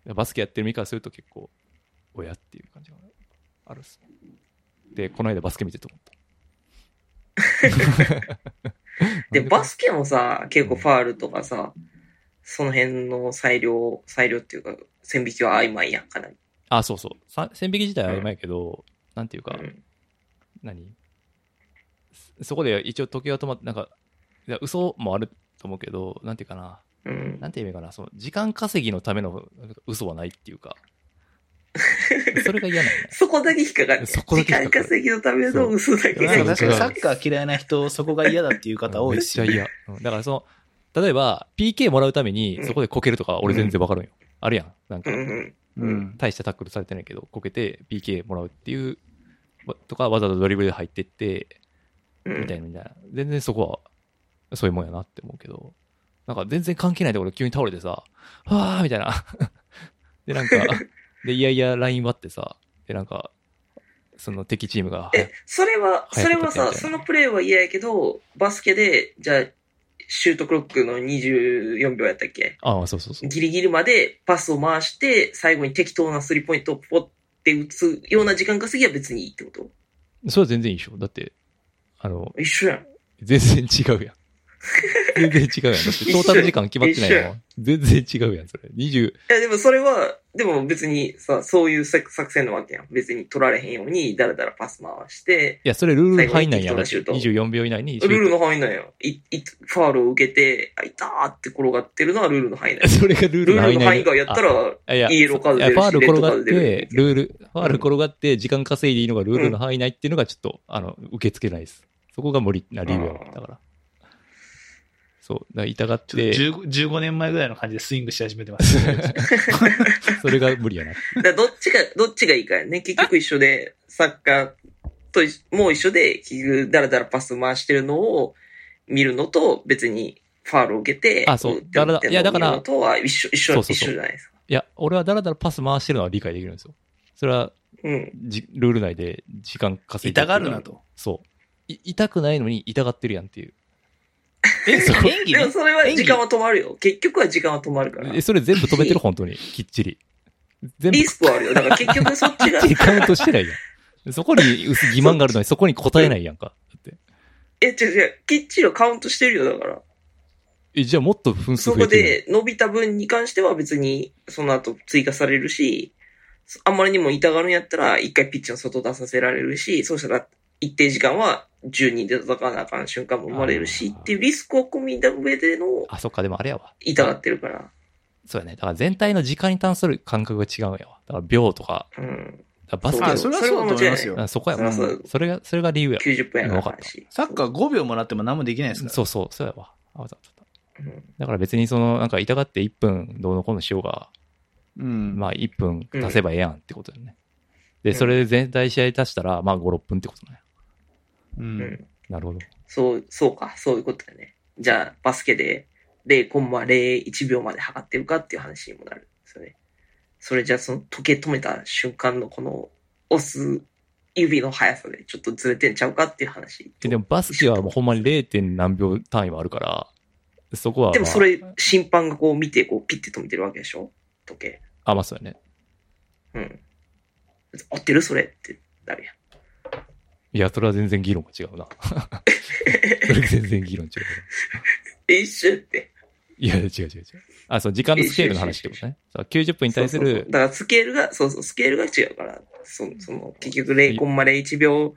いやバスケやってる身からすると結構、親っていう感じがあるっすね。で、この間バスケ見てて思った。 で、バススケもさ、結構ファールとかさ、その辺の裁量、裁量っていうか、線引きは曖昧やんかなり。 あ、そうそう。さ線引き自体は曖昧やけど、なんていうか、うん何そそこで一応時計が止まって、なんか、いや嘘もあると思うけど、なんていうかな、うん。なんていう意味かな、その時間稼ぎのためのなんか嘘はないっていうか、それが嫌なんだよね。 そこだけ引っかかる。そこだけ引っ時かかる間稼ぎのための嘘だけいやなんかが確かにサッカー嫌いな人、そこが嫌だっていう方多いですよ、めっちゃ嫌。うんだからその、例えば、PK もらうために、そこでこけるとか、俺全然わかるんよ。あるやん。なんかう、んうん。う。うん大したタックルされてないけど、こけて PK もらうっていう、わとか、わざわざドリブルで入ってって、うんみたいな、みたいな。全然そこは、そういうもんやなって思うけど、なんか全然関係ないところで急に倒れてさ、はぁーみたい な。で、なんか、で、いやいや、ライン割ってさ、で、なんか、その敵チームが。え、それは、早くそれは取っさ、てみたそいなのプレーは嫌やけど、バスケで、じゃあ、シュートクロックの24秒やったっけああ、そうそうそう。ギリギリまでパスを回して、最後に適当なスリーポイントをポッて打つような時間稼ぎは別にいいってことそれは全然いいでしょ。だって、あの、一緒やん。全然違 うやん。全然違うやん。だってトータル時間決まってないもん。全然違うやん、それ。20、いや、でもそれは、でも別にさ、そういう作作戦のわけやん。別に取られへんように、だらだらパス回して、いや、それルール入んないやん。だ最後にって適当なシュ24秒以内にシルュールーの範囲内やん。い、い、ファールを受けて、あ、いたーって転がってるのはルールの範囲内ト。。それがルールルのー範ル囲の内範に囲外やったら、いやイエローカードいや出フるしァールレッ転ドカがーっド出て、るルール、ファール転がって、時間稼いでいいのがルールの範囲内っていうのがちょっと、あの、受け付けないです。そこが無理な理由やもんだから。そう。だから痛がっちょっとて、 15 15年前ぐらいの感じでスイングし始めてます。 それが無理やな。だからどっちが、どっちがいいかやね。結局一緒で、サッカーと一緒もう一緒で、結局、だらだらパス回してるのを見るのと、別にファールを受けて、あそう打って打ってんだのをらだいやだから見るのとは一緒、一緒、そうそうそう一緒じゃないですか。いや、俺はだらだらパス回してるのは理解できるんですよ。それはうん。じ、ルール内で時間稼いで痛るっていがるなうのはと。そう。い痛くないのに痛がってるやんっていう。え、演そう技でもねそれは演技時間は止まるよ。結局は時間は止まるから。え、それ全部止めてる、本当に。きっちり。全部リスクはあるよ。だから結局そっ ちがきっち、りカウントしてないやん。そこに薄疑問があるのに、そこに答えないやんか。だって。え、違う違う、きっちりはカウントしてるよ、だから。え、じゃあもっと分数そ増こえてるで伸びた分に関しては別にその後追加されるし、あんまりにも痛がるんやったら一回ピッチの外出させられるし、そうしたら一定時間は10人で戦わなあかん瞬間も生まれるしあーっていうリスクを込みだ上でのあ、そっか、でもあれやわ。痛がってるから。そうやね。だから全体の時間に関する感覚が違うんやわ。だから秒とか、うん。だからバスケうあ、のそれはそうだと思いますそれは間違いよ。あそこやそりわ。ゃそうそれが、それが理由やわ。 90分やなあかんし。サッカー5秒もらっても何もできないですから。そうそう、そうやわ。あわざわざうんだから別にその、なんか痛がって1分どうのこうのしようが、うん。まあ1分足せばええやんってことだよね。で、うんそれで全体試合足したら、まあ5、6分ってことね。う。うんん。なるほど。そう、そうか、そういうことだね。じゃあ、バスケで0.01秒まで測ってるかっていう話にもなるんですよね。それじゃあ、その時計止めた瞬間のこの押す指の速さでちょっとずれてんちゃうかっていう話。ででもバスケはもうほんまに 0. 点何秒単位はあるから、そこは、まあ、でもそれ、審判がこう見て、こうピッて止めてるわけでしょ時計。あ、まあそうやね。うん。合ってるそれってなるやん。いや、それは全然議論が違うな。それ全然議論違うな。え、一緒やって。いや、違う違う違う。あ、その時間のスケールの話ってことね。そう90分に対すそうそうそるう、だからスケールが、そうそう、スケールが違うから、そその、結局0.01秒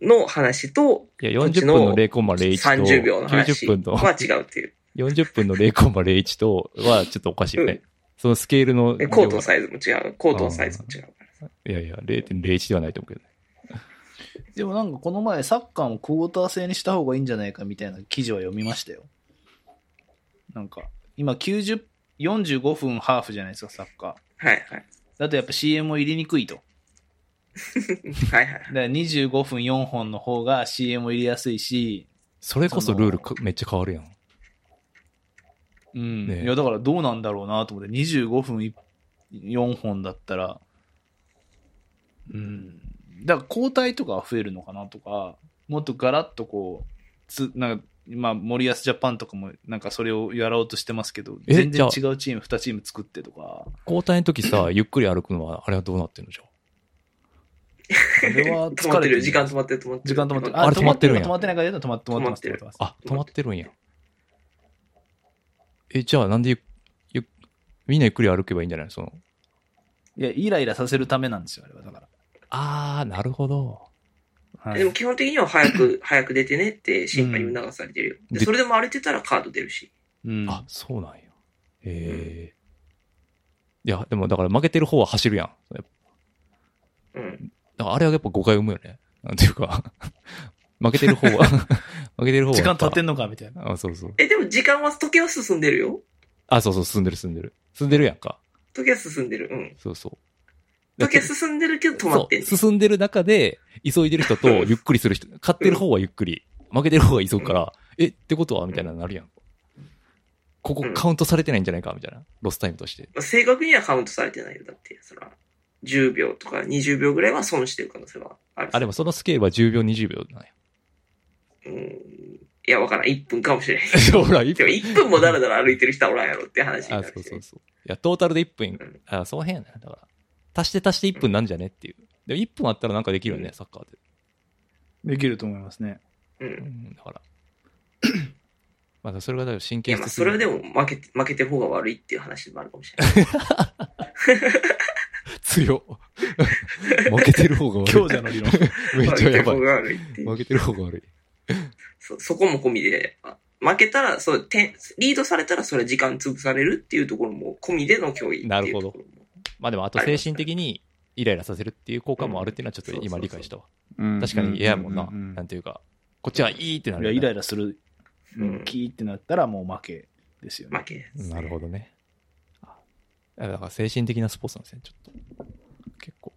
の話と、いや、40分のこっち0コンマ01と、 30秒の話90分の、は違うっていう。 40分の0コンマ01とはちょっとおかしいよね。そのスケールので量が、コートのサイズも違う。コートのサイズも違うから。いやいや、0.01ではないと思うけどね。でもなんかこの前サッカーもクォーター制にした方がいいんじゃないかみたいな記事は読みましたよ。なんか今90、45分ハーフじゃないですか、サッカー。はいはい。だとやっぱ CM を入れにくいと。はいはい。だから25分4本の方が CM を入れやすいし、それこそルールかめっちゃ変わるやん。うん。ねえいやだからどうなんだろうなと思って、25分い4本だったら、うん。だから交代とかは増えるのかなとか、もっとガラッとこう、つなんか今、森保ジャパンとかもなんかそれをやろうとしてますけど、え全じゃ然あ違うチーム、2チーム作ってと か、交代の時さ、ゆっくり歩くのは、あれはどうなってんのじゃああれは止ま疲ってれるてよ。時間止まってる、止まってる。時間止まってる。あれ止まってるんや止まってないから言うと止まって止まってます。止まってます。あ、止まってるんや。え、じゃあなんでゆゆみんなゆっくり歩けばいいんじゃないのその。いや、イライラさせるためなんですよ、あれは。だかあー、なるほど。ら。はいでも基本的には早 く、早く出てねって審判に促されてるよ。うんででそれでも歩いてたらカード出るし。うんあ、そうなんや。えー。いや、でもだから負けてる方は走るやん。だかうん。らあれはやっぱ誤解生むよね。なんていうか、 負けてる方は、負けてる方は。時間経ってんんのかみたいな。あ、そうそう。え、でも時間は、時計は進んでるよ。あ、そうそう、進んでる進んでる。進んでるやんか。時計は進んでる。うん。そうそう。時計は進んでるけど止まってんねそう進んでる中で、急いでる人とゆっくりする人、勝ってる方はゆっくり、負けてる方が急ぐから、え、ってことはみたいなのなるやん。ここうんカウントされてないんじゃないかみたいな。ロスタイムとして。まあ正確にはカウントされてないよ。だって、そら。 10秒とか20秒ぐらいは損してる可能性はある。あ、でもそのスケールは10秒、20秒なんや。うん。いや、わからん。1分かもしれない。 そうほら、1でも分。 1分もだらだら歩いてる人はおらんやろって話になあ、るし。そうそうそう。いや、トータルで1分ん、あ、その辺やな、だから。足して足して1分なんじゃねっていう。でも1分あったらなんかできるよねう、んサッカーで。できると思いますね。う。うんん、だから。 まあ、それがだから神い経や、まあ、質そすれぎはでるも負けて、負けてる方が悪いっていう話もあるかもし れない。強。 負けてる方が 強悪者の理論。い。めっちゃやばい負けてる方。が悪いっていう負けてる方が悪い。そ、そこも込みで、あ負けたら、そう、点、リードされたらそれは時間潰されるっていうところも込みでの競技っていうなるほどところもまあでも、あと精神的にイライラさせるっていう効果もあるっていうのはちょっと今理解したわ。確かに嫌やもんな。なんていうか、こっちはいいってないるや、よね。イライラする。ううんん、キーってなったらもう負けですよね。負けです、なるほどね。あだから精神的なスポーツなんですね、ちょっと。結構。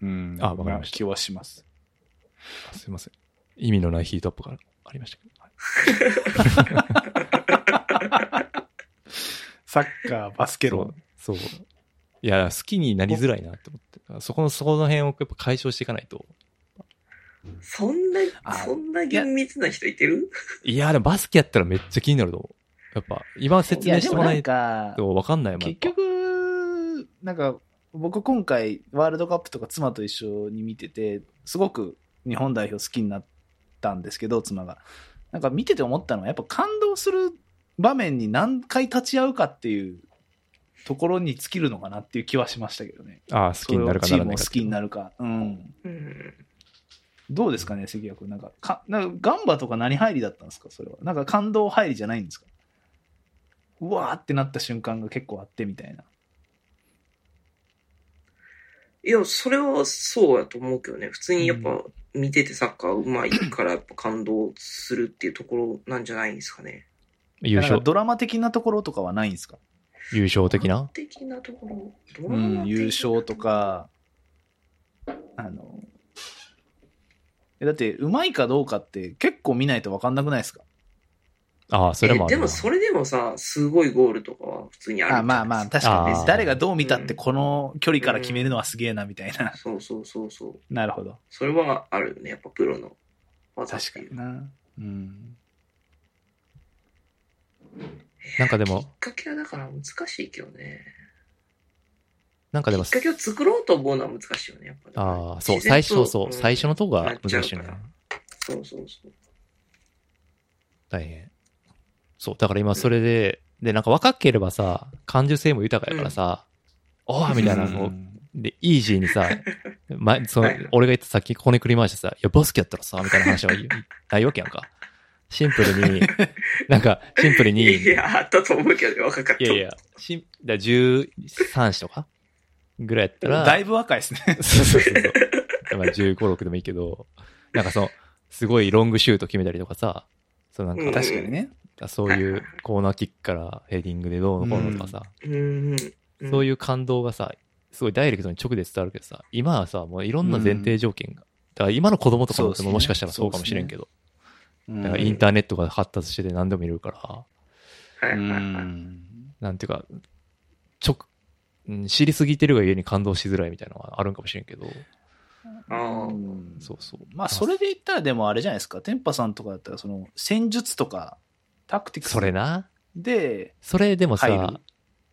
うんあわかりました気はします。 あすいません。意味のないヒートアップがありましたけど。はいサッカー、バスケ論。そう。そういや、好きになりづらいなって思って。だからそこの、そこの辺をやっぱ解消していかないと。そんなあ、そんな厳密な人いてるいや、でもバスケやったらめっちゃ気になると思う。やっぱ、今説いや明でしてももらなえんか、と分かんないもん。やっ結ぱ局、なんか、僕今回、ワールドカップとか妻と一緒に見てて、すごく日本代表好きになったんですけど、妻が。なんか見てて思ったのは、やっぱ感動する場面に何回立ち会うかっていうところに尽きるのかなっていう気はしましたけどね。ああ、好きになるかそなれらをチーなムいをか好っていきうの。になるか。うん。うん。どうですかね、関谷君。なんか、かなんかガンバとか何入りだったんですか、それは。なんか感動入りじゃないんですか。うわーってなった瞬間が結構あってみたいな。いや、それはそうやと思うけどね。普通にやっぱ見ててサッカーうまいからやっぱ感動するっていうところなんじゃないですかね。優なん勝か、ドラマ的なところとかはないんですか、優勝的な的なところ。ドう、ラマ的なん優勝と。か、あの、えだって、うまいかどうかって結構見ないと分かんなくないですかああ、それもあるえでなもそれでもさ、すごいゴールとかは普通にあるあまあまあ、確かにあねー誰がどう見たってこの距離から決めるのはすげえなみたいなに。。そうそうそうそう。なるほど。それはあるよね。やっぱプロの技って確かいう。にな。うん。なんかでもきっ、かけはだから難しいけどね。なんかでもきっ、かけを作ろうと思うのは難しいよね、やっぱね、ああ、そう、自最然と初、そう、ん最初のとこが難しいなっちゃうかなら。そうそうそう。大変。そう、だから今それで、で、なんか若ければさ、感受性も豊かやからさ、おーみたいな、うこうんで、イージーにさ、前、そのはいはい、俺が言ったさっきこねくり回してさ、いや、バスケやったらさ、みたいな話は言うないわけやんか。シンプルに、なんか、シンプルに、いいや、あったと思うけどね、若かった。やいや、しんだ13子とかぐらいやったら、だいぶ若いですね。そうそうそうそう。まあ15、6でもいいけど、なんかその、すごいロングシュート決めたりとかさ、そのなんか、確かにね。そういうコーナーキックからヘディングでどうのこうのとかさ、うん。うんそういう感動がさ、すごいダイレクトに直で伝わるけどさ、今はさ、もういろんな前提条件が。だから今の子供とかそうもですねもしかしたらそうかもしれんけど、うんだからインターネットが発達してて何でも見れるから、はいはういはいんなんていうか、直、うん知りすぎてるがゆえに感動しづらいみたいなのはあるんかもしれんけど、ああうんそうそう。まあそれで言ったらでもあれじゃないですか天パさんとかだったらその戦術とかタクティクそれスな。でそれでも入さる、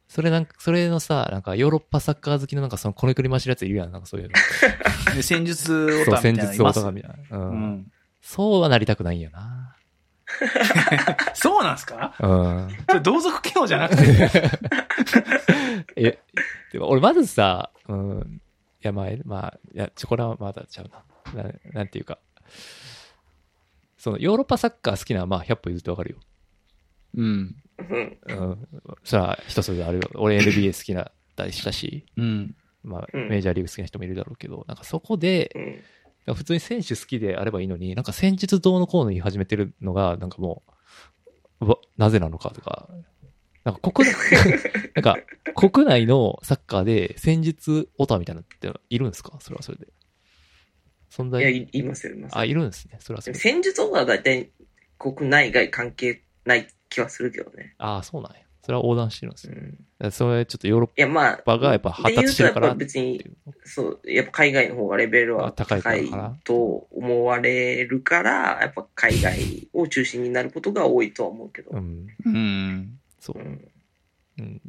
それなんか、それのさ、なんかヨーロッパサッカー好きのなんかそのこねくり回しのやついるやん、なんかそういうの。で戦術オそう、タ戦みたいなのい術まをすとみたいな。ううん。んそうはなりたくないんよな。そうなんですかうん。それ同族嫌悪じゃな くてえ、でも俺まずさ、うん、いやまあ、まあ、いや、チョコラはまだちゃうな。ななんていうか。そのヨーロッパサッカー好きなのはまあ100歩譲ってわかるよ。うんうん。うん。それは人それぞれあるよ。俺 NBA 好きなったりしたし、うんまあうんメジャーリーグ好きな人もいるだろうけど、なんかそこでう、ん。なんか普通に選手好きであればいいのに、なんか戦術どうのこうの言い始めてるのが、なんかもう、うわ、なぜなのかとか、なんか 国内、なんか国内のサッカーで戦術オタみたいなのっているんですかそれはそれで。存いや、在、いいますよ、いますよあ、いるんですね。それはそれでもで。戦術オーバーは大体国内外関係ない気はするけどね。ああ、そうなんや。それは横断してるんですうよ。んだからそれちょっとヨーロッいや、まあ、パがやっぱ発達してるからってで言うといやっう。そう、やっぱ海外の方がレベルはあ高高いからいと思われるから、やっぱ海外を中心になることが多いとは思うけど。うん。うん。そうう。んうん。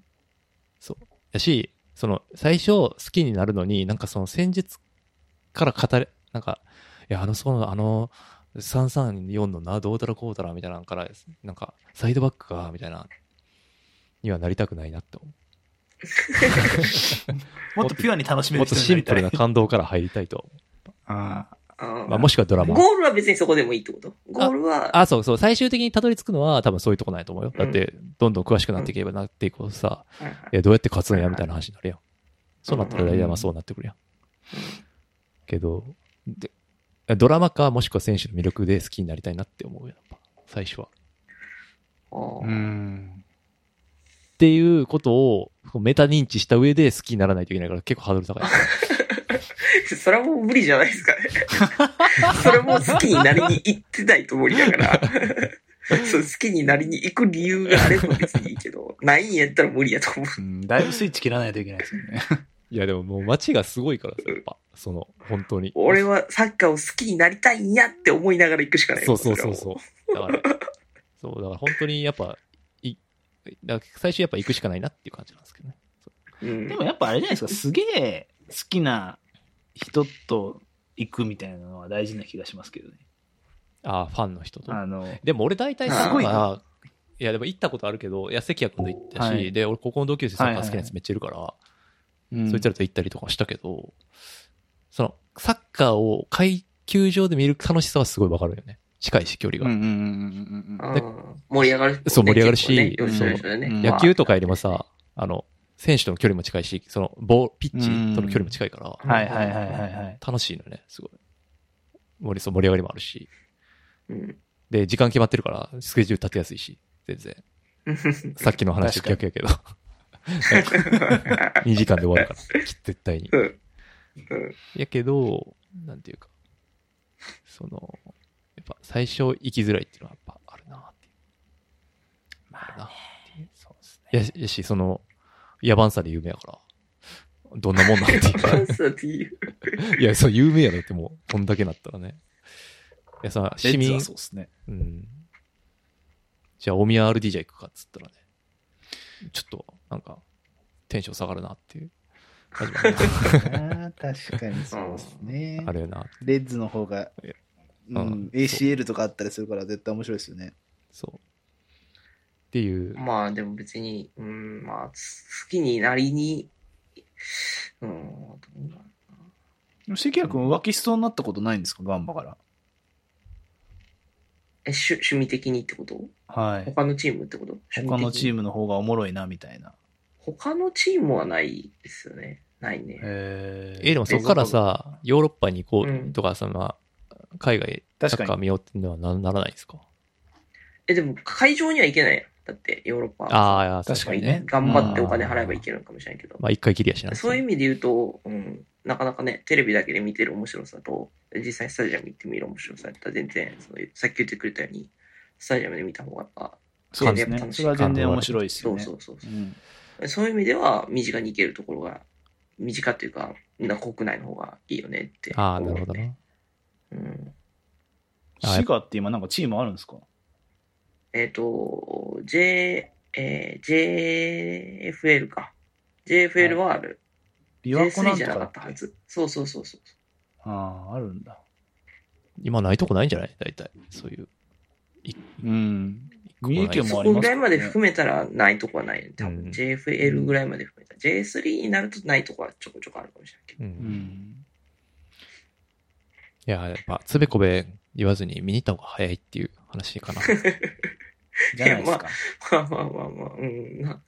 そう。やし、その、最初好きになるのに、なんかその戦術から語れ、なんか、いや、あの、そうなの、あの、334のな、どうたらこうたらみたいなのから、なんか、サイドバックが、みたいな、にはなりたくないなって思もっとピュアに楽しう。めもるっと人シにンプルななりたい。感動から入りたいと。あああまあ、もしくはドラマ。ゴールは別にそこでもいいってことゴールは、あ、そうそう。最終的にたどり着くのは多分そういうとこないと思うよ。だって、どんどん詳しくなっていけばなっていくとさ、はいはいいや、どうやって勝つのやみたいな話になるやん。そうなったら、うんうんいや、まあそうなってくるやん。けど、で、ドラマか、もしくは選手の魅力で好きになりたいなって思うよ、やっぱ。最初は。あーうん。っていうことを、メタ認知した上で好きにならないといけないから、結構ハードル高い。 それはもう無理じゃないですかね。 それも好きになりに行ってないと無理だから。 そう好きになりに行く理由があれば別にいいけど、 ないんやったら無理やと思うう。んだいぶスイッチ切らないといけないですよね。いや、でももう街がすごいからさ、やっぱ。その、本当に。俺はサッカーを好きになりたいんやって思いながら行くしかないそようそうそうれはもそう。だから、そう、だから本当にやっぱ、い、だから最初やっぱ行くしかないなっていう感じなんですけどね。ううんでもやっぱあれじゃないですか、すげえ好きな人と行くみたいなのは大事な気がしますけどね。ああ、ファンの人と。あの、でも俺大体あさ、すごいないやでも行ったことあるけど、いや、関谷君と行ったし、はいで、俺ここの同級生サッカー好きなやつめっちゃいるから、そいつらと行ったりとかしたけど、その、サッカーを会球場で見る楽しさはすごいわかるよね。近いし、距離うんうが。んうんうんあー盛り上がる、そう盛り上がるし結構ねそう要所要所でねうん野球とかよりもさ、あの、選手との距離も近いし、その、ボール、ピッチとの距離も近いからう、ん。はいはいはいはいはい。楽しいのよね、すごい。盛りそう盛り上がりもあるし。うんで、時間決まってるから、スケジュール立てやすいし、全然。さっきの話と逆やけど。2時間で終わるから、き絶対に。 うん うんやけど、なんていうか、その、やっぱ最初行きづらいっていうのはやっぱあるなっていう。あるなっていう。そうですね。ややし、その、野蛮さで有名やから、どんなもんなんていうか。 そうっていういや、そう、有名やろってもう、こんだけなったらね。いやさ、市レッズ民は、そうですね。うん。じゃあ、大宮 RD じゃ行くかっつったらね、ちょっと、なんか、テンション下がるなっていう感じもあるな。確かにそうですねあ。るよな。レッズの方が、ううんん、ACL とかあったりするから絶対面白いですよね。そう。っていう。まあでも別に、うん、まあつ好きになりに、うん、どうなん関谷君浮気しそうになったことないんですかガンバから。え、趣趣味的にってことはい。他のチームってこと他のチムームの方がおもろいなみたいな。他のチームはないですよね。ないね。ええ、でもそこからさ、ヨーロッパに行こうとか、そのまあ、海外サ確かッにカー見ようっていうのはなならないですかえ、でも会場には行けないやんだって、ヨーロッパは。ああ、いや確確かかににねね。頑張ってお金払えばいけるのかもしれないけど。まあ、一回きりやしなそういう意味で言うと、うん、なかなかね、テレビだけで見てる面白さと、実際スタジアム行ってみる面白さとは全然、そのさっき言ってくれたように、スタジアムで見た方がやっぱ、そうです感動ね。楽しそいれは全然面白いですそようね。そううそうそう。んそういう意味では、身近に行けるところが、身近っていうか、な国内の方がいいよねってああ、な思うるねほどな。うん、あ滋賀って今なんかチームあるんですかえっ、と、J、えー JFL か。JFL はある。琵琶湖な J3 んじとゃかだなかっったたはず。そうそうそうそう。ああ、あるんだ。今ないとこないんじゃない大体。そういう。うん。三重県そもあこりますぐらかいらまねで含めたらないとこはないよね。多う分ん JFL ぐらいまで含めた。J3 になるとないとこはちょこちょこあるかもしれないけど。 うん。ういん。や、やっぱ、つべこべ言わずに見に行った方が早いっていう話 かな。じゃないですか。まあまあまあまあ、うん。な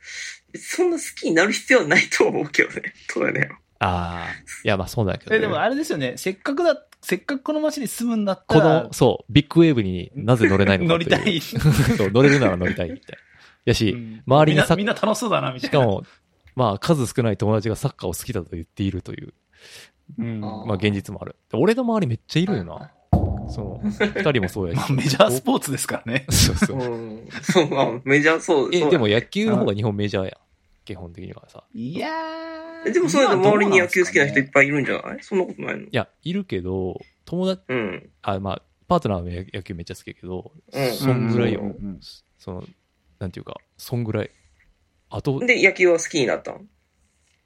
そんな好きになる必要はないと思うけどね。どうだね。ああ、いや、まあそうだけど、え、ね。でもあれですよね。せっかくだ、せっかくこの街に住むんだったこらの、、そう、ビッグウェーブになぜ乗れないの 乗かりとたいう。い。 そう、乗れるなら乗りたいみたいな。やし、うん周りにサッみんなみんな楽しそうだな、みたしいかな。も、まあ数少ない友達がサッカーを好きだと言っているという、うんあーまあ現実もある。で俺の周りめっちゃいるよはいはな。そ の、二人もそうやまし。あメジャースポーツですからね。そうそうう。ん。 そう、まあ、メジャーそうえ、そうでも野球の方が日本メジャーやん。基本的にはさ。いやでもそれで周りに野球好きな人いっぱぱいいるんじゃないそんなことないのいや、いるけど、友達、うん。あ、まあ、パートナーは野球めっちゃ好きやけど、うんそんぐらいようんうんうんうん。その、なんていうか、そんぐらい。あと、で、野球は好きになったの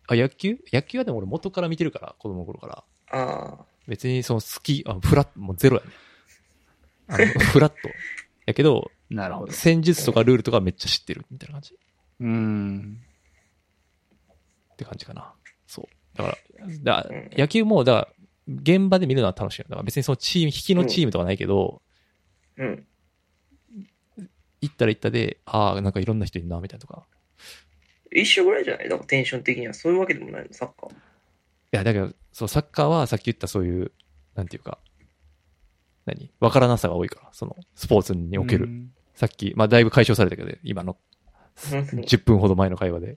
あ、野球野球はでも俺元から見てるから、子供の頃から。ああ。別にその好き、あ、フラット、もうゼロやね。あの、フラット。やけど、なるほど。戦術とかルールとかめっちゃ知ってるみたいな感じ。うん。って感じかな。そう。だから、だうん野球も、だから、現場で見るのは楽しいよだから別にそのチーム、引きのチームとかないけど、うん。行ったら行ったで、ああ、なんかいろんな人いるな、みたいなとか。一緒ぐらいじゃないだからテンション的にはそういうわけでもないの、サッカー。いや、だけど、そう、サッカーはさっき言ったそういう、なんていうか、何わからなさが多いから、その、スポーツにおける。うんさっき、まあ、だいぶ解消されたけど、今の、10分ほど前の会話で。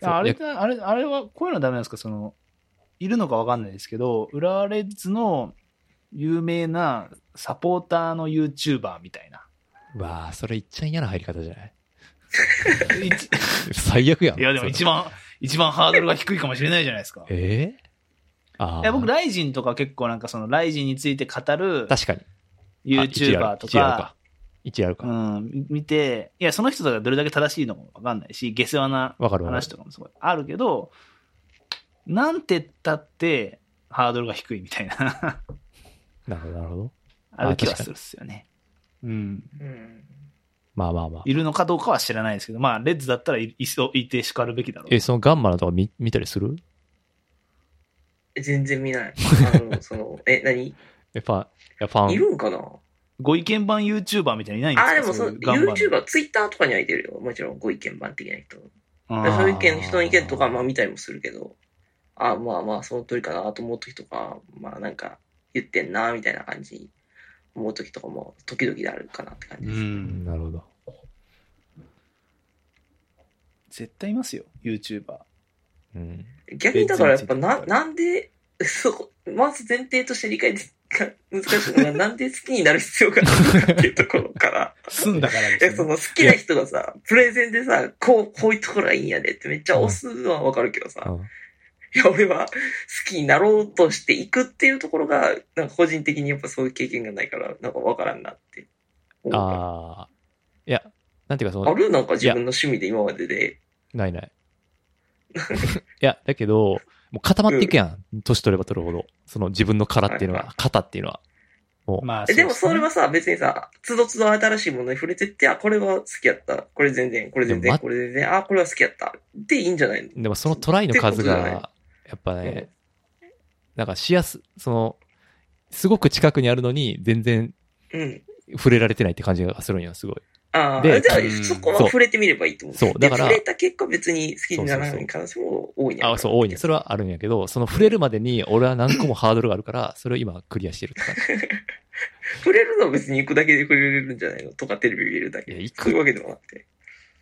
そうあれだあれ、あれは、こういうのはダメなんですかその、いるのかわかんないですけど、浦和レッズの有名なサポーターの YouTuber み たいな。わあ、それいっちゃ嫌な入り方じゃない一最悪やん。いや、でも一番、一番ハードルが低いかもしれないじゃないですかそ。れ。ええああ。いや僕、ライジンとか結構なんかその、ライジンについて語る確かに。あ YouTuber と一理あるか、。一理あるか。うわ、ん、見て、いや、その人がどれだけ正しいのかもわかんないし、下世話なかるわかる話とかもすごいあるけど、なんてったってハードルが低いみたいな、なるほど、なるほど。 ある気はするっすよね。うん。うん。まあまあまあ。いるのかどうかは知らないですけど、まあ、レッズだったらいいそういてしかるべきだろう。え、そのガンマのとか見見たりする全然見ない。あの、その、え、何え、ファン、いや、ファン。いるんかなご意見版 YouTuber みたいにいないんですあかあ、でもその、ういう岩盤 YouTuber、Twitter とかにはいてるよ。もちろん、ご意見番的な人。あーそういう意見、人の意見とか、まあ見たりもするけど、あまあまあ、その通りかなと思う時とか、まあなんか、言ってんな、みたいな感じ、思う時とかも、時々であるかなって感じうです。ん。なるほど。絶対いますよ、YouTuber。うん。逆にだからやっぱ、全然な、なんで、そう、まず前提として理解が難し いのが、なんで好きになる必要があるのかっていうところから。住んだからいでや、すそよね、の好きな人がさ、プレゼンでさ、こう、こういうところがいいんやでってめっちゃ押すのはわかるけどさ、うんいや、俺は好きになろうとしていくっていうところが、なんか個人的にやっぱそういう経験がないから、なんかわからんなって思うかああ。いや、なんていうか、そら。あの、るなんか自分の趣味で今までで。ないない。 いや、だけど、もう固まっていくやん。年取れば取るほど。その自分の殻っていうのはいは、型っていうのは。もう、まあ、えでもそれは、はさ、別にさ、つどつど新しいものに触れてって、あ、これは好きやった。これ全然、これ全でも然、まこれ全然、あ、これは好きやった。でいいんじゃないのでもそのトライの数ってことじゃないが、やっぱね、なんかしやす、その、すごく近くにあるのに、全然うん。触れられてないって感じがするんよ、すごい。ああ、じゃであうんそこはそう触れてみればいいと思う。そうだからで触れた結果別に好きにならない可能性も多いね。あ、そう、多いね。それはあるんやけど、その触れるまでに、俺は何個もハードルがあるから、それを今クリアしてるって感 じ。触れるのは別に行くだけで触れれるんじゃないのとかテレビ見るだけいやで行。くそういうわけでもなくて。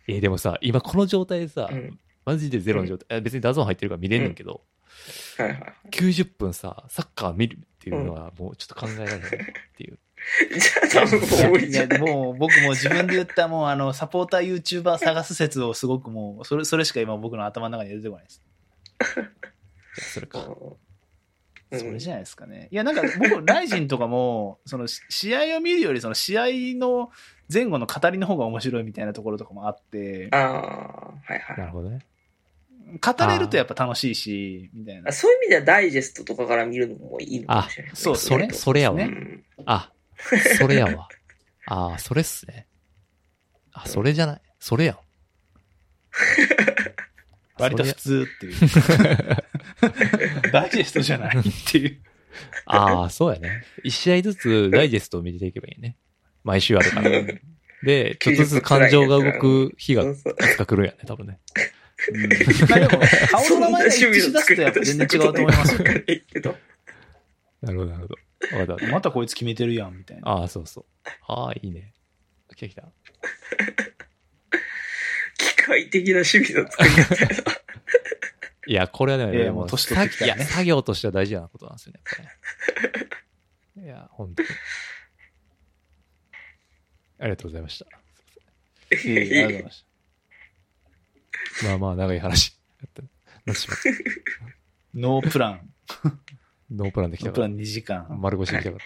えーでもさ、今この状態でさ、うんマジでゼロの状態、あ別にダゾーン入ってるから見れんねんけど、はいはいはい。 90分さ、サッカー見るっていうのは、もうちょっと考えられな いなっていう。じゃあ多分もう無理いじゃやない。もう僕も自分で言ったもうあのサポーター YouTuber 探す説をすごくもうそれそれしか今僕の頭の中に出てこないです。いやそれか。うそれんじゃないですかね。いやなんか僕ライジンとかもそのし試合を見るよりその試合の前後の語りの方が面白いみたいなところとかもあってああ、はいは。ないるほどね。語れるとやっぱ楽しいしみたいなあ。そういう意味ではダイジェストとかから見るのもいいのかもしれない。あそうそれ、それやわ。ねんあ、それやわ。あーそれっすね。あ、それじゃない。それやん。 割とそれ普通って いう。ダイジェストじゃないっていう。ああ、そうやね。一試合ずつダイジェストを見ていけばいいね。毎週あるから。で、ちょっとずつ感情が動く日がそうそういつか来るんやね、多分ね。まあで も顔そんの名な前が一趣致味しのだ作すとりやっぱ全方し然た違うと思いますよことないからいいけど。なるほど、なるほど。わかった。またこいつ決めてるやんみたいな。ああ、そうそう。ああ、いいね。来た来た。機械的な趣味の作り方やないや、これはね、いやでもう年取ってきた作らねいや作業としては大事なことなんですよね。やっぱね本当に。ありがとうございまし。いえいえありがとうございましたまあまあ、長い話だった。なってしまったた。ノープラン。ノープランできノープたかラら。ン2時間。丸腰できたか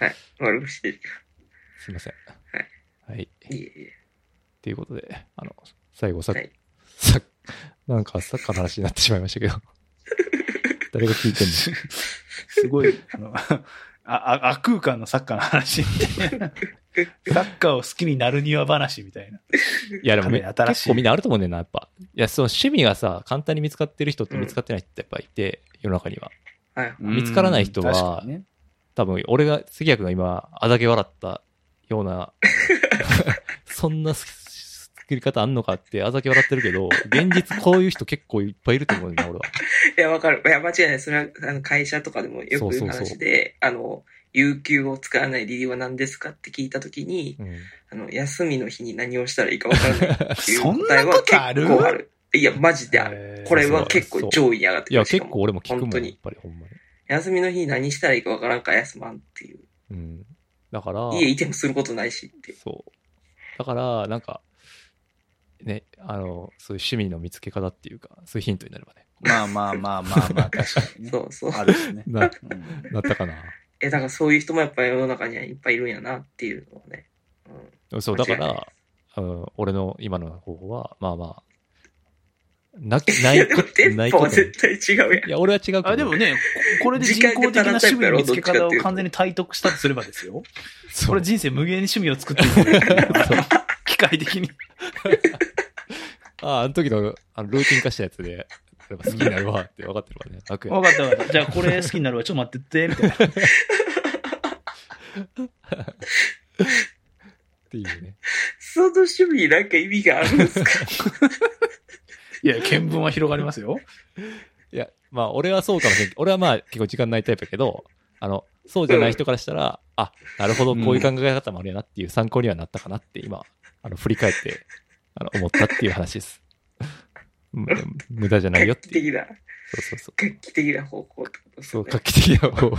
ら。丸腰で。いすいません。はい。えと、いえ。い、うことで、あの、最後さ、はいさ、なんかサッカーの話になってしまいましたけど。誰が聞いてんのすごい。あのああ、悪空間のサッカーの話みたいな。サッカーを好きになるには話みたいな。いやでもめかなり新しい結構みんなあると思うねんだよな、やっぱ。いや、その趣味がさ、簡単に見つかってる人と見つかってない人ってやっぱいて、世の中には。はい。見つからない人はうん確かにね多分、俺が、杉谷君が今、あだけ笑ったような、そんな作り方あんのかって、あだけ笑ってるけど、現実こういう人結構いっぱいいると思うねんだよな、俺は。いや、わかる。いや、間違いない。それは、あの、会社とかでもよく言うそうそうそう話で、あの、有給を使わない理由は何ですかって聞いたときに、うんあの、休みの日に何をしたらいいかわからないっていうそんな答えはこ結とある構ある。いや、マジである。えーこれは結構上位に上がっいてくる。や、しか結も構俺も聞くも本当ん、やっに。ぱりほんまに。休みの日に何したらいいかわからんから休まんっていう。うん。だから、家いてもすることないしっていう。そう。だから、なんか、ね、あの、そういう趣味の見つけ方っていうか、そういうヒントになればね。まあまあまあまあまあ、確かにね。 そうそう。あるよね。な、うんなったかな。え、だからそういう人もやっぱり世の中にはいっぱいいるんやなっていうのをね。うん。そう、だか間違いないら、あの俺の今の方法は、まあまあ、なき、ないや、いでこもと、電ない波こはとに。絶対違うやんい。や、俺は違うけど。 あでもね、ここれで人工的な趣味の見つけ方を完全に体得したとすればですよ。そう、これ人生無限に趣味を作ってい く。機械的に。あ、あの時のあのルーティン化したやつで、やっぱ好きになるわって分かってるからね。楽やわかったわかった。じゃあこれ好きになるわ。ちょっと待ってって、みたいな。っていうね。その趣味になんか意味があるんですかいや、見聞は広がります よ。いや、まあ、俺はそうかもしれんけど、俺はまあ、結構時間ないタイプやけど、あの、そうじゃない人からしたら、あ、なるほど、こういう考え方もあるやなっていう参考にはなったかなって、今、あの、振り返って、あの、思ったっていう話 です。む無駄じゃ ないよ画っ 期ていう。的な、そうそうそう。画期的な方向ってことですそよう、ね画期的な方法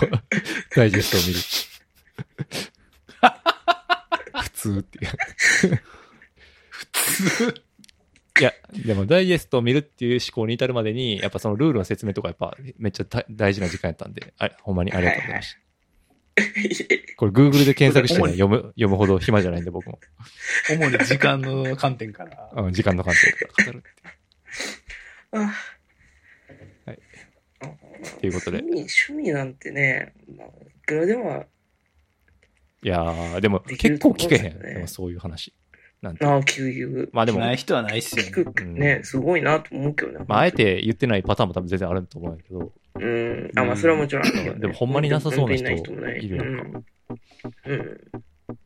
ダイジェストを 見る。普通っていう。普通。いや、でもダイジェストを見るっていう思考に至るまでに、やっぱそのルールの説明とかやっぱめっちゃ大大事な時間やったんで、あほんまにありがとうございました。これ Google で検索してね、読む、読むほど暇じゃないんで僕も。主に時間の観点から。あの時間の観点から語るってい あはい。っということで趣味趣味なんてね、まあいくらでも、う。いやー、でもでき結る構と思聞うんでけすへよねん。でもそういう話。なんて。なあ、給油、まあでも、なまい人はないっすよね。聞くね、すごいなと思うけどね。ああえて言ってないパターンも多分全然あると思うんだけど、うん。あ、まあ、それはもちろんあるけどね、でもほんまになさそうな人本当にないいる人やもんねか。うん。うん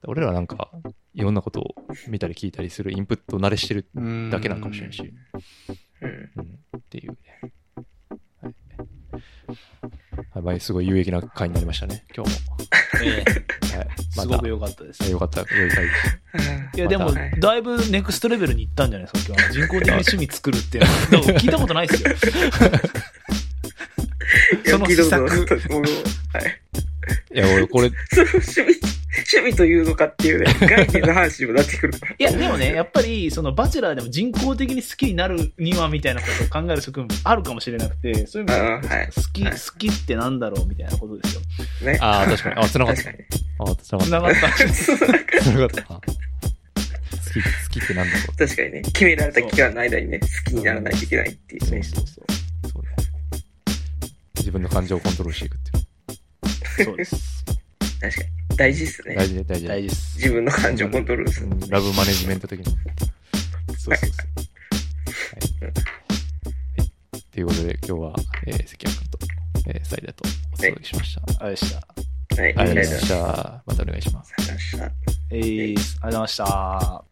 俺らなんか、いろんなことを見たり聞いたりするインプット慣れしてるだけなのかもしれないし、うん。うん、っていうね。はいはい、まあ、すごい有益な回になりましたね、今日も。ええ。はい、ますごたく、良かったです。よかった、良い回でしたいや、でもまた、だいぶネクストレベルに行ったんじゃないですか、今日は。人工的に趣味作るっていうの は。でも聞いたことないっすよ。そのいや施策聞いたことないはい。 いや、俺、これ、その趣味、趣味というのかっていうね、概念の話にもなってくるから。いや、でもね、やっぱり、その、バチェラーでも人工的に好きになるには、みたいなことを考える職務あるかもしれなくて、そういう意味でうんはい好き、はい好きってなんだろうみたいなことですよ。ね。あー確かにあ繋がった確かにあ、つながっ繋が った。た。 つながった。あ好き、好きってなんだろう。確かにね、決められた期間の間にね、好きにならないといけないっていうね。そうそう。そうね。自分の感情をコントロールしていくっていうそうです。確かに。大事っすの。ね大。事ね、大事ね。大事です。自分の感情をコントロールする。うんラブマネジメント的な。そうそうそう。ということで、今日は、えー、関谷君と、えー、サイダーとお届けしました。あれでした。はい、あありりがとうごがとうざいました。またお願いします。ございました。えー、ありがとうございました。